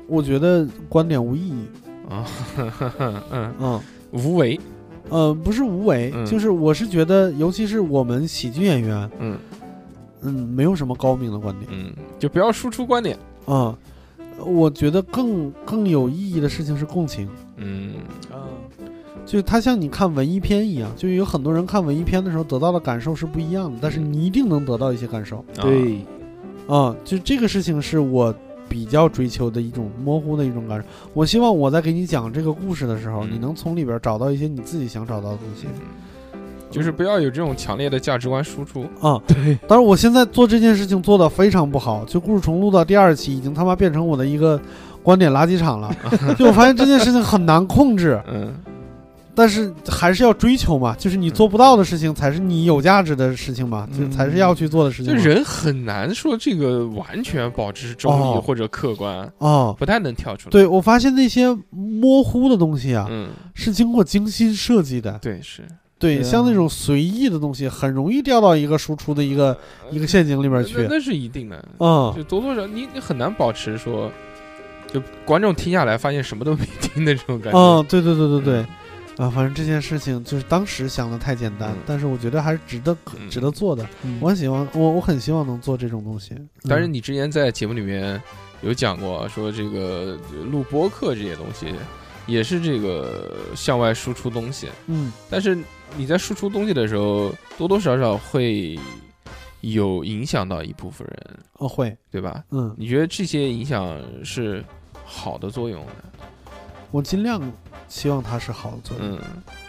C: 我觉得观点无意义，
A: 啊， 嗯，
C: 嗯
A: 无为，
C: 呃，不是无为，
A: 嗯
C: 就是我是觉得，尤其是我们喜剧演员，
A: 嗯
C: 嗯，没有什么高明的观点，
A: 嗯，就不要输出观点，
C: 啊、我觉得更更有意义的事情是共情，
A: 嗯
C: 就是它像你看文艺片一样，就有很多人看文艺片的时候得到的感受是不一样的，但是你一定能得到一些感受。
A: 啊
B: 对，
C: 啊、就这个事情是我比较追求的一种模糊的一种感受。我希望我在给你讲这个故事的时候，
A: 嗯
C: 你能从里边找到一些你自己想找到的东西嗯
A: 就是不要有这种强烈的价值观输出，
C: 啊。
B: 对，
C: 当然，我现在做这件事情做的非常不好，就故事重录到第二期，已经他妈变成我的一个观点垃圾 场了。就我发现这件事情很难控制，
A: 嗯
C: 但是还是要追求嘛，就是你做不到的事情才是你有价值的事情嘛，就
A: 嗯
C: 才是要去做的事情
A: 就
C: 嘛。
A: 人很难说这个完全保持中立
C: 哦
A: 或者客观，
C: 哦，
A: 不太能跳出来。，
C: 对我发现那些模糊的东西啊，
A: 嗯，
C: 是经过精心设计的。
A: 对，是
C: 对，
B: 对啊
C: 像那种随意的东西，很容易掉到一个输出的一个
A: 呃
C: 一个陷阱里
A: 那
C: 面
A: 那
C: 去。
A: 那是一定的，
C: 嗯，
A: 就多多少你你很难保持说，就观众听下来发现什么都没听的这种感觉。
C: 嗯，对对对对对，啊，反正这件事情就是当时想的太简单
A: 嗯，
C: 但是我觉得还是值得可
A: 嗯
C: 值得做的。
B: 嗯
C: 我很希望，我我很希望能做这种东西。
A: 但是
C: 嗯
A: 你之前在节目里面有讲过，说这个呃录播客这些东西也是这个向外输出东西，
C: 嗯，
A: 但是你在输出东西的时候，多多少少会有影响到一部分人，
C: 哦会，
A: 对吧？
C: 嗯，
A: 你觉得这些影响是好的作用呢？
C: 我尽量希望它是好的作用。
A: 嗯，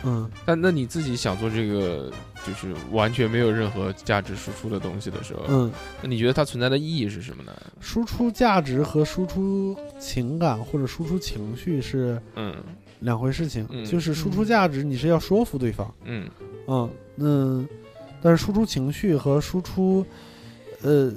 C: 嗯
A: 但那你自己想做这个，就是完全没有任何价值输出的东西的时候，
C: 嗯，
A: 那你觉得它存在的意义是什么呢？
C: 输出价值和输出情感或者输出情绪是
A: 嗯
C: 两回事情
A: 嗯，
C: 就是输出价值你是要说服对方。
A: 嗯
C: 嗯，那但是输出情绪和输出，呃，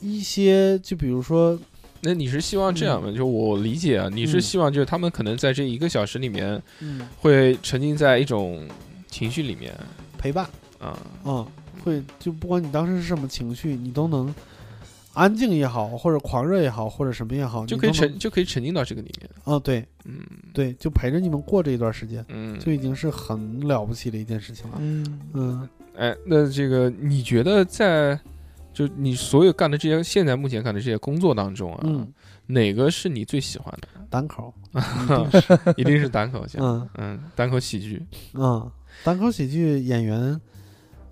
C: 一些就比如说，
A: 那你是希望这样吗？就我理解啊，你是
C: 嗯
A: 希望就是他们可能在这一个小时里面
C: 嗯，
A: 会沉浸在一种情绪里面
C: 陪伴
A: 啊，
C: 啊、会就不管你当时是什么情绪，你都能安静也好，或者狂热也好，或者什么也好，
A: 就
C: 哦你
A: 可以
C: 都能
A: 沉就可以沉浸到这个里面。
C: 啊、对
A: 嗯
C: 对，就陪着你们过这一段时间，
A: 嗯，
C: 就已经是很了不起的一件事情了。
B: 嗯
C: 嗯
A: 哎，那这个你觉得在就你所有干的这些现在目前干的这些工作当中啊，
C: 嗯，
A: 哪个是你最喜欢 的？
C: 单口，一定是
A: 一定是单口相声。
C: 嗯
A: 嗯，单口喜剧，
C: 嗯，单口喜剧演员，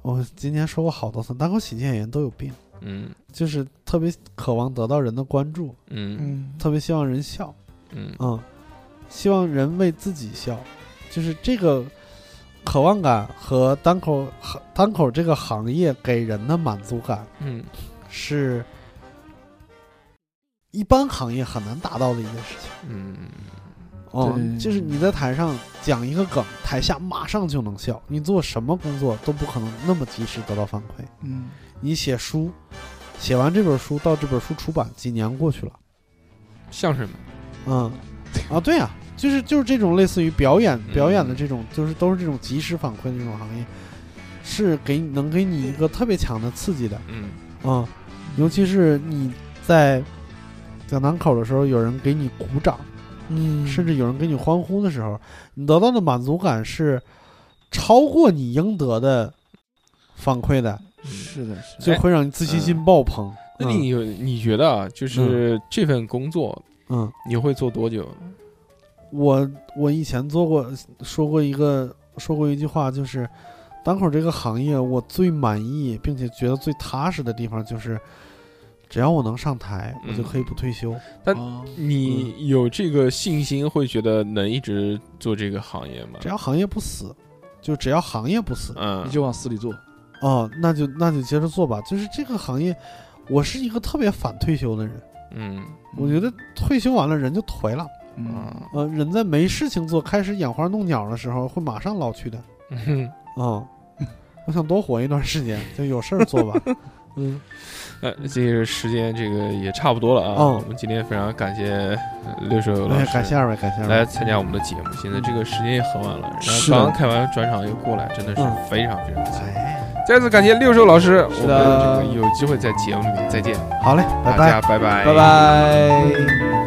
C: 我今天说过好多次，单口喜剧演员都有病。
A: 嗯
C: 就是特别渴望得到人的关注，
A: 嗯
B: 嗯，
C: 特别希望人笑，
A: 嗯
C: 嗯，希望人为自己笑，就是这个渴望感和单口单口这个行业给人的满足感
A: 嗯
C: 是。一般行业很难达到的一件事情，
A: 嗯，
C: 哦
B: 对，
C: 就是你在台上讲一个梗，台下马上就能笑。你做什么工作都不可能那么及时得到反馈。
B: 嗯，
C: 你写书，写完这本书到这本书出版几年过去了，
A: 相声嘛，
C: 嗯，啊，对呀、就是就是这种类似于表演
A: 嗯
C: 表演的这种，就是都是这种及时反馈的这种行业，是给你能给你一个特别强的刺激的
A: 嗯，
C: 啊、尤其是你在讲堂口的时候，有人给你鼓掌，
B: 嗯，
C: 甚至有人给你欢呼的时候，你得到的满足感是超过你应得的反馈的，
B: 是的，是的
C: 就会让你自信心爆棚。
A: 哎嗯
C: 嗯
A: 那你有你觉得啊，就是这份工作
C: 嗯，嗯
A: 你会做多久？
C: 我我以前做过说过一个说过一句话，就是单口这个行业，我最满意并且觉得最踏实的地方就是，只要我能上台，
A: 嗯
C: 我就可以不退休。
A: 但
B: 哦
A: 你有这个信心，会觉得能一直做这个行业吗
C: 只？要行业不死，就只要行业不死，
A: 嗯，
B: 你就往死里做，
C: 哦，那就那就接着做吧。就是这个行业，我是一个特别反退休的人，
A: 嗯
C: 我觉得退休完了人就颓了。
B: 嗯，
A: 啊，
C: 呃，人在没事情做，开始眼花弄鸟的时候，会马上老去的。
A: 嗯，
C: 啊、我想多活一段时间，就有事儿做 吧。嗯。
A: 呃，这个时间这个也差不多了啊。
C: 嗯
A: 我们今天非常感谢呃六手老
C: 哎，
A: 师
C: 感谢二位，感谢二位。
A: 来参加我们的节目。现在这个时间也很晚了，然后
C: 是的
A: 刚刚开完专场又过来，真的是
C: 嗯
A: 非常非常辛苦。
C: 哎，
A: 再次感谢六兽老师，我
B: 是
A: 们
B: 的
A: 这个有机会在节目里面再见，
C: 好嘞，拜
A: 大
C: 拜。
A: 家拜拜，
B: 拜拜。